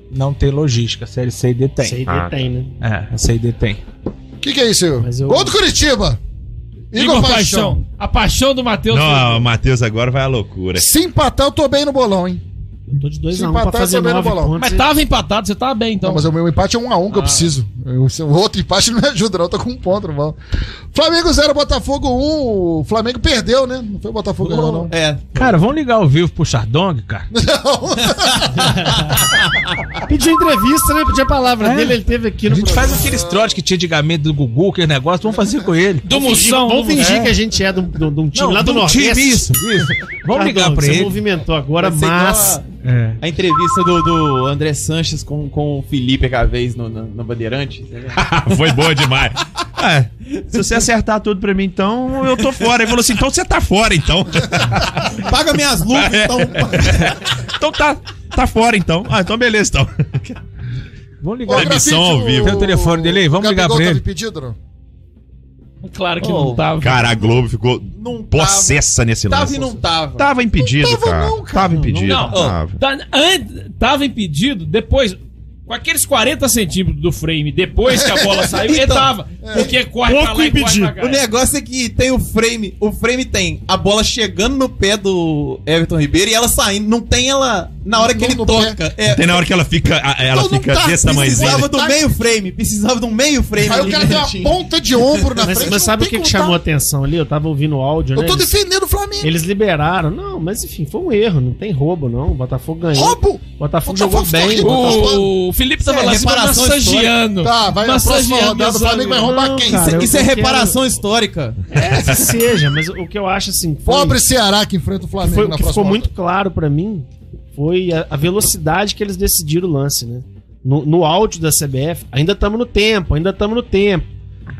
Speaker 8: não tem logística. A série C e D tem.
Speaker 5: Sei
Speaker 4: Ah,
Speaker 5: tem, né?
Speaker 8: É, a C e D tem.
Speaker 3: O que, que é isso, Igor?
Speaker 5: Mas eu-
Speaker 3: Gol do Curitiba! Igor,
Speaker 7: Igor
Speaker 3: Paixão.
Speaker 7: Paixão. A paixão do Matheus.
Speaker 4: Não, o Matheus agora vai à loucura.
Speaker 3: Se empatar, eu tô bem no bolão, hein?
Speaker 5: Eu tô de dois
Speaker 3: Se
Speaker 5: a um pra
Speaker 3: empatar, é
Speaker 5: fazer
Speaker 3: você vai no
Speaker 5: nove
Speaker 3: bolão.
Speaker 5: pontos.
Speaker 7: Mas tá. tava empatado, você tava bem, então.
Speaker 3: Não, mas o meu empate é um a um que eu preciso. Eu- se- o outro empate não me ajuda, não. Eu tô com um ponto no bolão. Flamengo 0, Botafogo 1. O Flamengo perdeu, né? Não foi o Botafogo que ganhou, não.
Speaker 9: É.
Speaker 8: Cara, vamos ligar ao vivo pro Chardong, cara?
Speaker 5: Pediu entrevista, né? Pediu a palavra
Speaker 8: É.
Speaker 5: dele, ele teve aqui
Speaker 8: A
Speaker 5: no
Speaker 8: gente
Speaker 5: programa.
Speaker 8: faz aqueles trotes que tinha antigamente do Gugu, aquele negócio, vamos fazer com ele.
Speaker 7: Do Moção.
Speaker 5: Vamos
Speaker 7: do
Speaker 5: fingir
Speaker 7: Moção.
Speaker 5: que a gente é de um, de um- de um time lá do
Speaker 8: de um
Speaker 5: Nordeste.
Speaker 8: né? time, isso, isso. Vamos
Speaker 5: Pardon,
Speaker 8: ligar pra
Speaker 5: você
Speaker 8: ele.
Speaker 5: movimentou agora,
Speaker 9: Vai ser igual
Speaker 5: mas...
Speaker 9: a-
Speaker 8: É.
Speaker 9: A entrevista do, do André Sanches com, com o Felipe aquela vez no, no, no Bandeirante.
Speaker 4: Foi boa demais. se você acertar tudo pra mim, então eu tô fora. Ele falou assim: então você tá fora, então.
Speaker 9: Paga minhas luvas, então.
Speaker 4: então tá, tá fora, então. Ah, então beleza, então.
Speaker 8: Vamos
Speaker 3: Ô,
Speaker 8: ligar.
Speaker 3: Grafite,
Speaker 4: ao vivo.
Speaker 8: Tem o telefone dele aí? Vamos ligar
Speaker 3: Gabigol
Speaker 8: pra
Speaker 3: tava
Speaker 8: ele.
Speaker 3: impedido, não?
Speaker 7: É Claro que
Speaker 9: Oh,
Speaker 7: não tava.
Speaker 4: Cara, a Globo ficou
Speaker 9: Não
Speaker 4: possessa nesse
Speaker 9: tava. Tava
Speaker 4: lance.
Speaker 9: e não tava.
Speaker 4: Tava impedido, cara. tava impedido.
Speaker 7: Não, ó,
Speaker 4: tava.
Speaker 7: tá- an- tava impedido, depois. Com aqueles 40 centímetros do frame, depois que a bola saiu, ele
Speaker 9: Então,
Speaker 7: tava. Porque corre
Speaker 9: Pouco
Speaker 7: pra lá e corre
Speaker 9: impedido.
Speaker 7: pra cá.
Speaker 9: O negócio é que tem o frame. O frame tem a bola chegando no pé do Everton Ribeiro e ela saindo. Não tem ela na hora que
Speaker 3: Não
Speaker 9: ele
Speaker 3: no
Speaker 9: toca. É,
Speaker 4: Tem na hora que ela fica, a- ela
Speaker 3: Então não
Speaker 4: fica
Speaker 3: tá,
Speaker 4: desse tamanhozinho.
Speaker 9: precisava
Speaker 4: né?
Speaker 9: do meio frame. Precisava de um meio frame.
Speaker 3: Aí o
Speaker 9: ali
Speaker 3: cara tem uma
Speaker 9: direitinho.
Speaker 3: ponta de ombro na
Speaker 5: Mas,
Speaker 3: frente.
Speaker 5: mas
Speaker 3: não
Speaker 5: sabe o
Speaker 3: tem
Speaker 5: que, que
Speaker 3: como
Speaker 5: chamou a
Speaker 3: tá.
Speaker 5: atenção ali? Eu tava ouvindo o áudio,
Speaker 3: Eu
Speaker 5: né?
Speaker 3: tô
Speaker 5: Eles-
Speaker 3: defendendo o Flamengo.
Speaker 5: Eles liberaram. Não, mas enfim, foi um erro. Não tem roubo, não. O Botafogo ganhou.
Speaker 3: Roubo!
Speaker 5: O
Speaker 3: Botafogo
Speaker 5: Botafogo jogou
Speaker 3: ficou
Speaker 5: bem.
Speaker 4: Tá
Speaker 3: rico.
Speaker 7: O Felipe tava
Speaker 9: É,
Speaker 7: lá se
Speaker 9: reparação
Speaker 7: massageando.
Speaker 3: Tá, vai na próxima
Speaker 7: Massageando
Speaker 3: rodada. O
Speaker 7: meus
Speaker 3: Flamengo vai
Speaker 7: amigos.
Speaker 3: roubar
Speaker 5: é Não,
Speaker 3: quem?
Speaker 5: cara, eu-
Speaker 9: Isso é
Speaker 5: quero-
Speaker 9: reparação histórica.
Speaker 5: É, que seja, mas o que eu acho assim. Foi,
Speaker 3: Pobre Ceará que enfrenta o
Speaker 5: que
Speaker 3: Flamengo
Speaker 5: foi,
Speaker 3: na
Speaker 5: o que
Speaker 3: próxima
Speaker 5: ficou muito
Speaker 3: rodada.
Speaker 5: claro pra mim foi a, a velocidade que eles decidiram o lance, né? No, no áudio da CBF, ainda estamos no tempo, ainda estamos no tempo.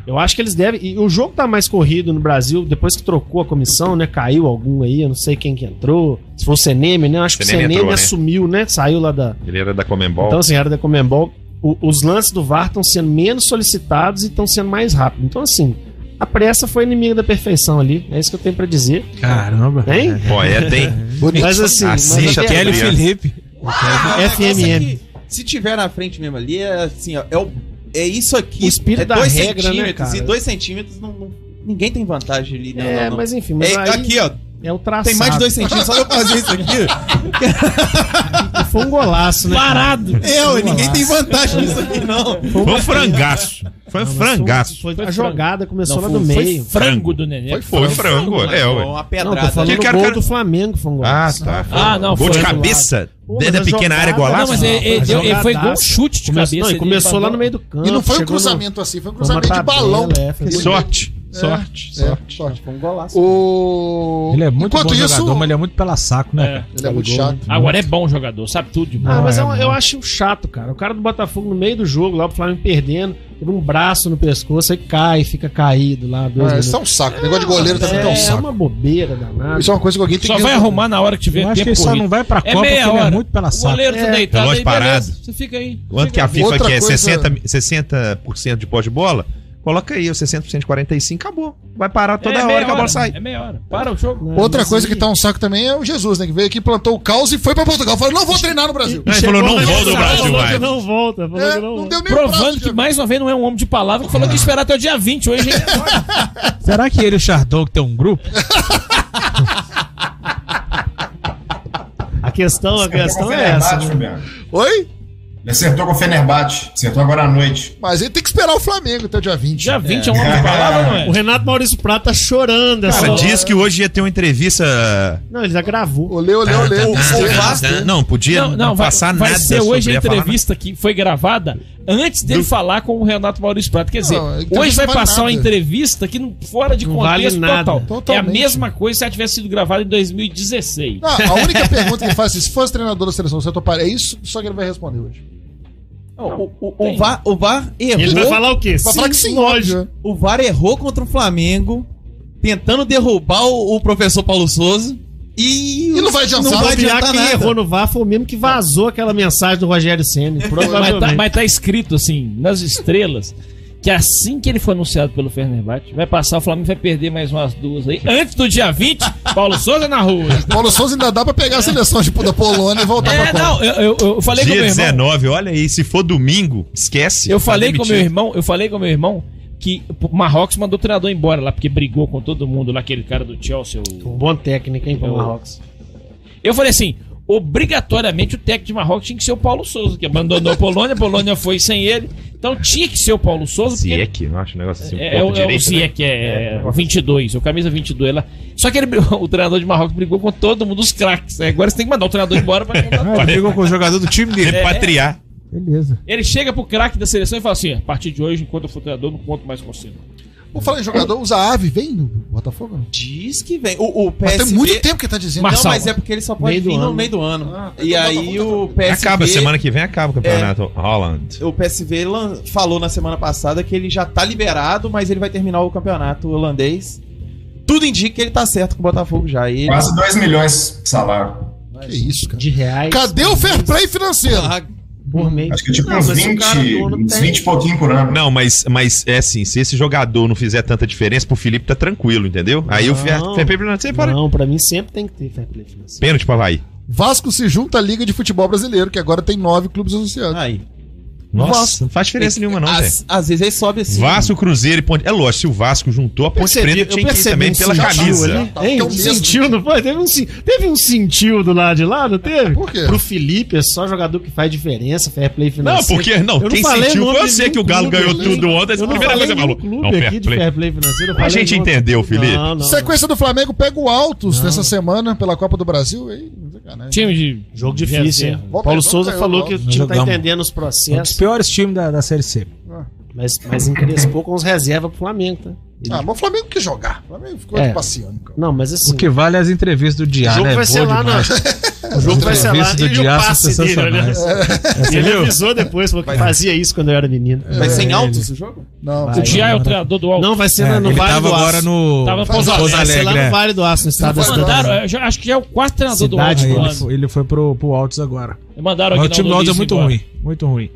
Speaker 5: Eu acho que eles devem. E o jogo tá mais corrido no Brasil, depois que trocou a comissão, né? Caiu algum aí, eu não sei quem que entrou. Se foi o Seneme, né? Eu acho que o
Speaker 4: Seneme
Speaker 5: Seneme
Speaker 4: entrou, né?
Speaker 5: assumiu, né? Saiu lá da,
Speaker 4: Ele era da Comembol.
Speaker 5: Então, assim, a área da Comembol, o- os lances do VAR estão sendo menos solicitados e estão sendo mais rápidos. Então, assim, a pressa foi inimiga da perfeição ali. É isso que eu tenho pra dizer.
Speaker 8: Caramba. É.
Speaker 5: Hein?
Speaker 4: Poeta, hein?
Speaker 3: Bonito.
Speaker 5: Mas, assim,
Speaker 4: Assiste
Speaker 5: mas-
Speaker 4: a
Speaker 8: Kelly
Speaker 4: Obrigado.
Speaker 8: Felipe.
Speaker 9: Ah, o negócio
Speaker 5: FMM.
Speaker 9: é que se tiver na frente mesmo ali, é assim, ó. É, o, é isso aqui.
Speaker 5: O espírito
Speaker 9: é
Speaker 5: da
Speaker 9: dois
Speaker 5: regra, né,
Speaker 9: centímetros,
Speaker 5: cara?
Speaker 9: E dois centímetros não, não- ninguém tem vantagem ali, não,
Speaker 5: é,
Speaker 9: não, não.
Speaker 5: mas enfim, mas
Speaker 9: É,
Speaker 5: aí
Speaker 9: aqui, ó.
Speaker 5: é o traçado.
Speaker 9: Tem mais de dois centímetros, só eu fazer isso aqui.
Speaker 5: O Foi um golaço, né?
Speaker 7: Parado.
Speaker 9: Eu,
Speaker 5: Foi um
Speaker 9: É, ninguém tem
Speaker 5: golaço.
Speaker 9: vantagem nisso aqui, não.
Speaker 4: Foi um frangaço. Foi um
Speaker 5: Não, mas
Speaker 4: frangaço.
Speaker 5: Foi, foi, a
Speaker 7: Foi
Speaker 5: jogada começou
Speaker 9: Não,
Speaker 5: lá
Speaker 9: foi-
Speaker 5: do
Speaker 9: foi
Speaker 5: meio.
Speaker 7: Frango do Nenê.
Speaker 4: Foi, foi frango. É,
Speaker 9: Foi
Speaker 4: ué.
Speaker 9: uma
Speaker 5: Não, tô
Speaker 9: pedrada.
Speaker 5: falando
Speaker 4: Que
Speaker 5: do
Speaker 4: cara-
Speaker 5: gol
Speaker 4: cara-
Speaker 5: do Flamengo, foi né? um
Speaker 4: Ah,
Speaker 5: golaço.
Speaker 4: tá.
Speaker 7: Ah, não,
Speaker 4: Gol
Speaker 7: foi
Speaker 4: de
Speaker 7: do
Speaker 4: cabeça?
Speaker 5: um Pô,
Speaker 4: Dentro da
Speaker 5: mas a
Speaker 4: pequena área,
Speaker 5: jogada-
Speaker 7: Não,
Speaker 4: golaço?
Speaker 7: mas ele, ele
Speaker 5: A
Speaker 7: deu- ele foi igual um
Speaker 5: jogadaça.
Speaker 7: chute de
Speaker 5: Começou,
Speaker 7: cabeça.
Speaker 5: não, e
Speaker 7: ele
Speaker 5: começou
Speaker 7: mandou-
Speaker 5: lá no meio do campo.
Speaker 3: E não foi um
Speaker 5: chegou no-
Speaker 3: cruzamento assim, foi um
Speaker 5: foi uma
Speaker 3: cruzamento de
Speaker 5: tabela,
Speaker 3: balão.
Speaker 5: é, foi bonito.
Speaker 4: Sorte, sorte,
Speaker 3: É,
Speaker 4: sorte.
Speaker 3: sorte.
Speaker 5: Foi um golaço.
Speaker 3: O...
Speaker 8: Ele é muito
Speaker 3: Enquanto
Speaker 8: bom
Speaker 3: isso,
Speaker 8: jogador, mas ele é muito pela saco, né?
Speaker 7: É.
Speaker 3: ele é muito chato.
Speaker 7: Agora é bom jogador, sabe tudo de bom.
Speaker 5: Ah, mas
Speaker 8: é
Speaker 5: eu,
Speaker 8: muito.
Speaker 5: eu acho chato, cara. O cara do Botafogo no meio do jogo, lá o Flamengo perdendo, teve um braço no pescoço, aí cai, fica caído lá. Dois
Speaker 3: Ah,
Speaker 5: minutos.
Speaker 3: isso é um saco. O negócio de goleiro também
Speaker 5: é,
Speaker 3: é um
Speaker 5: é
Speaker 3: saco.
Speaker 5: uma bobeira danada.
Speaker 3: Isso é uma coisa que alguém tem
Speaker 7: Só
Speaker 3: que.
Speaker 7: vai arrumar na hora que tiver
Speaker 8: Eu acho que
Speaker 7: tempo
Speaker 8: ele só
Speaker 7: corrido.
Speaker 8: não vai pra Copa
Speaker 7: É
Speaker 8: porque
Speaker 7: meia
Speaker 8: ele é
Speaker 7: hora.
Speaker 8: muito pela
Speaker 7: O
Speaker 8: saco.
Speaker 7: goleiro tá
Speaker 5: É.
Speaker 7: deitado
Speaker 4: Relógio
Speaker 7: aí,
Speaker 4: parado.
Speaker 7: beleza. Você fica aí.
Speaker 4: Quanto que a FIFA é?
Speaker 3: Outra
Speaker 4: quer?
Speaker 3: coisa-
Speaker 4: 60%, 60 de posse de bola? Coloca aí, os 60% de 45, acabou. Vai parar toda
Speaker 7: É
Speaker 4: hora
Speaker 7: meia
Speaker 4: que a bola sai.
Speaker 7: É meia hora. Para o jogo.
Speaker 5: Né?
Speaker 3: Outra coisa que tá um saco também é o Jesus, né? Que veio aqui, plantou o caos e foi pra Portugal. Falou, não vou treinar no Brasil.
Speaker 4: Aí falou, não vou do Brasil,
Speaker 5: Falou que
Speaker 4: vai.
Speaker 5: não volta, falou
Speaker 3: É,
Speaker 5: que
Speaker 3: não
Speaker 5: não volta.
Speaker 3: deu nem prazo,
Speaker 7: Provando que
Speaker 3: Diego.
Speaker 7: mais uma vez não é um homem de palavra que falou que ia esperar até o dia 20. Hoje hein?
Speaker 8: Será que ele e o Chardon que tem um grupo?
Speaker 5: A questão,
Speaker 10: Acertou
Speaker 5: a
Speaker 10: com
Speaker 5: questão
Speaker 10: o
Speaker 5: é essa.
Speaker 10: Fenerbahçe,
Speaker 5: né?
Speaker 10: Fabiano.
Speaker 3: Oi?
Speaker 10: Ele acertou com o Fenerbahçe. Acertou agora à noite.
Speaker 3: Mas ele tem que esperar o Flamengo até o dia 20.
Speaker 7: Dia 20 é um homem de palavra, não é?
Speaker 5: O Renato Maurício Prata tá chorando. essa
Speaker 4: Cara,
Speaker 5: hora.
Speaker 4: diz que hoje ia ter uma entrevista. né,
Speaker 5: Não, ele já gravou.
Speaker 3: Olê, olê, olê. tá.
Speaker 4: Não, podia não,
Speaker 7: Não, não, vai,
Speaker 4: passar
Speaker 7: vai
Speaker 4: nada
Speaker 7: ser hoje
Speaker 4: sobre,
Speaker 7: a
Speaker 4: ia falar
Speaker 7: entrevista que foi gravada antes dele falar com o Renato Maurício Prata. Quer dizer,
Speaker 3: Não, a entrevista
Speaker 7: hoje vai
Speaker 3: não vale
Speaker 7: passar uma
Speaker 3: nada.
Speaker 7: entrevista que não, fora de
Speaker 5: Não vale
Speaker 7: contexto
Speaker 5: nada.
Speaker 7: total. É a
Speaker 3: Totalmente.
Speaker 7: mesma coisa se ela tivesse sido gravada em 2016. tá,
Speaker 3: Não, a única pergunta que faz é, se fosse treinador da seleção, você toparia? É isso só que ele vai responder hoje.
Speaker 9: O, o- o VAR, o VAR errou.
Speaker 4: tá
Speaker 5: Ele vai falar o quê?
Speaker 3: Vai falar que sim,
Speaker 5: lógico.
Speaker 3: óbvio.
Speaker 9: O VAR errou contra o Flamengo, tentando derrubar o, o professor Paulo Souza. E,
Speaker 3: E não vai adiantar,
Speaker 9: não vai
Speaker 5: O pior
Speaker 9: adiantar
Speaker 5: que
Speaker 9: nada.
Speaker 5: errou no VAR foi o mesmo que vazou aquela mensagem do Rogério Senna.
Speaker 7: Mas tá,
Speaker 5: Provavelmente.
Speaker 7: mas tá escrito assim, nas estrelas, que assim que ele for anunciado pelo Fenerbahçe, vai passar, o Flamengo vai perder mais umas duas aí. Antes do dia 20, Paulo Souza na rua.
Speaker 3: Paulo Souza ainda dá pra pegar a seleção tipo, da Polônia e voltar pra
Speaker 7: É,
Speaker 3: Copa.
Speaker 7: não, eu, eu- eu falei com o
Speaker 4: Dia
Speaker 7: meu irmão.
Speaker 4: 19, olha aí, se for domingo, esquece.
Speaker 7: Eu
Speaker 4: tá
Speaker 7: falei com meu
Speaker 4: demitido.
Speaker 7: irmão, eu falei com meu irmão que o Marrocos mandou o treinador embora lá porque brigou com todo mundo lá aquele cara do Chelsea. o-
Speaker 5: Um bom técnico, hein, pro
Speaker 7: Eu-
Speaker 5: Marrocos.
Speaker 7: Eu falei assim, obrigatoriamente o técnico de Marrocos tinha que ser o Paulo Souza, que abandonou a Polônia, a Polônia foi sem ele. Então tinha que ser o Paulo Souza, porque
Speaker 4: Zieck, não acho um negócio assim. um
Speaker 7: é, é,
Speaker 4: pouco
Speaker 7: o- é o
Speaker 4: direito, né?
Speaker 7: Ziyech, é, o 22, o camisa 22 lá. Só que ele, brigou- o treinador de Marrocos brigou com todo mundo, os craques. né? Agora você tem que mandar o treinador embora pra
Speaker 8: Ah, ele brigou com o jogador do time dele.
Speaker 4: Repatriar.
Speaker 8: Beleza.
Speaker 7: Ele chega pro craque da seleção e fala assim: a partir de hoje, enquanto eu for treinador, não conto mais com você.
Speaker 3: Vou falar em jogador, usa ave, vem no Botafogo. não?
Speaker 9: Diz que vem. O, o
Speaker 3: Mas
Speaker 9: PSV...
Speaker 3: tem muito tempo que ele tá dizendo.
Speaker 9: Não,
Speaker 7: Marçal.
Speaker 9: mas é porque ele só pode
Speaker 5: Meio do
Speaker 9: vir no
Speaker 5: ano.
Speaker 9: meio do ano. e aí o
Speaker 8: É,
Speaker 9: PSV...
Speaker 4: Acaba, semana que vem acaba o campeonato. Holland.
Speaker 9: O PSV lan- falou na semana passada que ele já tá liberado, mas ele vai terminar o campeonato holandês. Tudo indica que ele tá certo com o Botafogo já. E ele...
Speaker 10: Quase 2 milhões de salário.
Speaker 3: Que isso, cara.
Speaker 5: De reais
Speaker 3: Cadê o fair play financeiro?
Speaker 9: Ah,
Speaker 5: por mês.
Speaker 10: Acho que tipo
Speaker 5: Não,
Speaker 10: uns
Speaker 5: mas se o
Speaker 10: 20,
Speaker 5: cara é dono
Speaker 10: uns
Speaker 5: tem-
Speaker 10: 20 e pouquinho por ano.
Speaker 4: Não, mas, mas é assim, se esse jogador não fizer tanta diferença, pro Felipe tá tranquilo, entendeu? Aí o Fer-
Speaker 5: Não.
Speaker 4: Felipe não sei, para.
Speaker 5: Não, pra mim sempre tem que ter fair play financeiro.
Speaker 4: Pênalti pra Havaí.
Speaker 3: Vasco se junta à Liga de Futebol Brasileiro, que agora tem nove clubes associados.
Speaker 9: Aí.
Speaker 4: Nossa, não faz diferença nenhuma, não, velho.
Speaker 9: Às, às vezes ele sobe assim.
Speaker 4: Vasco, Cruzeiro e Ponte. É lógico, se o Vasco juntou, a Ponte
Speaker 5: Percebi-
Speaker 4: Preta
Speaker 5: eu
Speaker 4: tinha que ir
Speaker 5: percebi
Speaker 4: também
Speaker 5: um
Speaker 4: pela
Speaker 5: sentiu
Speaker 4: camisa.
Speaker 5: ali. Hein?
Speaker 3: Tá,
Speaker 5: Um
Speaker 3: que é o mesmo.
Speaker 5: sentiu, não foi? Teve um, sen- teve um sentiu do lado de lá, não teve?
Speaker 3: Por quê?
Speaker 5: Pro Felipe, é só jogador que faz diferença, fair play financeiro.
Speaker 4: Não, porque não,
Speaker 5: Eu não
Speaker 4: quem
Speaker 5: falei
Speaker 4: sentiu
Speaker 5: nome
Speaker 4: foi
Speaker 5: de
Speaker 4: você
Speaker 5: nenhum
Speaker 4: que o Galo
Speaker 5: clube,
Speaker 4: ganhou
Speaker 5: eu
Speaker 4: tudo
Speaker 5: não-
Speaker 4: ontem. essa é
Speaker 5: eu
Speaker 4: a
Speaker 5: não
Speaker 4: primeira
Speaker 5: falei
Speaker 4: coisa que você falou.
Speaker 5: nenhum
Speaker 4: Não,
Speaker 5: clube aqui
Speaker 4: fair
Speaker 5: de
Speaker 4: play.
Speaker 5: fair play financeiro.
Speaker 4: A
Speaker 5: eu falei
Speaker 4: gente
Speaker 5: nome.
Speaker 4: entendeu, Felipe.
Speaker 5: Não, não.
Speaker 3: Sequência do Flamengo pega o Altos dessa semana pela Copa do Brasil. né? Ei, sacanagem.
Speaker 7: Time de.
Speaker 5: Jogo difícil, hein?
Speaker 3: Volta aí,
Speaker 5: Paulo
Speaker 3: vamos
Speaker 5: Souza
Speaker 3: cair,
Speaker 5: falou
Speaker 3: volta.
Speaker 5: que o time tá
Speaker 8: Jogamos.
Speaker 5: entendendo os
Speaker 8: Um dos
Speaker 5: processos,
Speaker 8: piores times da, da Série C.
Speaker 5: mas, mas encrespou com os reservas pro Flamengo, tá? Ele-
Speaker 3: Ah, mas o Flamengo que jogar. O Flamengo ficou
Speaker 5: É.
Speaker 3: de né? passeando. cara.
Speaker 5: Não, mas assim.
Speaker 8: O que vale é as entrevistas do
Speaker 5: o
Speaker 8: Diário.
Speaker 5: jogo
Speaker 8: né?
Speaker 5: vai ser
Speaker 8: Boa
Speaker 5: lá na.
Speaker 8: demais.
Speaker 5: O jogo vai ser lá
Speaker 8: Serviço do é
Speaker 5: e o
Speaker 8: Diá
Speaker 5: passe
Speaker 8: são
Speaker 5: dele, né?
Speaker 8: sensacionais.
Speaker 5: Ele avisou depois, falou que fazia isso quando eu era menino.
Speaker 9: Vai ser em altos o jogo?
Speaker 3: Não,
Speaker 5: Vai.
Speaker 7: O Diá é o treinador do Alto.
Speaker 5: Não, vai ser
Speaker 8: É,
Speaker 5: na- no
Speaker 8: ele
Speaker 5: Vale
Speaker 8: tava
Speaker 5: do Aço.
Speaker 8: agora no
Speaker 7: Tava no
Speaker 8: Pouso
Speaker 7: Pouso
Speaker 5: Vai ser lá
Speaker 8: Alegre.
Speaker 5: no
Speaker 8: é.
Speaker 5: Vale do Aço, no estado da cidade.
Speaker 7: Mandaram, eu já- acho que já é o quarto treinador
Speaker 5: Cidade,
Speaker 7: do
Speaker 8: Aí ele
Speaker 7: Alto. mano.
Speaker 8: foi, ele foi pro, pro Altos agora.
Speaker 7: Mandaram
Speaker 8: né? Mas o
Speaker 7: aqui
Speaker 8: time do Altos é muito ruim. Muito ruim.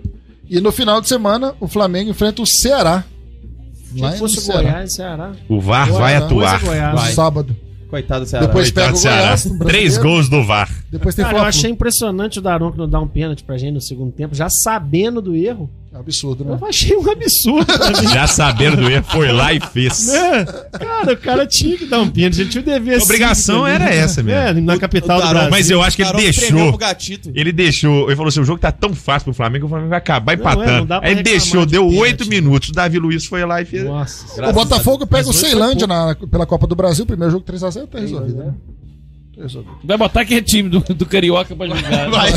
Speaker 3: E no final de semana, o Flamengo enfrenta o Ceará. Lá
Speaker 5: Se
Speaker 3: no
Speaker 5: fosse o
Speaker 3: Ceará.
Speaker 5: Goiás, Ceará.
Speaker 4: O VAR
Speaker 3: Agora
Speaker 4: vai
Speaker 3: não,
Speaker 4: atuar.
Speaker 5: Fosse o Goiás.
Speaker 3: No sábado.
Speaker 9: Coitado do Ceará.
Speaker 3: Depois-
Speaker 4: Coitado do
Speaker 3: Pega o Goiás,
Speaker 4: Ceará.
Speaker 3: um brasileiro.
Speaker 4: Três gols do VAR.
Speaker 3: Depois tem
Speaker 5: Cara, eu
Speaker 3: Flamengo.
Speaker 5: achei impressionante o Daronco não dar um pênalti pra gente no segundo tempo, já sabendo do erro.
Speaker 3: Absurdo, né?
Speaker 5: Eu achei um absurdo. também.
Speaker 4: Já sabendo do erro, foi lá e fez.
Speaker 5: Né? Cara, o cara tinha que dar um pênalti, ele tinha o dever.
Speaker 4: A obrigação
Speaker 5: cívico ali,
Speaker 4: era
Speaker 5: né?
Speaker 4: essa mesmo.
Speaker 5: É, na capital do Brasil.
Speaker 4: Mas eu acho que ele
Speaker 9: Carol esfregou
Speaker 4: deixou.
Speaker 9: pro gatito.
Speaker 4: Ele deixou. Ele falou assim: o jogo tá tão fácil pro Flamengo, o Flamengo vai acabar
Speaker 5: é, não
Speaker 4: empatando.
Speaker 5: dá pra
Speaker 4: Aí ele
Speaker 5: reclamar
Speaker 4: deixou,
Speaker 5: de
Speaker 4: deu
Speaker 5: pênalti.
Speaker 4: oito minutos. O Davi Luiz foi lá e fez.
Speaker 5: Nossa.
Speaker 3: O Botafogo pega o
Speaker 5: Mas hoje foi
Speaker 3: Ceilândia na- pela Copa do Brasil, primeiro jogo 3x0, tá resolvido, né? Tá resolvido.
Speaker 7: Vai botar que é time do, do Carioca pra jogar.
Speaker 9: Vai.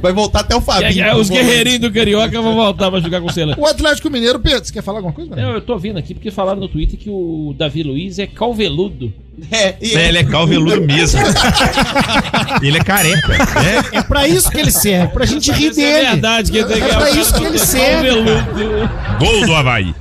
Speaker 9: Vai voltar até o Fabinho.
Speaker 7: E aí, os guerreirinhos do Carioca vão voltar pra jogar com o Celan.
Speaker 3: O Atlético Mineiro, Pedro, você quer falar alguma coisa? né?
Speaker 7: Não, eu tô vindo aqui porque falaram no Twitter que o Davi Luiz é calveludo.
Speaker 9: É, e
Speaker 4: É, ele é calveludo mesmo. ele é careca. né?
Speaker 5: É pra isso que ele serve, pra gente rir
Speaker 7: Isso é
Speaker 5: dele.
Speaker 7: verdade. Que é
Speaker 5: É pra isso que ele serve.
Speaker 7: Calveludo.
Speaker 4: Gol do Havaí.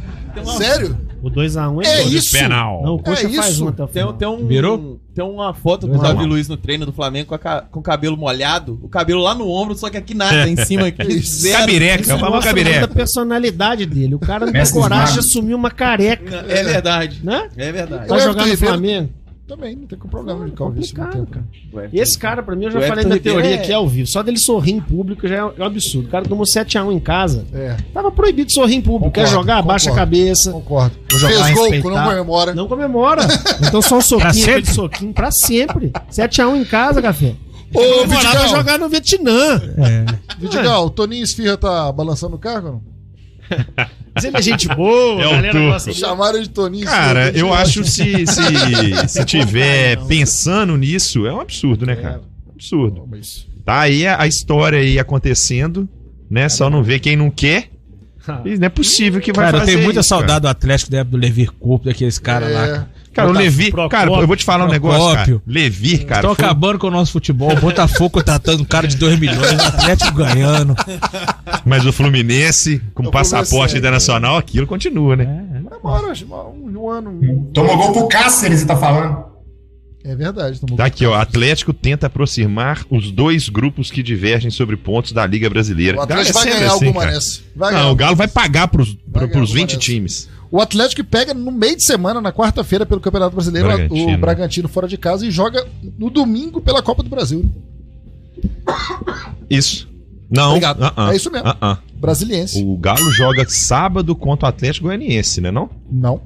Speaker 3: Sério?
Speaker 5: O 2x1 é,
Speaker 3: É
Speaker 5: gol.
Speaker 3: isso?
Speaker 4: Penal.
Speaker 5: Não, o Coxa
Speaker 3: É
Speaker 5: faz
Speaker 3: isso?
Speaker 5: um até o final.
Speaker 9: Tem, tem um,
Speaker 8: Virou?
Speaker 9: tem uma foto do
Speaker 8: Dois a
Speaker 9: Davi
Speaker 8: um.
Speaker 9: Luiz no treino do Flamengo com, a ca- com o cabelo molhado, o cabelo lá no ombro, só que aqui nada, em cima aqui. zero.
Speaker 4: Cabireca, o famoso
Speaker 5: Mostra muito da
Speaker 4: cabireca.
Speaker 5: personalidade dele. O cara não tem
Speaker 10: Mestre
Speaker 5: coragem de
Speaker 10: Magno.
Speaker 5: assumir uma careca,
Speaker 9: É verdade.
Speaker 5: né?
Speaker 9: É verdade.
Speaker 3: O
Speaker 5: Vai jogar
Speaker 3: Everton
Speaker 5: no
Speaker 3: Ribeiro-
Speaker 5: Flamengo.
Speaker 3: Também, não tem problema de calvície no
Speaker 5: Complicado,
Speaker 3: tempo.
Speaker 5: cara.
Speaker 9: é
Speaker 5: Esse cara, pra mim, eu já
Speaker 9: O
Speaker 5: falei
Speaker 9: Everton
Speaker 5: da
Speaker 9: Ribeiro
Speaker 5: teoria
Speaker 9: é-
Speaker 5: aqui ao vivo. Só dele sorrir em público já é um absurdo. O cara tomou 7x1 em casa.
Speaker 3: É,
Speaker 5: Tava proibido de sorrir em público.
Speaker 3: Concordo,
Speaker 5: Quer jogar?
Speaker 3: concordo.
Speaker 5: Baixa a cabeça.
Speaker 3: concordo.
Speaker 8: jogar
Speaker 3: Fez gol,
Speaker 8: respeitar.
Speaker 3: não comemora.
Speaker 5: Não comemora. Então só um
Speaker 4: Pra
Speaker 5: soquinho,
Speaker 4: sempre?
Speaker 5: aquele soquinho pra sempre. 7x1 em casa, Café.
Speaker 3: Ô,
Speaker 5: Morar vai
Speaker 3: Vidigal,
Speaker 5: jogar no Vietnã.
Speaker 3: Vidigal, o Toninho Esfirra tá balançando o carro? não?
Speaker 5: Mas ele é gente boa,
Speaker 4: É
Speaker 5: a
Speaker 4: o
Speaker 5: galera
Speaker 4: turco.
Speaker 5: gosta de...
Speaker 3: Chamaram de Toninho
Speaker 4: Cara,
Speaker 3: Esfirra,
Speaker 4: eu
Speaker 3: Vidigal.
Speaker 4: acho se, se, se tiver pensando nisso, é um absurdo, né, cara? Absurdo.
Speaker 3: Mas-
Speaker 4: Tá aí a a história aí acontecendo, né? Só não vê quem não quer. E não é possível que vai
Speaker 8: Cara, eu
Speaker 4: fazer
Speaker 8: tenho muita
Speaker 4: isso,
Speaker 8: saudade do Atlético da época do Levir Corpo, daqueles caras lá. cara.
Speaker 4: Cara, o Levi,
Speaker 8: Procópio,
Speaker 4: cara, eu vou te falar um negócio, cara.
Speaker 8: Procópio.
Speaker 4: Levi, cara,
Speaker 8: Estão
Speaker 4: foi- um
Speaker 8: acabando com o nosso futebol. O Botafogo contratando um cara de 2 milhões, o Atlético ganhando.
Speaker 4: mas o Fluminense com
Speaker 3: Eu
Speaker 4: passaporte
Speaker 3: comecei,
Speaker 4: internacional, aquilo continua, né?
Speaker 3: Demora, acho, um, um ano. um-
Speaker 10: Tomou gol pro Cáceres, você tá falando.
Speaker 3: É verdade, tomou
Speaker 4: Tá aqui, ó, Atlético tenta aproximar os dois grupos que divergem sobre pontos da Liga Brasileira.
Speaker 3: O
Speaker 4: Cara,
Speaker 3: Atlético vai
Speaker 4: é sempre
Speaker 3: ganhar
Speaker 4: assim,
Speaker 3: alguma né?
Speaker 4: cara.
Speaker 3: nessa. Vai ganhar.
Speaker 4: Não, o Galo vai pagar pros, pro,
Speaker 3: ganhar
Speaker 4: pros
Speaker 3: alguma
Speaker 4: 20
Speaker 3: nessa.
Speaker 4: times.
Speaker 3: O Atlético pega no meio de semana, na quarta-feira, pelo Campeonato Brasileiro,
Speaker 4: Bragantino.
Speaker 3: o Bragantino fora de casa e joga no domingo pela Copa do Brasil.
Speaker 4: Isso. Não. ah,
Speaker 3: Obrigado.
Speaker 4: ah-ah,
Speaker 3: É isso mesmo.
Speaker 4: ah-ah.
Speaker 3: Brasiliense.
Speaker 4: O Galo joga sábado contra o Atlético Goianiense, né? Não?
Speaker 3: Não.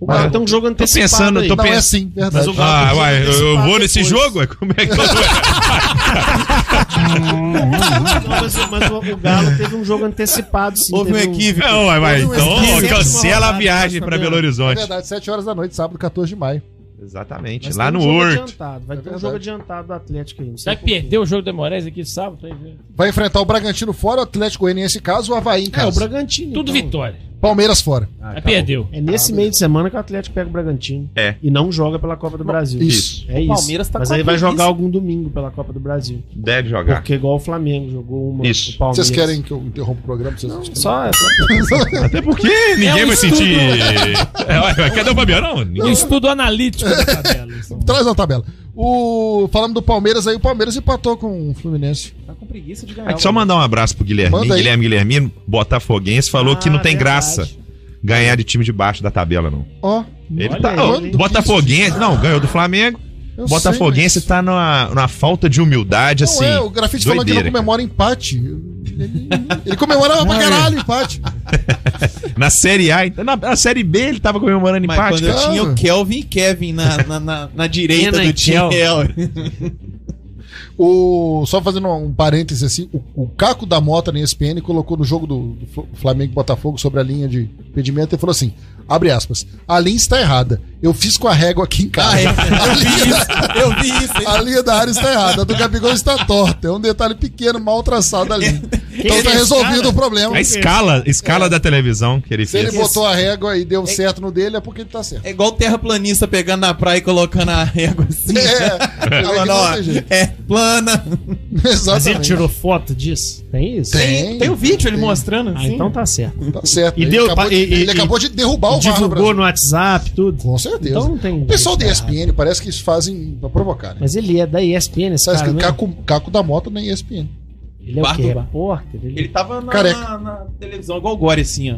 Speaker 5: O cara tem um jogo antecipado
Speaker 4: pensando,
Speaker 5: aí.
Speaker 4: tô-
Speaker 3: não
Speaker 4: pensa-
Speaker 3: é assim,
Speaker 4: Mas
Speaker 3: verdade.
Speaker 4: o Galo ah, uai, eu, eu vou nesse jogo? ué? Como é que eu
Speaker 5: Não, mas, mas o, o Galo teve um jogo antecipado. Sim,
Speaker 9: Houve um
Speaker 5: teve
Speaker 9: equívoco.
Speaker 4: Não, vai, vai. Então
Speaker 3: Esqueci de
Speaker 4: cancela a viagem
Speaker 5: tá
Speaker 4: pra Belo
Speaker 5: vendo?
Speaker 3: É
Speaker 4: Horizonte.
Speaker 3: verdade, 7 horas da noite, sábado, 14 de maio.
Speaker 4: Exatamente.
Speaker 5: Mas
Speaker 4: Lá
Speaker 5: tem um
Speaker 4: no
Speaker 5: jogo
Speaker 4: Horto.
Speaker 5: adiantado, Vai
Speaker 3: É
Speaker 5: ter um
Speaker 3: verdade.
Speaker 5: jogo adiantado do Atlético aí. não sei
Speaker 7: Será que
Speaker 5: por quê.
Speaker 7: perdeu o jogo do Moraes aqui sábado? Tá aí, né?
Speaker 3: Vai enfrentar o Bragantino fora, o Atlético Goianiense em casa, o Havaí em
Speaker 5: É, o
Speaker 3: casa.
Speaker 5: Bragantino.
Speaker 7: Tudo
Speaker 5: então.
Speaker 7: vitória.
Speaker 3: Ah, Palmeiras fora.
Speaker 4: Ah, tá
Speaker 7: Mas perdeu.
Speaker 5: É nesse meio de semana que o Atlético pega o Bragantino.
Speaker 4: É.
Speaker 5: E não joga pela Copa do Brasil.
Speaker 3: Isso.
Speaker 5: É isso.
Speaker 9: O Palmeiras tá
Speaker 5: Mas
Speaker 9: com
Speaker 5: aí
Speaker 9: a
Speaker 5: vai
Speaker 9: preguiça.
Speaker 5: jogar algum domingo pela Copa do Brasil.
Speaker 4: Deve jogar.
Speaker 5: Porque igual o Flamengo jogou uma.
Speaker 4: É. Isso.
Speaker 5: o Palmeiras.
Speaker 3: Vocês querem que eu interrompa o programa? Vocês não,
Speaker 5: Só.
Speaker 4: Até porque ninguém
Speaker 7: um
Speaker 4: vai
Speaker 7: estudo.
Speaker 4: sentir. É, ué, ué, cadê o Fabiano? Não,
Speaker 7: Um
Speaker 4: ninguém.
Speaker 7: estudo analítico da tabela. então.
Speaker 3: Traz na tabela. O... Falando do Palmeiras aí, o Palmeiras empatou com o Fluminense.
Speaker 9: Tá com preguiça de ganhar.
Speaker 4: Aqui, só mandar um abraço pro Guilherme.
Speaker 3: Manda aí.
Speaker 4: Guilherme Guilhermino, botafoguense, falou que não
Speaker 5: Ah,
Speaker 4: tem
Speaker 5: verdade.
Speaker 4: graça ganhar de time de baixo da tabela, não.
Speaker 3: Ó,
Speaker 4: Ele
Speaker 7: Olha
Speaker 4: tá.
Speaker 7: aí,
Speaker 4: ó,
Speaker 5: hein?
Speaker 4: Botafoguense. Não, ganhou do Flamengo.
Speaker 3: eu
Speaker 4: Botafoguense
Speaker 3: sei,
Speaker 4: tá numa, numa falta de humildade,
Speaker 3: mas-
Speaker 4: assim.
Speaker 3: Não é, o grafite falou que não
Speaker 4: doideira,
Speaker 3: comemora empate. Ele, ele comemorava pra caralho o empate.
Speaker 4: cara. Na Série A, então, na, na Série B ele tava comemorando
Speaker 9: Mas
Speaker 4: empate.
Speaker 9: quando eu
Speaker 4: cara.
Speaker 9: tinha o Kelvin e Kevin na, na, na, na direita
Speaker 7: Kena
Speaker 9: do
Speaker 7: e
Speaker 9: time.
Speaker 7: Kel.
Speaker 9: é, ué.
Speaker 3: O, só fazendo um parêntese assim, o, o Caco da Mota na ESPN colocou no jogo do, do Fl- Flamengo e Botafogo sobre a linha de impedimento e falou assim: abre aspas, a linha está errada. Eu fiz com a régua aqui em casa.
Speaker 9: Ah, é.
Speaker 3: a, linha,
Speaker 9: Eu vi isso. hein?
Speaker 3: a linha da área está errada, a do Gabigol está torta. É um detalhe pequeno, mal traçado ali. Então tá
Speaker 5: esse
Speaker 3: resolvido
Speaker 5: cara?
Speaker 3: o problema.
Speaker 4: A escala, escala da televisão que ele
Speaker 3: É. Se
Speaker 4: fez.
Speaker 3: ele botou a régua e deu certo no dele, é porque ele tá certo.
Speaker 9: É igual o terraplanista pegando na praia e colocando a régua assim.
Speaker 3: É,
Speaker 9: Falando, ó, é plana.
Speaker 5: Mas ele
Speaker 3: Exatamente.
Speaker 5: tirou foto disso? Tem isso?
Speaker 3: Tem,
Speaker 9: Tem o vídeo ele mostrando
Speaker 5: Ah,
Speaker 9: assim.
Speaker 5: então tá certo.
Speaker 3: tá certo.
Speaker 5: E
Speaker 3: ele
Speaker 5: deu
Speaker 3: acabou,
Speaker 5: pa-
Speaker 3: de,
Speaker 5: e-
Speaker 3: ele
Speaker 5: e-
Speaker 3: acabou de derrubar o VAR no
Speaker 5: Divulgou
Speaker 3: Brasil.
Speaker 5: no WhatsApp, tudo.
Speaker 3: Com certeza.
Speaker 5: Então não tem.
Speaker 3: O pessoal da
Speaker 5: jeito de errar.
Speaker 3: ESPN parece que eles fazem pra provocar, né?
Speaker 5: Mas ele é da ESPN, esse
Speaker 3: Tá
Speaker 5: cara.
Speaker 3: escrito
Speaker 5: né?
Speaker 3: Caco, Caco da Mota na ESPN.
Speaker 5: Ele é o quê?
Speaker 9: Barba.
Speaker 5: Repórter? Ele-
Speaker 9: Ele tava na,
Speaker 3: Careca.
Speaker 9: na- na televisão, igual o Gore, assim, ó.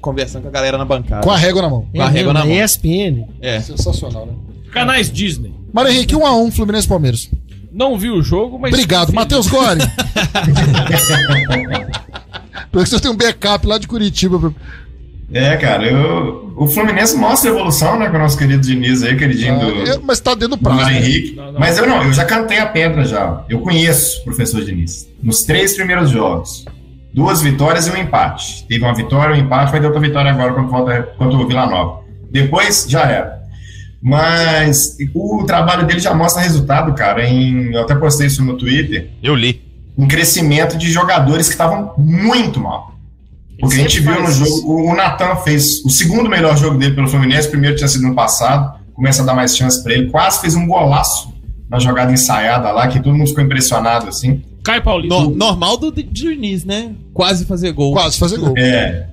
Speaker 9: Conversando com a galera na bancada.
Speaker 3: Com a régua na
Speaker 5: é
Speaker 3: mão.
Speaker 9: com a régua na mão.
Speaker 5: ESPN.
Speaker 9: É.
Speaker 3: Sensacional, né?
Speaker 7: Canais Disney.
Speaker 3: Mário Henrique, 1x1, Fluminense e Palmeiras.
Speaker 7: Não vi o jogo, mas.
Speaker 3: Obrigado. Matheus Gore. Pelo que vocês têm um backup lá de Curitiba.
Speaker 10: É, cara, eu, o Fluminense mostra a evolução, né, com o nosso querido Diniz aí, queridinho
Speaker 3: Ah,
Speaker 10: do,
Speaker 3: é, mas tá dentro do
Speaker 10: do
Speaker 3: prazo.
Speaker 10: Mário
Speaker 3: né?
Speaker 10: Henrique. Mas eu não, eu já cantei a pedra já. Eu conheço o professor Diniz. Nos três primeiros jogos, duas vitórias e um empate. Teve uma vitória, um empate, vai ter outra vitória agora contra, o Volta- contra o Vila Nova. Depois, já era. Mas o trabalho dele já mostra resultado, cara. Em- eu até postei isso no Twitter.
Speaker 4: Eu li.
Speaker 10: Um crescimento de jogadores que estavam muito mal. Porque a gente viu no jogo, o, o Natan fez o segundo melhor jogo dele pelo Fluminense, o primeiro tinha sido no passado, começa a dar mais chance pra ele, quase fez um golaço na jogada ensaiada lá, que todo mundo ficou impressionado assim.
Speaker 7: Caio Paulista.
Speaker 9: No- normal do D- Diniz, né? Quase fazer gol.
Speaker 3: Quase fazer gol.
Speaker 10: É.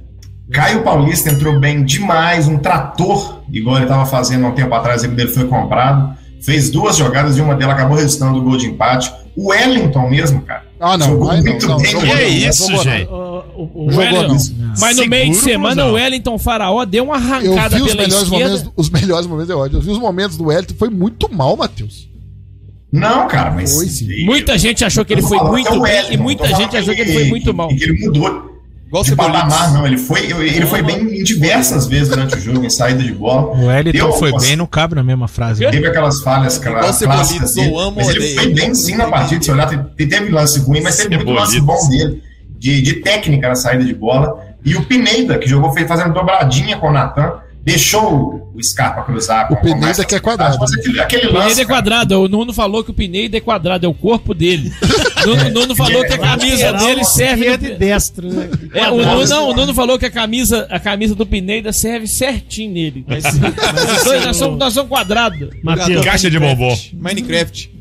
Speaker 10: Caio Paulista entrou bem demais, um trator, igual ele estava fazendo há um tempo atrás, ele dele foi comprado. Fez duas jogadas e uma delas acabou resultando o gol de empate. O Wellington mesmo, cara.
Speaker 3: Ah, não.
Speaker 10: Jogou
Speaker 3: vai não,
Speaker 10: muito
Speaker 3: não,
Speaker 10: bem.
Speaker 3: jogou
Speaker 4: Que
Speaker 10: Jogou
Speaker 3: não,
Speaker 4: é
Speaker 10: não,
Speaker 4: isso,
Speaker 3: jogou não.
Speaker 4: gente?
Speaker 7: O, o
Speaker 3: Jogou
Speaker 7: Wellington.
Speaker 3: não.
Speaker 7: Mas no
Speaker 4: Segura
Speaker 7: meio de
Speaker 4: o
Speaker 7: semana
Speaker 4: Brunão.
Speaker 7: o Wellington Faraó deu uma
Speaker 3: Eu
Speaker 7: arrancada
Speaker 3: vi os
Speaker 7: pela
Speaker 3: melhores,
Speaker 7: esquerda.
Speaker 3: momentos, os melhores momentos, é ódio. Eu vi os momentos do Wellington, foi muito mal, Matheus.
Speaker 10: Não, cara, mas.
Speaker 3: Foi, sim.
Speaker 7: Muita gente achou que ele
Speaker 10: Tô
Speaker 7: foi
Speaker 10: falando que é
Speaker 7: muito
Speaker 10: o
Speaker 7: bem
Speaker 10: Wellington,
Speaker 7: e
Speaker 10: tô
Speaker 7: muita
Speaker 10: falando
Speaker 7: gente achou que ele foi muito mal.
Speaker 10: que Ele mudou
Speaker 9: Igual
Speaker 10: de
Speaker 9: Cebolitas.
Speaker 10: patamar, não. é Ele foi, ele foi bem em diversas vezes durante o jogo, em saída de bola.
Speaker 8: O Wellington
Speaker 10: Eu-
Speaker 8: foi bem, não cabe na mesma frase. né?
Speaker 7: Quê?
Speaker 10: Teve aquelas falhas cla-
Speaker 9: Igual Cebolitas,
Speaker 10: clássicas
Speaker 9: ou
Speaker 10: dele,
Speaker 9: amo
Speaker 10: mas
Speaker 9: ou
Speaker 10: ele
Speaker 9: odeio.
Speaker 10: foi bem sim na partida, se olhar, te- teve lance ruim, mas teve muito lance
Speaker 4: Cebolitas.
Speaker 10: bom dele, de, de técnica na saída de bola. E o Pineda, que jogou fez- fazendo dobradinha com o Natan, deixou o Scarpa cruzar. com-
Speaker 3: O
Speaker 10: com mais
Speaker 3: Pineda que é quadrado.
Speaker 10: facilidade, mas Aquele, aquele
Speaker 7: Pineda é
Speaker 10: lance, cara,
Speaker 7: quadrado. O Nuno falou que o Pineda é quadrado, é o corpo dele. O Nuno, Nuno falou que a camisa dele serve.
Speaker 5: Esquerdo e destro, né?
Speaker 7: É, o, Nuno, não, o Nuno falou que a camisa, a camisa do Pineda serve certinho nele. Mas, nós, nós somos, nós somos quadrados.
Speaker 5: é um Matheus,
Speaker 4: Caixa de bombom.
Speaker 9: Minecraft.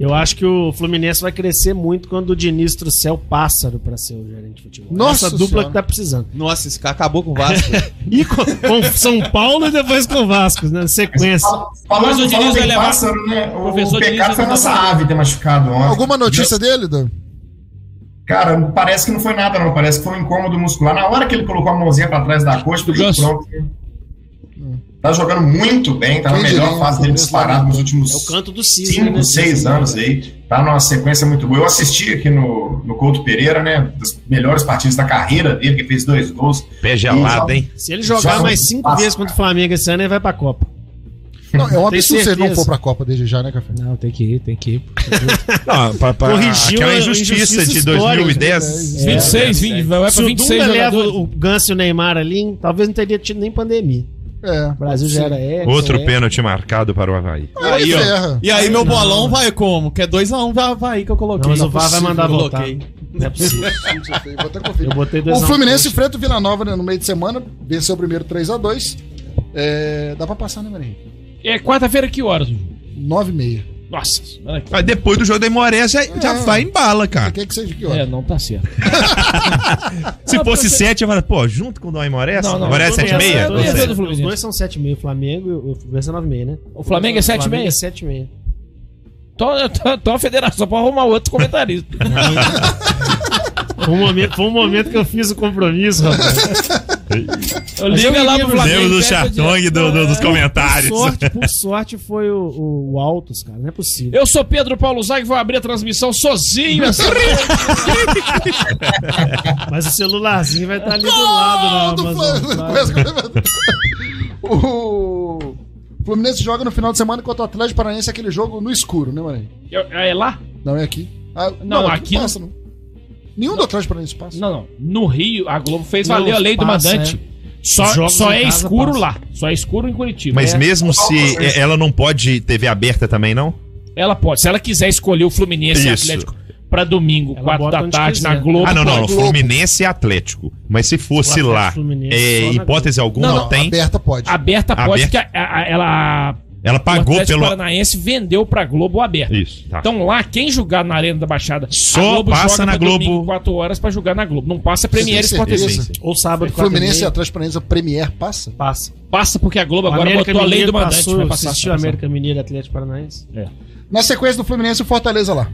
Speaker 5: eu acho que o Fluminense vai crescer muito quando o Diniz trouxer o pássaro pra ser o gerente de futebol.
Speaker 3: Nossa
Speaker 5: Essa dupla
Speaker 3: Senhora.
Speaker 5: que tá precisando.
Speaker 9: Nossa, esse cara acabou com o Vasco.
Speaker 5: E com, com São Paulo e depois com o Vasco, né? Sequência.
Speaker 10: fala-
Speaker 7: Mas o
Speaker 10: Falando,
Speaker 7: Diniz
Speaker 10: falando
Speaker 7: vai
Speaker 10: em
Speaker 7: levar-
Speaker 10: pássaro, né? O,
Speaker 7: Professor
Speaker 10: o pecado
Speaker 7: Diniz vai
Speaker 10: foi a nossa
Speaker 7: levar-
Speaker 10: ave ter machucado ontem.
Speaker 3: Alguma notícia dele, Dan?
Speaker 10: Cara, parece que não foi nada, não. Parece que foi um incômodo muscular. Na hora que ele colocou a mãozinha pra trás da coxa,
Speaker 7: Do
Speaker 10: ele
Speaker 7: ganso.
Speaker 10: pronto. Tá jogando muito bem, tá na
Speaker 3: Quem
Speaker 10: melhor
Speaker 3: diria,
Speaker 10: fase
Speaker 3: né?
Speaker 10: dele disparado nos
Speaker 5: É o
Speaker 10: últimos
Speaker 5: canto do Cisne, né?
Speaker 10: 5, 6 anos aí. Tá numa sequência muito boa. Eu assisti aqui no, no Couto Pereira, né? Das melhores partidas da carreira dele, que fez dois gols.
Speaker 4: Pé gelado, hein?
Speaker 5: Se ele jogar
Speaker 10: Joga
Speaker 5: mais
Speaker 10: um
Speaker 5: cinco
Speaker 10: pássaro,
Speaker 5: vezes contra o Flamengo esse ano, ele vai pra Copa.
Speaker 3: Não, é um absurdo se ele não
Speaker 5: certeza.
Speaker 3: for pra Copa desde já, né, Café?
Speaker 8: Não, tem que ir, tem que ir.
Speaker 4: Não, pra, pra,
Speaker 5: Corrigiu
Speaker 4: aquela
Speaker 5: a
Speaker 4: injustiça
Speaker 5: injustiça
Speaker 4: de
Speaker 5: histórica,
Speaker 4: 2010.
Speaker 7: 26, 20, vai
Speaker 5: Se
Speaker 7: pra
Speaker 5: o
Speaker 7: 26
Speaker 5: Dunga leva
Speaker 7: jogadores.
Speaker 5: o Ganso e o Neymar ali, talvez não teria tido nem pandemia.
Speaker 3: É.
Speaker 5: O Brasil já era é.
Speaker 4: Outro pênalti marcado para o Havaí.
Speaker 3: Aí, ferra.
Speaker 9: E aí, meu
Speaker 5: Não,
Speaker 9: bolão
Speaker 5: não.
Speaker 9: vai como? Que é 2x1 vai, vai que eu coloquei.
Speaker 5: Não, mas o VAR vai
Speaker 9: é Possível,
Speaker 5: mandar voltar.
Speaker 9: coloquei.
Speaker 5: Não é possível.
Speaker 3: Vou até
Speaker 5: Eu
Speaker 3: conferir.
Speaker 5: botei dois
Speaker 3: O
Speaker 5: a um.
Speaker 3: Fluminense enfrenta o Vila Nova né, no meio de semana, venceu o primeiro 3x2. É, dá pra passar, né, Marinho?
Speaker 7: É quarta-feira, que horas? Ju?
Speaker 3: 9h30.
Speaker 7: Nossa, olha aqui.
Speaker 4: Mas depois do jogo da Imoré já, já vai em bala, cara.
Speaker 3: Quer que seja que
Speaker 7: É,
Speaker 3: hora?
Speaker 7: não tá certo.
Speaker 4: Se fosse 7, eu falava, pô, junto com o da Imoré?
Speaker 7: Não, não,
Speaker 4: Imoré é
Speaker 7: eu tô nessa, eu tô
Speaker 4: 7,6?
Speaker 7: nessa.
Speaker 4: Ou seja,
Speaker 7: do Fluminense.
Speaker 5: Os dois são 7,5. O Flamengo e o Fluminense é 9,5, né?
Speaker 7: O Flamengo é
Speaker 5: O
Speaker 7: 7,6?
Speaker 5: Flamengo é 7,5.
Speaker 7: Então, então- então a federação pode arrumar outro comentarista.
Speaker 5: Foi um, momento, foi um momento que eu fiz o compromisso, rapaz.
Speaker 7: Liga lá pro Flamengo.
Speaker 4: Lembro do
Speaker 7: pede
Speaker 4: Chartong e
Speaker 7: direto.
Speaker 4: do- do- dos
Speaker 5: Por
Speaker 4: comentários.
Speaker 5: sorte, por sorte foi o, o, o Altos, cara. Não é possível.
Speaker 7: Eu sou Pedro Paulo Zag, vou abrir a transmissão sozinho.
Speaker 3: Uhum.
Speaker 7: essa-
Speaker 5: Mas o celularzinho vai estar ali do lado,
Speaker 3: do
Speaker 5: né?
Speaker 3: Fluminense. Começa com- O Fluminense joga no final de semana contra o Atlético Paranaense, aquele jogo no escuro, né, Marinho?
Speaker 7: Eu- É lá?
Speaker 3: Não é aqui. Ah,
Speaker 7: Não, aqui
Speaker 3: Passa, não. Nenhum do Atlético Paranaense passa.
Speaker 7: Não, não. No Rio, a Globo fez
Speaker 5: Não,
Speaker 7: valer a lei do
Speaker 5: passa,
Speaker 7: mandante.
Speaker 5: Os
Speaker 7: Só,
Speaker 5: jogos
Speaker 7: só
Speaker 5: em
Speaker 7: é
Speaker 5: casa
Speaker 7: escuro
Speaker 5: passa.
Speaker 7: lá. Só é escuro em Curitiba.
Speaker 4: Mas
Speaker 7: É.
Speaker 4: mesmo se é, ela não pode TV aberta também, não?
Speaker 7: Ela pode. Se ela quiser escolher o Fluminense e
Speaker 4: Isso.
Speaker 7: Atlético pra domingo,
Speaker 5: Ela
Speaker 7: 4
Speaker 5: bota
Speaker 7: da
Speaker 5: onde
Speaker 7: tarde,
Speaker 5: quiser.
Speaker 7: na Globo.
Speaker 4: Ah, não, não,
Speaker 7: pode.
Speaker 4: não. Fluminense e Atlético. Mas se fosse
Speaker 5: Atlético
Speaker 4: lá,
Speaker 5: Fluminense,
Speaker 4: é,
Speaker 5: só na
Speaker 4: hipótese alguma
Speaker 7: Não, não,
Speaker 4: tem.
Speaker 3: Aberta pode.
Speaker 7: Aberta pode,
Speaker 4: Aberta.
Speaker 7: que a- a- a- ela.
Speaker 4: Ela
Speaker 7: o
Speaker 4: pagou
Speaker 7: Atlético
Speaker 4: pelo.
Speaker 7: Paranaense vendeu pra Globo aberta.
Speaker 4: Isso, tá.
Speaker 7: Então lá, quem jogar na Arena da Baixada,
Speaker 4: Só passa na Globo.
Speaker 7: 4 horas pra jogar na Globo. Não passa Premier
Speaker 3: Sim,
Speaker 7: Sport
Speaker 3: sim,
Speaker 7: TV.
Speaker 3: sim.
Speaker 5: Ou sábado, quatro
Speaker 3: Fluminense e
Speaker 5: meia,
Speaker 3: Atlético Paranaense, a Premier passa?
Speaker 5: é- passa.
Speaker 7: Passa porque a Globo
Speaker 5: O
Speaker 7: agora
Speaker 5: América
Speaker 7: botou a lei
Speaker 5: Mineiro
Speaker 7: do mandante.
Speaker 5: passou,
Speaker 7: vai passar,
Speaker 5: assistiu
Speaker 7: vai passar.
Speaker 5: América Mineiro e Atlético Paranaense.
Speaker 3: Na sequência do Fluminense, o Fortaleza lá.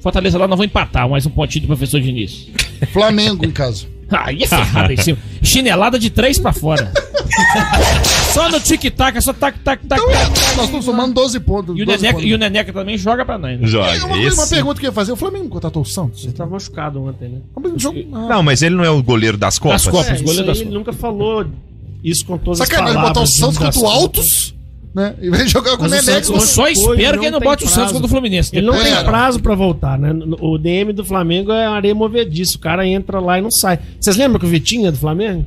Speaker 7: Fortaleza lá, não vou empatar. Mais um pontinho do professor Diniz.
Speaker 3: Flamengo, em caso.
Speaker 7: Aí é ferrada em cima. Chinelada de três pra fora. Só no tic-tac, é só tac-tac-tac.
Speaker 5: Então
Speaker 3: Nós estamos somando 12 pontos.
Speaker 7: né? E o
Speaker 3: 12
Speaker 7: Neneca,
Speaker 3: pontos.
Speaker 7: e o Neneca também joga pra nós. Né?
Speaker 4: Joga.
Speaker 3: Uma, coisa, uma
Speaker 4: Esse-
Speaker 3: pergunta que eu ia fazer. O Flamengo contratou o Santos?
Speaker 5: Ele tava tá machucado ontem, né?
Speaker 3: Mas o jogo- ah.
Speaker 4: Não, mas ele não é o goleiro das Copas.
Speaker 7: Das Copas.
Speaker 5: É,
Speaker 7: goleiro
Speaker 5: isso aí
Speaker 7: das
Speaker 5: ele nunca falou isso com todas as
Speaker 3: Sacanagem
Speaker 5: palavras.
Speaker 3: botar o
Speaker 5: junto
Speaker 3: Santos
Speaker 5: das
Speaker 3: contra o
Speaker 5: Copas.
Speaker 3: Altos, né? E vai jogar com o
Speaker 5: Mas o
Speaker 3: Neneca.
Speaker 5: Santos
Speaker 7: Eu só
Speaker 5: Foi,
Speaker 7: espero que
Speaker 5: não
Speaker 7: ele não
Speaker 5: tem
Speaker 7: bote o Santos
Speaker 5: prazo.
Speaker 7: contra o Fluminense.
Speaker 5: Ele não
Speaker 3: É.
Speaker 5: tem prazo pra voltar, né? O DM do Flamengo é uma areia movediça. O cara entra lá e não sai. Vocês lembram que o Vitinho é do Flamengo?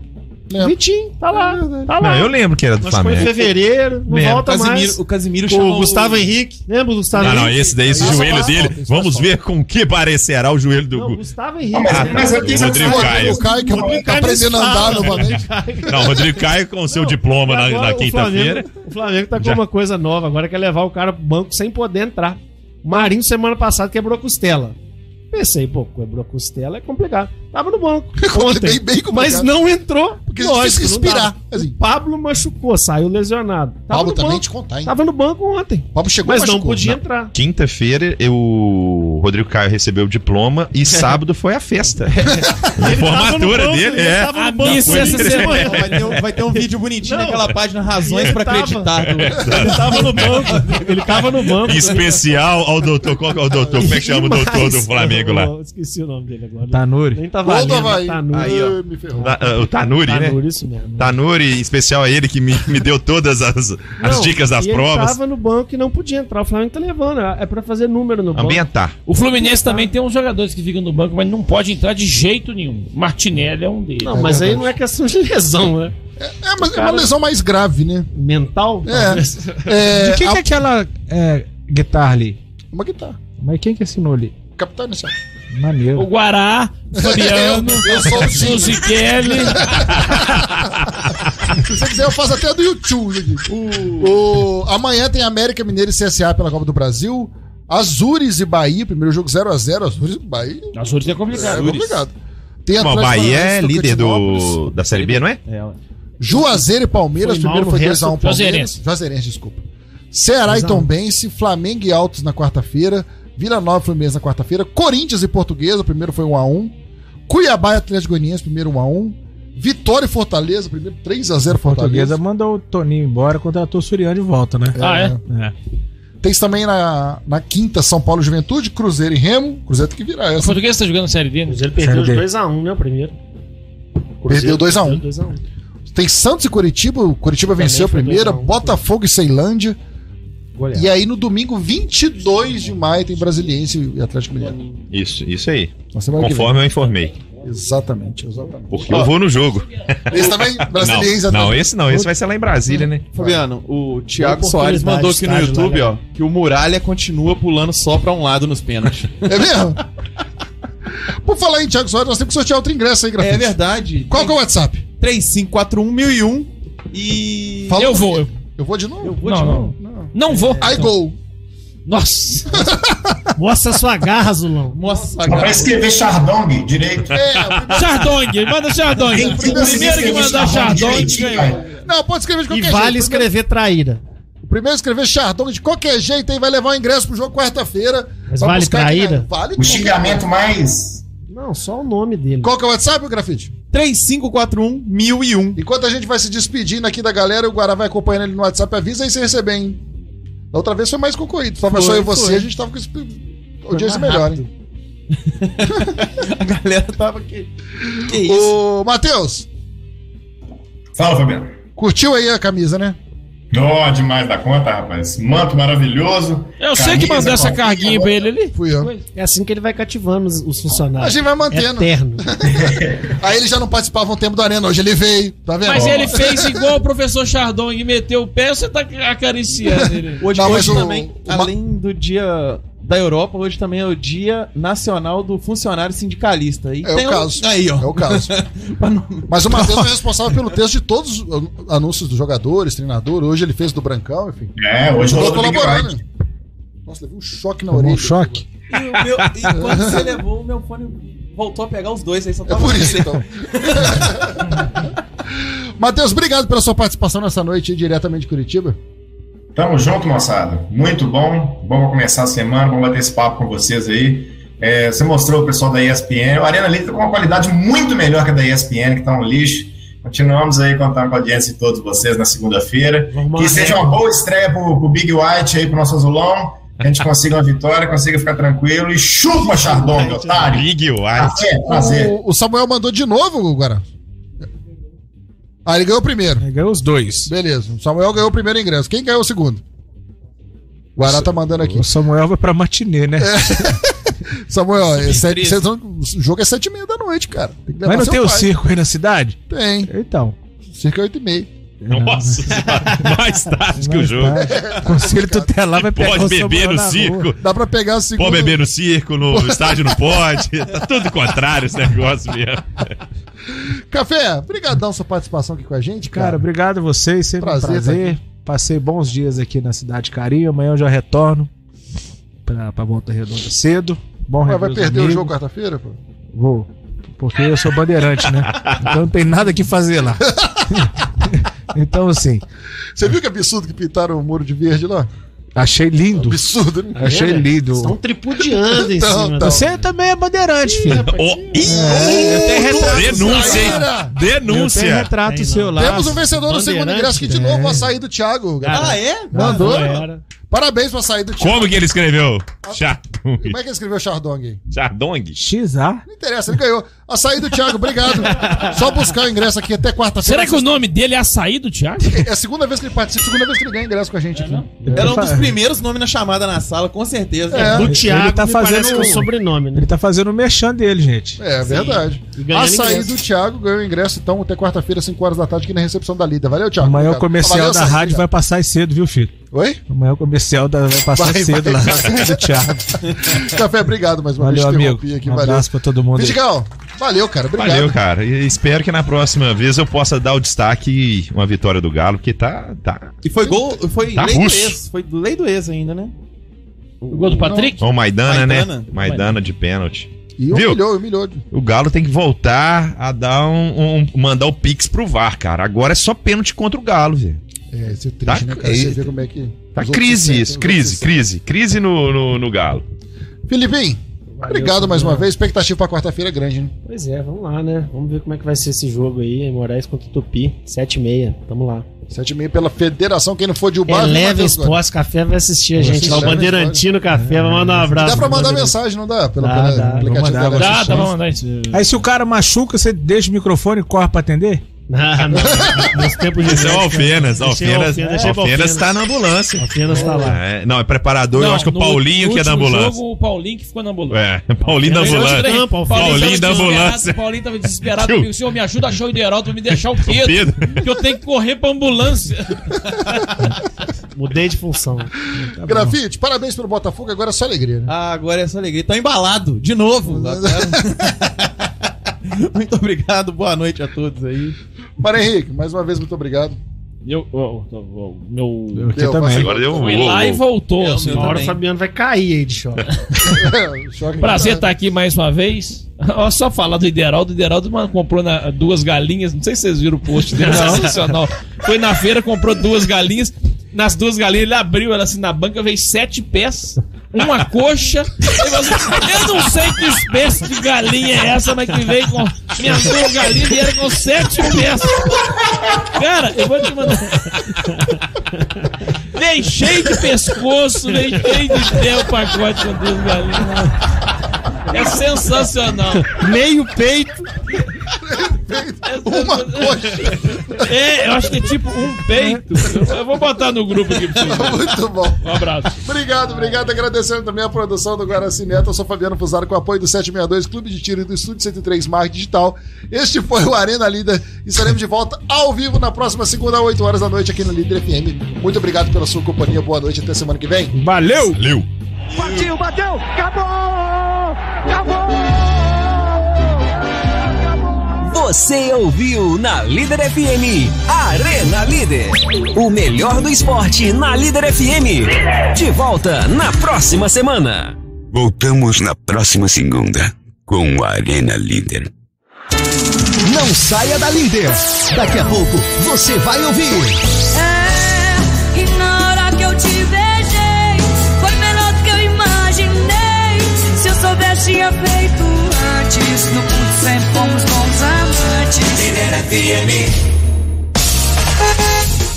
Speaker 3: Lembro.
Speaker 5: Vitinho, tá lá, tá lá.
Speaker 4: Não, eu lembro que era do
Speaker 5: Mas foi em
Speaker 4: Flamengo.
Speaker 5: fevereiro, não
Speaker 4: Lembro.
Speaker 5: volta mais.
Speaker 9: o Casimiro
Speaker 5: O Gustavo Henrique, lembra o Gustavo
Speaker 4: Não, não,
Speaker 5: Henrique?
Speaker 4: esse daí, esse
Speaker 3: Isso
Speaker 4: joelho
Speaker 3: faz falta,
Speaker 4: dele.
Speaker 3: isso
Speaker 4: Vamos
Speaker 3: faz falta.
Speaker 4: ver com que parecerá o joelho do.
Speaker 5: tá Não, o
Speaker 4: Gu-
Speaker 5: Gustavo Henrique.
Speaker 10: mas- mas
Speaker 3: é
Speaker 10: eu quis-
Speaker 4: Rodrigo
Speaker 10: Rodrigo
Speaker 4: Caio.
Speaker 3: O Caio que
Speaker 10: Rodrigo
Speaker 3: tá
Speaker 5: tá. Caio
Speaker 3: aprendendo a andar
Speaker 5: fala.
Speaker 3: novamente.
Speaker 4: Não, o Rodrigo Caio com o seu
Speaker 5: Não,
Speaker 4: diploma
Speaker 5: e
Speaker 4: na,
Speaker 5: agora
Speaker 4: na
Speaker 5: o
Speaker 4: quinta-feira.
Speaker 5: Flamengo- O Flamengo tá com
Speaker 4: Já.
Speaker 5: uma coisa nova, agora quer levar o cara pro banco sem poder entrar. O Marinho, semana passada, quebrou a costela. Pensei, pô, quebrou a costela é complicado. Tava no banco ontem,
Speaker 3: Bem- bem complicado.
Speaker 5: mas não entrou.
Speaker 3: Porque difícil
Speaker 5: não dava.
Speaker 3: respirar, assim.
Speaker 5: O Pablo machucou, saiu lesionado. Tava
Speaker 3: Pablo
Speaker 5: no
Speaker 3: também
Speaker 5: banco,
Speaker 3: te contar, hein?
Speaker 5: Tava no banco ontem,
Speaker 3: Pablo chegou
Speaker 5: Tá mas não
Speaker 3: machucou. né?
Speaker 5: podia entrar.
Speaker 4: Quinta-feira, eu- o Rodrigo Caio recebeu o diploma e sábado foi a festa. a formatura
Speaker 5: banco,
Speaker 4: dele,
Speaker 5: ele
Speaker 4: é.
Speaker 5: tava no
Speaker 7: A
Speaker 5: banco
Speaker 7: missa essa
Speaker 5: de
Speaker 7: semana.
Speaker 9: Vai ter, um, vai ter um vídeo bonitinho
Speaker 5: Não.
Speaker 9: naquela página Razões
Speaker 5: Ele
Speaker 9: pra
Speaker 5: tava.
Speaker 3: tá?
Speaker 9: acreditar.
Speaker 5: Ele tava no banco. Ele tava no banco.
Speaker 4: Especial ao doutor. Qual que é o doutor? Como é que chama o doutor do
Speaker 5: Mas-
Speaker 4: Flamengo lá?
Speaker 5: Eu Esqueci o nome dele agora.
Speaker 8: Tanuri.
Speaker 5: Nem tá
Speaker 3: Gol do
Speaker 5: valendo.
Speaker 3: Havaí.
Speaker 5: Tanuri.
Speaker 3: Ai, me ferrou.
Speaker 4: Da- ah, o Tanuri, né?
Speaker 5: Tanuri, isso mesmo.
Speaker 4: Tanuri, em especial a ele que me, me deu todas as, as
Speaker 5: Não,
Speaker 4: dicas das
Speaker 5: e ele
Speaker 4: provas.
Speaker 5: tava no banco e não podia entrar. O Flamengo tá levando. É pra fazer número no banco.
Speaker 4: Ambientar.
Speaker 7: O Fluminense também tem uns jogadores que ficam no banco, mas não pode entrar de jeito nenhum. Martinelli é um deles.
Speaker 5: Não, mas aí não é questão de lesão, né?
Speaker 3: É, mas é
Speaker 5: Cara-
Speaker 3: uma lesão mais grave, né?
Speaker 5: Mental? talvez.
Speaker 3: É.
Speaker 8: De quem
Speaker 3: a-
Speaker 8: que é aquela é, guitarra ali?
Speaker 3: Uma guitarra.
Speaker 8: Mas quem que assinou ali?
Speaker 3: Capitão inicial.
Speaker 7: O
Speaker 8: Maneiro.
Speaker 7: Guará, Fabiano,
Speaker 3: Eu sou o Zinho.
Speaker 7: Zuzikeli.
Speaker 3: Se você quiser, eu faço até do YouTube. aqui. Uh. O... Amanhã tem América Mineira e CSA pela Copa do Brasil. Azures e Bahia, primeiro jogo 0x0. Azures e Bahia.
Speaker 7: Azores é
Speaker 3: É
Speaker 7: complicado.
Speaker 3: complicado. Tem
Speaker 4: Bom,
Speaker 3: Atlético
Speaker 4: Bahia é
Speaker 3: Paranaense,
Speaker 4: líder
Speaker 3: Tocantinópolis.
Speaker 4: do, da Série B, não é?
Speaker 3: Juazeiro e Palmeiras.
Speaker 5: Foi
Speaker 3: primeiro
Speaker 5: mal
Speaker 3: foi
Speaker 5: no
Speaker 3: 2x1
Speaker 5: resto.
Speaker 3: Palmeiras.
Speaker 7: Juazeirense.
Speaker 3: Juazeirense, desculpa. Ceará
Speaker 5: um.
Speaker 3: e Tombense. Flamengo e Altos na quarta-feira. Vila Nova e Fluminense na quarta-feira. Corinthians e Portuguesa. O primeiro foi 1x1. Cuiabá e Atlético Goianiense. Primeiro 1x1. Vitória e Fortaleza. Primeiro 3x0 Fortaleza.
Speaker 8: Portuguesa mandou o Toninho embora, contratou o Suriano de volta, né?
Speaker 7: Ah, é?
Speaker 3: Tem isso também na, na quinta São Paulo Juventude. Cruzeiro e Remo. Cruzeiro tem que virar
Speaker 7: O
Speaker 3: essa.
Speaker 7: português tá jogando a Série D, né?
Speaker 5: Ele perdeu
Speaker 8: Série
Speaker 5: os
Speaker 8: D.
Speaker 5: 2x1, né? O primeiro.
Speaker 3: Perdeu 2x1.
Speaker 5: 2x1.
Speaker 3: Tem Santos e Curitiba. O Curitiba venceu a
Speaker 5: foi
Speaker 3: primeira.
Speaker 5: 2x1,
Speaker 3: Botafogo e Ceilândia.
Speaker 8: Goleado.
Speaker 3: E aí no domingo 22 de maio tem Brasiliense e Atlético Mineiro.
Speaker 4: Isso, isso aí.
Speaker 3: Na semana que vem.
Speaker 4: Conforme eu informei.
Speaker 3: Exatamente, exatamente.
Speaker 4: Porque eu vou no jogo.
Speaker 3: Esse também, Brasiliense
Speaker 4: Não, não,
Speaker 3: Atlético.
Speaker 4: esse não. Esse vai ser lá em Brasília, né?
Speaker 9: Fabiano, o Thiago
Speaker 5: Oportunidade,
Speaker 9: Soares mandou aqui no
Speaker 5: estádio,
Speaker 9: YouTube,
Speaker 5: lá, né?
Speaker 9: ó, que o Muralha continua pulando só pra um lado nos pênaltis.
Speaker 3: É mesmo? Por falar em Thiago Soares, nós temos que sortear outro ingresso aí, Grafite.
Speaker 9: é verdade.
Speaker 3: Qual que é o WhatsApp?
Speaker 9: 3541 e.
Speaker 3: Fala
Speaker 7: Eu
Speaker 3: comigo.
Speaker 7: vou, eu
Speaker 3: Eu vou de novo?
Speaker 7: vou. Não, não. Não vou.
Speaker 3: I go.
Speaker 7: Nossa.
Speaker 5: Mostra sua garra, Zulão.
Speaker 4: Tá
Speaker 9: Nossa,
Speaker 10: Pra
Speaker 9: cara.
Speaker 10: escrever Chardong direito.
Speaker 3: É,
Speaker 7: Chardong, manda Chardong.
Speaker 10: Quem
Speaker 7: O
Speaker 10: primeiro
Speaker 7: primeiro que
Speaker 10: escrever
Speaker 7: mandar
Speaker 10: Chardong
Speaker 7: Chardong
Speaker 10: direitinho,
Speaker 7: ganhou.
Speaker 10: cara.
Speaker 3: não, pode escrever de
Speaker 5: E
Speaker 3: qualquer
Speaker 5: vale
Speaker 3: jeito. Primeiro-
Speaker 5: escrever traíra.
Speaker 3: Primeiro escrever Chardon de qualquer jeito aí, vai levar o ingresso pro jogo quarta-feira.
Speaker 5: Mas
Speaker 3: Vai
Speaker 5: vale
Speaker 3: buscar aqui,
Speaker 5: traíra?
Speaker 3: né? Vale
Speaker 10: O
Speaker 3: tudo.
Speaker 10: xingamento mais.
Speaker 5: Não, só o nome dele.
Speaker 3: Qual que é o WhatsApp, Grafite?
Speaker 9: 3541 1001.
Speaker 3: Enquanto a gente vai se despedindo aqui da galera, o Guará vai acompanhando ele no WhatsApp, avisa aí se receber, hein? Da outra vez foi mais concorrido. Tava só eu e você, a gente tava com esse audiência melhor, hein?
Speaker 9: A galera tava aqui. Que isso?
Speaker 3: Ô, Matheus,
Speaker 10: Fala, Fabiano.
Speaker 3: curtiu aí a camisa, né?
Speaker 10: Ó, demais da conta, rapaz. Manto maravilhoso.
Speaker 7: Eu sei que
Speaker 10: Camisa,
Speaker 4: é
Speaker 7: mandou essa
Speaker 10: palpite,
Speaker 7: carguinha pra ele ali.
Speaker 3: Fui eu.
Speaker 5: É assim que ele vai cativando os, os
Speaker 3: A
Speaker 5: funcionários.
Speaker 3: gente tá vai mantendo.
Speaker 5: Eterno.
Speaker 3: Aí ele já não participava um tempo da Arena, hoje ele veio, tá vendo?
Speaker 4: É
Speaker 7: Mas ele fez igual o professor Chardong e meteu o pé, você tá acariciando ele.
Speaker 9: Hoje,
Speaker 3: Não, mas
Speaker 9: hoje
Speaker 3: o-
Speaker 9: também,
Speaker 3: o ma-
Speaker 9: além do dia da Europa, hoje também é o Dia Nacional do Funcionário Sindicalista. E
Speaker 3: É
Speaker 9: tem
Speaker 3: o
Speaker 9: um-
Speaker 3: caso.
Speaker 9: Aí, ó.
Speaker 3: É o caso. Mas o Matheus é responsável pelo texto de todos os an- anúncios dos jogadores, treinador. Hoje ele fez do Brancão, enfim.
Speaker 10: É, hoje
Speaker 3: Tô
Speaker 10: rolou o Big
Speaker 3: colaborando.
Speaker 10: Bite.
Speaker 3: Nossa, levei um choque na
Speaker 8: Tomou
Speaker 3: orelha.
Speaker 8: um choque.
Speaker 9: E o meu- e quando você levou, o meu fone voltou a pegar os dois. Aí só
Speaker 3: É
Speaker 9: tava
Speaker 3: por isso,
Speaker 9: você.
Speaker 3: então. Matheus, obrigado pela sua participação nessa noite aí, diretamente de Curitiba.
Speaker 10: Tamo junto, moçada. Muito bom. Vamos começar a semana, vamos bater esse papo com vocês aí. É, você mostrou o pessoal da ESPN. A Arena Livre tá com uma qualidade muito melhor que a da ESPN, que tá um lixo. Continuamos aí contando com a audiência de todos vocês na segunda-feira. Que
Speaker 5: Normal,
Speaker 10: seja
Speaker 5: né?
Speaker 10: uma boa estreia pro, pro Big White aí, pro nosso azulão. Que a gente consiga uma vitória, consiga ficar tranquilo. E chupa, Chardon, meu otário.
Speaker 4: Big White.
Speaker 8: É
Speaker 10: Prazer,
Speaker 8: um
Speaker 10: prazer.
Speaker 3: O, o Samuel mandou de novo, Guará. Ah, ele ganhou o primeiro.
Speaker 8: Ele ganhou os dois.
Speaker 3: Beleza. O Samuel ganhou o primeiro ingresso. Quem ganhou o segundo? O Guará tá mandando aqui.
Speaker 8: O Samuel vai pra matinê, né?
Speaker 3: Samuel, é sete- vocês vão- o jogo é sete e meia da noite, cara. Tem que levar
Speaker 8: Mas não
Speaker 3: seu
Speaker 8: tem o
Speaker 3: pai.
Speaker 8: circo aí na cidade?
Speaker 3: Tem.
Speaker 8: Então.
Speaker 3: Cerca de oito e meia.
Speaker 4: Nossa, senhora, mais tarde É, que o
Speaker 8: mais
Speaker 4: jogo.
Speaker 8: tarde, O tá. conselho tutelar vai pegar
Speaker 4: Pode
Speaker 8: o
Speaker 4: beber
Speaker 8: Samuel
Speaker 4: no
Speaker 8: na rua.
Speaker 4: circo.
Speaker 3: Dá pra pegar o segundo.
Speaker 4: Pode beber no circo, no estádio não pode. Tá tudo contrário esse negócio mesmo.
Speaker 3: Café, brigadão sua participação aqui com a gente,
Speaker 8: Cara,
Speaker 3: cara.
Speaker 8: obrigado a vocês, sempre
Speaker 3: Prazer tá
Speaker 8: um prazer. Passei bons dias aqui na cidade Carinho, amanhã eu já retorno pra, pra Volta Redonda cedo. Bom
Speaker 3: Ué,
Speaker 8: rever
Speaker 3: vai
Speaker 8: os
Speaker 3: perder o
Speaker 8: amigos.
Speaker 3: jogo quarta-feira, pô?
Speaker 8: Vou, porque eu sou bandeirante, né? Então não tem nada que fazer lá. então, assim,
Speaker 3: Você viu que absurdo que pintaram o muro de verde lá?
Speaker 8: achei lindo.
Speaker 3: Absurdo, né?
Speaker 8: Achei lindo.
Speaker 5: Estão tripudiando em
Speaker 3: Então,
Speaker 5: cima.
Speaker 3: então.
Speaker 8: Você também é bandeirante, filho.
Speaker 4: Ó, ih, denúncia, hein?
Speaker 8: Eu tenho
Speaker 4: Denúncia.
Speaker 8: retrato
Speaker 5: Tem,
Speaker 8: seu
Speaker 5: não.
Speaker 8: lá.
Speaker 3: Temos um vencedor no segundo
Speaker 5: Bandeirante,
Speaker 3: ingresso que de
Speaker 8: é.
Speaker 3: novo a sair do Thiago. galera.
Speaker 9: Ah,
Speaker 8: Tá
Speaker 9: é?
Speaker 3: Mandou.
Speaker 5: Agora.
Speaker 3: Parabéns pra sair do Thiago.
Speaker 4: Como que ele escreveu? Chardong.
Speaker 3: Como é que ele escreveu Chardong aí?
Speaker 4: Chardong?
Speaker 8: XA.
Speaker 3: Não interessa, ele ganhou. A sair do Thiago, obrigado. Só buscar o ingresso aqui até quarta-feira.
Speaker 7: Será que o nome dele é açaí do Thiago?
Speaker 3: É a segunda vez que ele participa, segunda vez que ele ganha ingresso com a gente aqui.
Speaker 9: Era um dos primeiros nomes na chamada na sala, com certeza.
Speaker 3: É.
Speaker 5: Do Thiago,
Speaker 8: tá
Speaker 5: me
Speaker 8: fazendo
Speaker 5: parece que é o
Speaker 8: um-
Speaker 5: sobrenome, né?
Speaker 8: Ele tá fazendo o merchan dele, gente.
Speaker 3: É, verdade.
Speaker 5: E ganhando
Speaker 3: A sair
Speaker 5: ingresso.
Speaker 3: do Thiago ganhou o ingresso, então, até quarta-feira, 5 horas da tarde, aqui na recepção da Lida. Valeu, Thiago.
Speaker 8: Amanhã o
Speaker 3: Obrigado.
Speaker 8: comercial
Speaker 3: Valeu,
Speaker 8: da
Speaker 3: Saí,
Speaker 8: rádio vai
Speaker 3: obrigado.
Speaker 8: passar aí cedo, viu, filho?
Speaker 3: Oi?
Speaker 8: Amanhã o comercial da- vai passar
Speaker 3: Vai,
Speaker 8: cedo
Speaker 3: vai.
Speaker 8: lá. Do Thiago.
Speaker 3: Café, obrigado mais uma
Speaker 8: Valeu,
Speaker 3: vez.
Speaker 8: amigo.
Speaker 3: interrompi Aqui,
Speaker 8: um
Speaker 3: valeu.
Speaker 8: abraço pra todo mundo. aí.
Speaker 3: Vidigal, valeu, cara. Obrigado.
Speaker 4: Valeu, cara. E espero que na próxima vez eu possa dar o destaque uma vitória do Galo, porque tá. tá.
Speaker 9: E foi gol, foi
Speaker 4: Tá
Speaker 9: lei
Speaker 4: russo.
Speaker 9: do ex, foi do lei do ex ainda, né?
Speaker 7: O gol do Patrick?
Speaker 4: Ó, o Maidana, né?
Speaker 9: Maidana.
Speaker 4: Maidana de pênalti.
Speaker 3: E
Speaker 4: Viu?
Speaker 3: humilhou, humilhou.
Speaker 4: O Galo tem que voltar a dar um, um- mandar o Pix pro VAR, cara. Agora é só pênalti contra o Galo, velho.
Speaker 3: É, isso é triste,
Speaker 4: Tá-
Speaker 3: né, cara? Você vê como é que.
Speaker 4: Tá
Speaker 3: os outros né?
Speaker 4: crise
Speaker 3: se
Speaker 4: isso,
Speaker 3: sentem, os
Speaker 4: crise,
Speaker 3: outros se
Speaker 4: crise, crise no, no, no Galo.
Speaker 3: sentem. Filipinho, obrigado mais uma vez. Expectativa pra quarta-feira é grande, né?
Speaker 5: Pois é, vamos lá, né? Vamos ver como é que vai ser esse jogo aí. Em Moraes contra o Tupi, 7h30. Tamo lá.
Speaker 3: Sete e meia pela federação, quem não for de Ubar,
Speaker 5: Eleven
Speaker 3: Matheus Gomes.
Speaker 5: Esporte Café vai assistir a
Speaker 3: Vai
Speaker 5: gente lá. O
Speaker 3: assistir.
Speaker 5: Bandeirantino Café vai mandar um abraço.
Speaker 3: Dá pra
Speaker 5: pro
Speaker 3: mandar
Speaker 5: Bandeirantino.
Speaker 3: mensagem, não dá? Pelo
Speaker 5: Dá,
Speaker 3: pelo
Speaker 5: dá.
Speaker 3: aplicativo
Speaker 8: Vou mandar,
Speaker 3: da
Speaker 8: vou
Speaker 3: Galáxia
Speaker 7: Dá,
Speaker 8: Acho
Speaker 7: dá
Speaker 8: que
Speaker 7: pra
Speaker 5: Tá
Speaker 3: Chance.
Speaker 7: mandar isso.
Speaker 8: Aí se o cara machuca, você deixa o microfone e corre pra atender?
Speaker 5: Ah, não. Nos tempos de
Speaker 4: Isso é o Alfenas,
Speaker 5: Achei
Speaker 4: Alfenas,
Speaker 5: Alfenas, achei
Speaker 4: Alfenas
Speaker 5: Alfenas.
Speaker 4: tá na ambulância.
Speaker 5: Apenas tá lá.
Speaker 4: É, não, é preparador, eu
Speaker 7: Não,
Speaker 4: acho que o
Speaker 7: no
Speaker 4: Paulinho que é da
Speaker 7: último
Speaker 4: ambulância.
Speaker 7: jogo, o Paulinho que ficou na ambulância.
Speaker 4: É, Paulinho da
Speaker 7: Ele tirou
Speaker 4: ambulância.
Speaker 7: de trampa, o
Speaker 4: Paulinho da
Speaker 7: tava desesperado,
Speaker 4: ambulância.
Speaker 7: O Paulinho tava desesperado
Speaker 4: Tio.
Speaker 7: comigo. O senhor me ajuda a achar o Ideraldo pra me deixar o Pedro,
Speaker 4: Pedro.
Speaker 7: que eu tenho que correr pra ambulância.
Speaker 5: Mudei de função.
Speaker 3: Grafite, parabéns pelo Botafogo, agora é só alegria, né?
Speaker 9: Ah, agora é só alegria. Tá embalado, de novo. Muito obrigado, boa noite a todos aí.
Speaker 3: Mário Henrique, mais uma vez, muito obrigado.
Speaker 7: Eu, eu- eu-
Speaker 8: Eu
Speaker 7: meu...
Speaker 8: aqui também.
Speaker 4: Agora deu um
Speaker 7: Foi lá e
Speaker 4: gol.
Speaker 7: voltou. assim.
Speaker 9: meu
Speaker 5: Uma hora o
Speaker 9: também.
Speaker 5: Fabiano vai cair aí de choque.
Speaker 7: Prazer tá- estar aqui mais uma vez. Ó, Só falar do Ideraldo. O Ideraldo mano, comprou na- duas galinhas. Não sei se vocês viram o post dele, sensacional. Foi na feira, comprou duas galinhas. Nas duas galinhas, ele abriu ela assim na banca, veio sete pés, uma coxa. Ele falou assim, Eu não sei que espécie de galinha é essa, mas que veio com minhas duas galinhas e era com sete pés. Cara, eu vou te mandar. Veio cheio de pescoço, veio cheio de pé o pacote com duas galinhas. É sensacional.
Speaker 9: Meio peito.
Speaker 3: Uma coxa,
Speaker 7: É, eu acho que é tipo um peito. Eu vou botar no grupo aqui pra vocês. verem.
Speaker 3: muito bom.
Speaker 7: Um abraço.
Speaker 3: Obrigado, obrigado. Agradecendo também a produção do Guaraci Neto. Eu sou Fabiano Fusaro com o apoio do 762, Clube de Tiro e do Estúdio 103 Mar Digital. Este foi o Arena Líder. Estaremos de volta ao vivo na próxima segunda, às 8 horas da noite, aqui no Líder FM. Muito obrigado pela sua companhia. Boa noite. Até semana que vem.
Speaker 8: Valeu!
Speaker 4: Valeu.
Speaker 1: Partiu, bateu, acabou! Acabou!
Speaker 2: Você ouviu na Líder FM, Arena Líder. O melhor do esporte na Líder FM. De volta na próxima semana.
Speaker 12: Voltamos na próxima segunda com o Arena Líder.
Speaker 2: Não saia da Líder. Daqui a pouco você vai ouvir.
Speaker 13: É, e na hora que eu te beijei, foi melhor do que eu imaginei. Se eu soubesse, tinha feito antes. amantes. No curso sempre fomos bons amantes. Líder FM.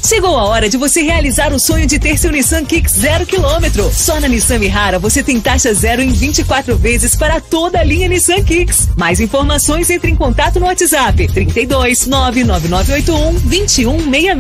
Speaker 6: Chegou a hora de você realizar o sonho de ter seu Nissan Kicks zero quilômetro. Só na Nissan Mihara você tem taxa zero em 24 vezes para toda a linha Nissan Kicks. Mais um, informações entre em contato no WhatsApp 32 99981 2166.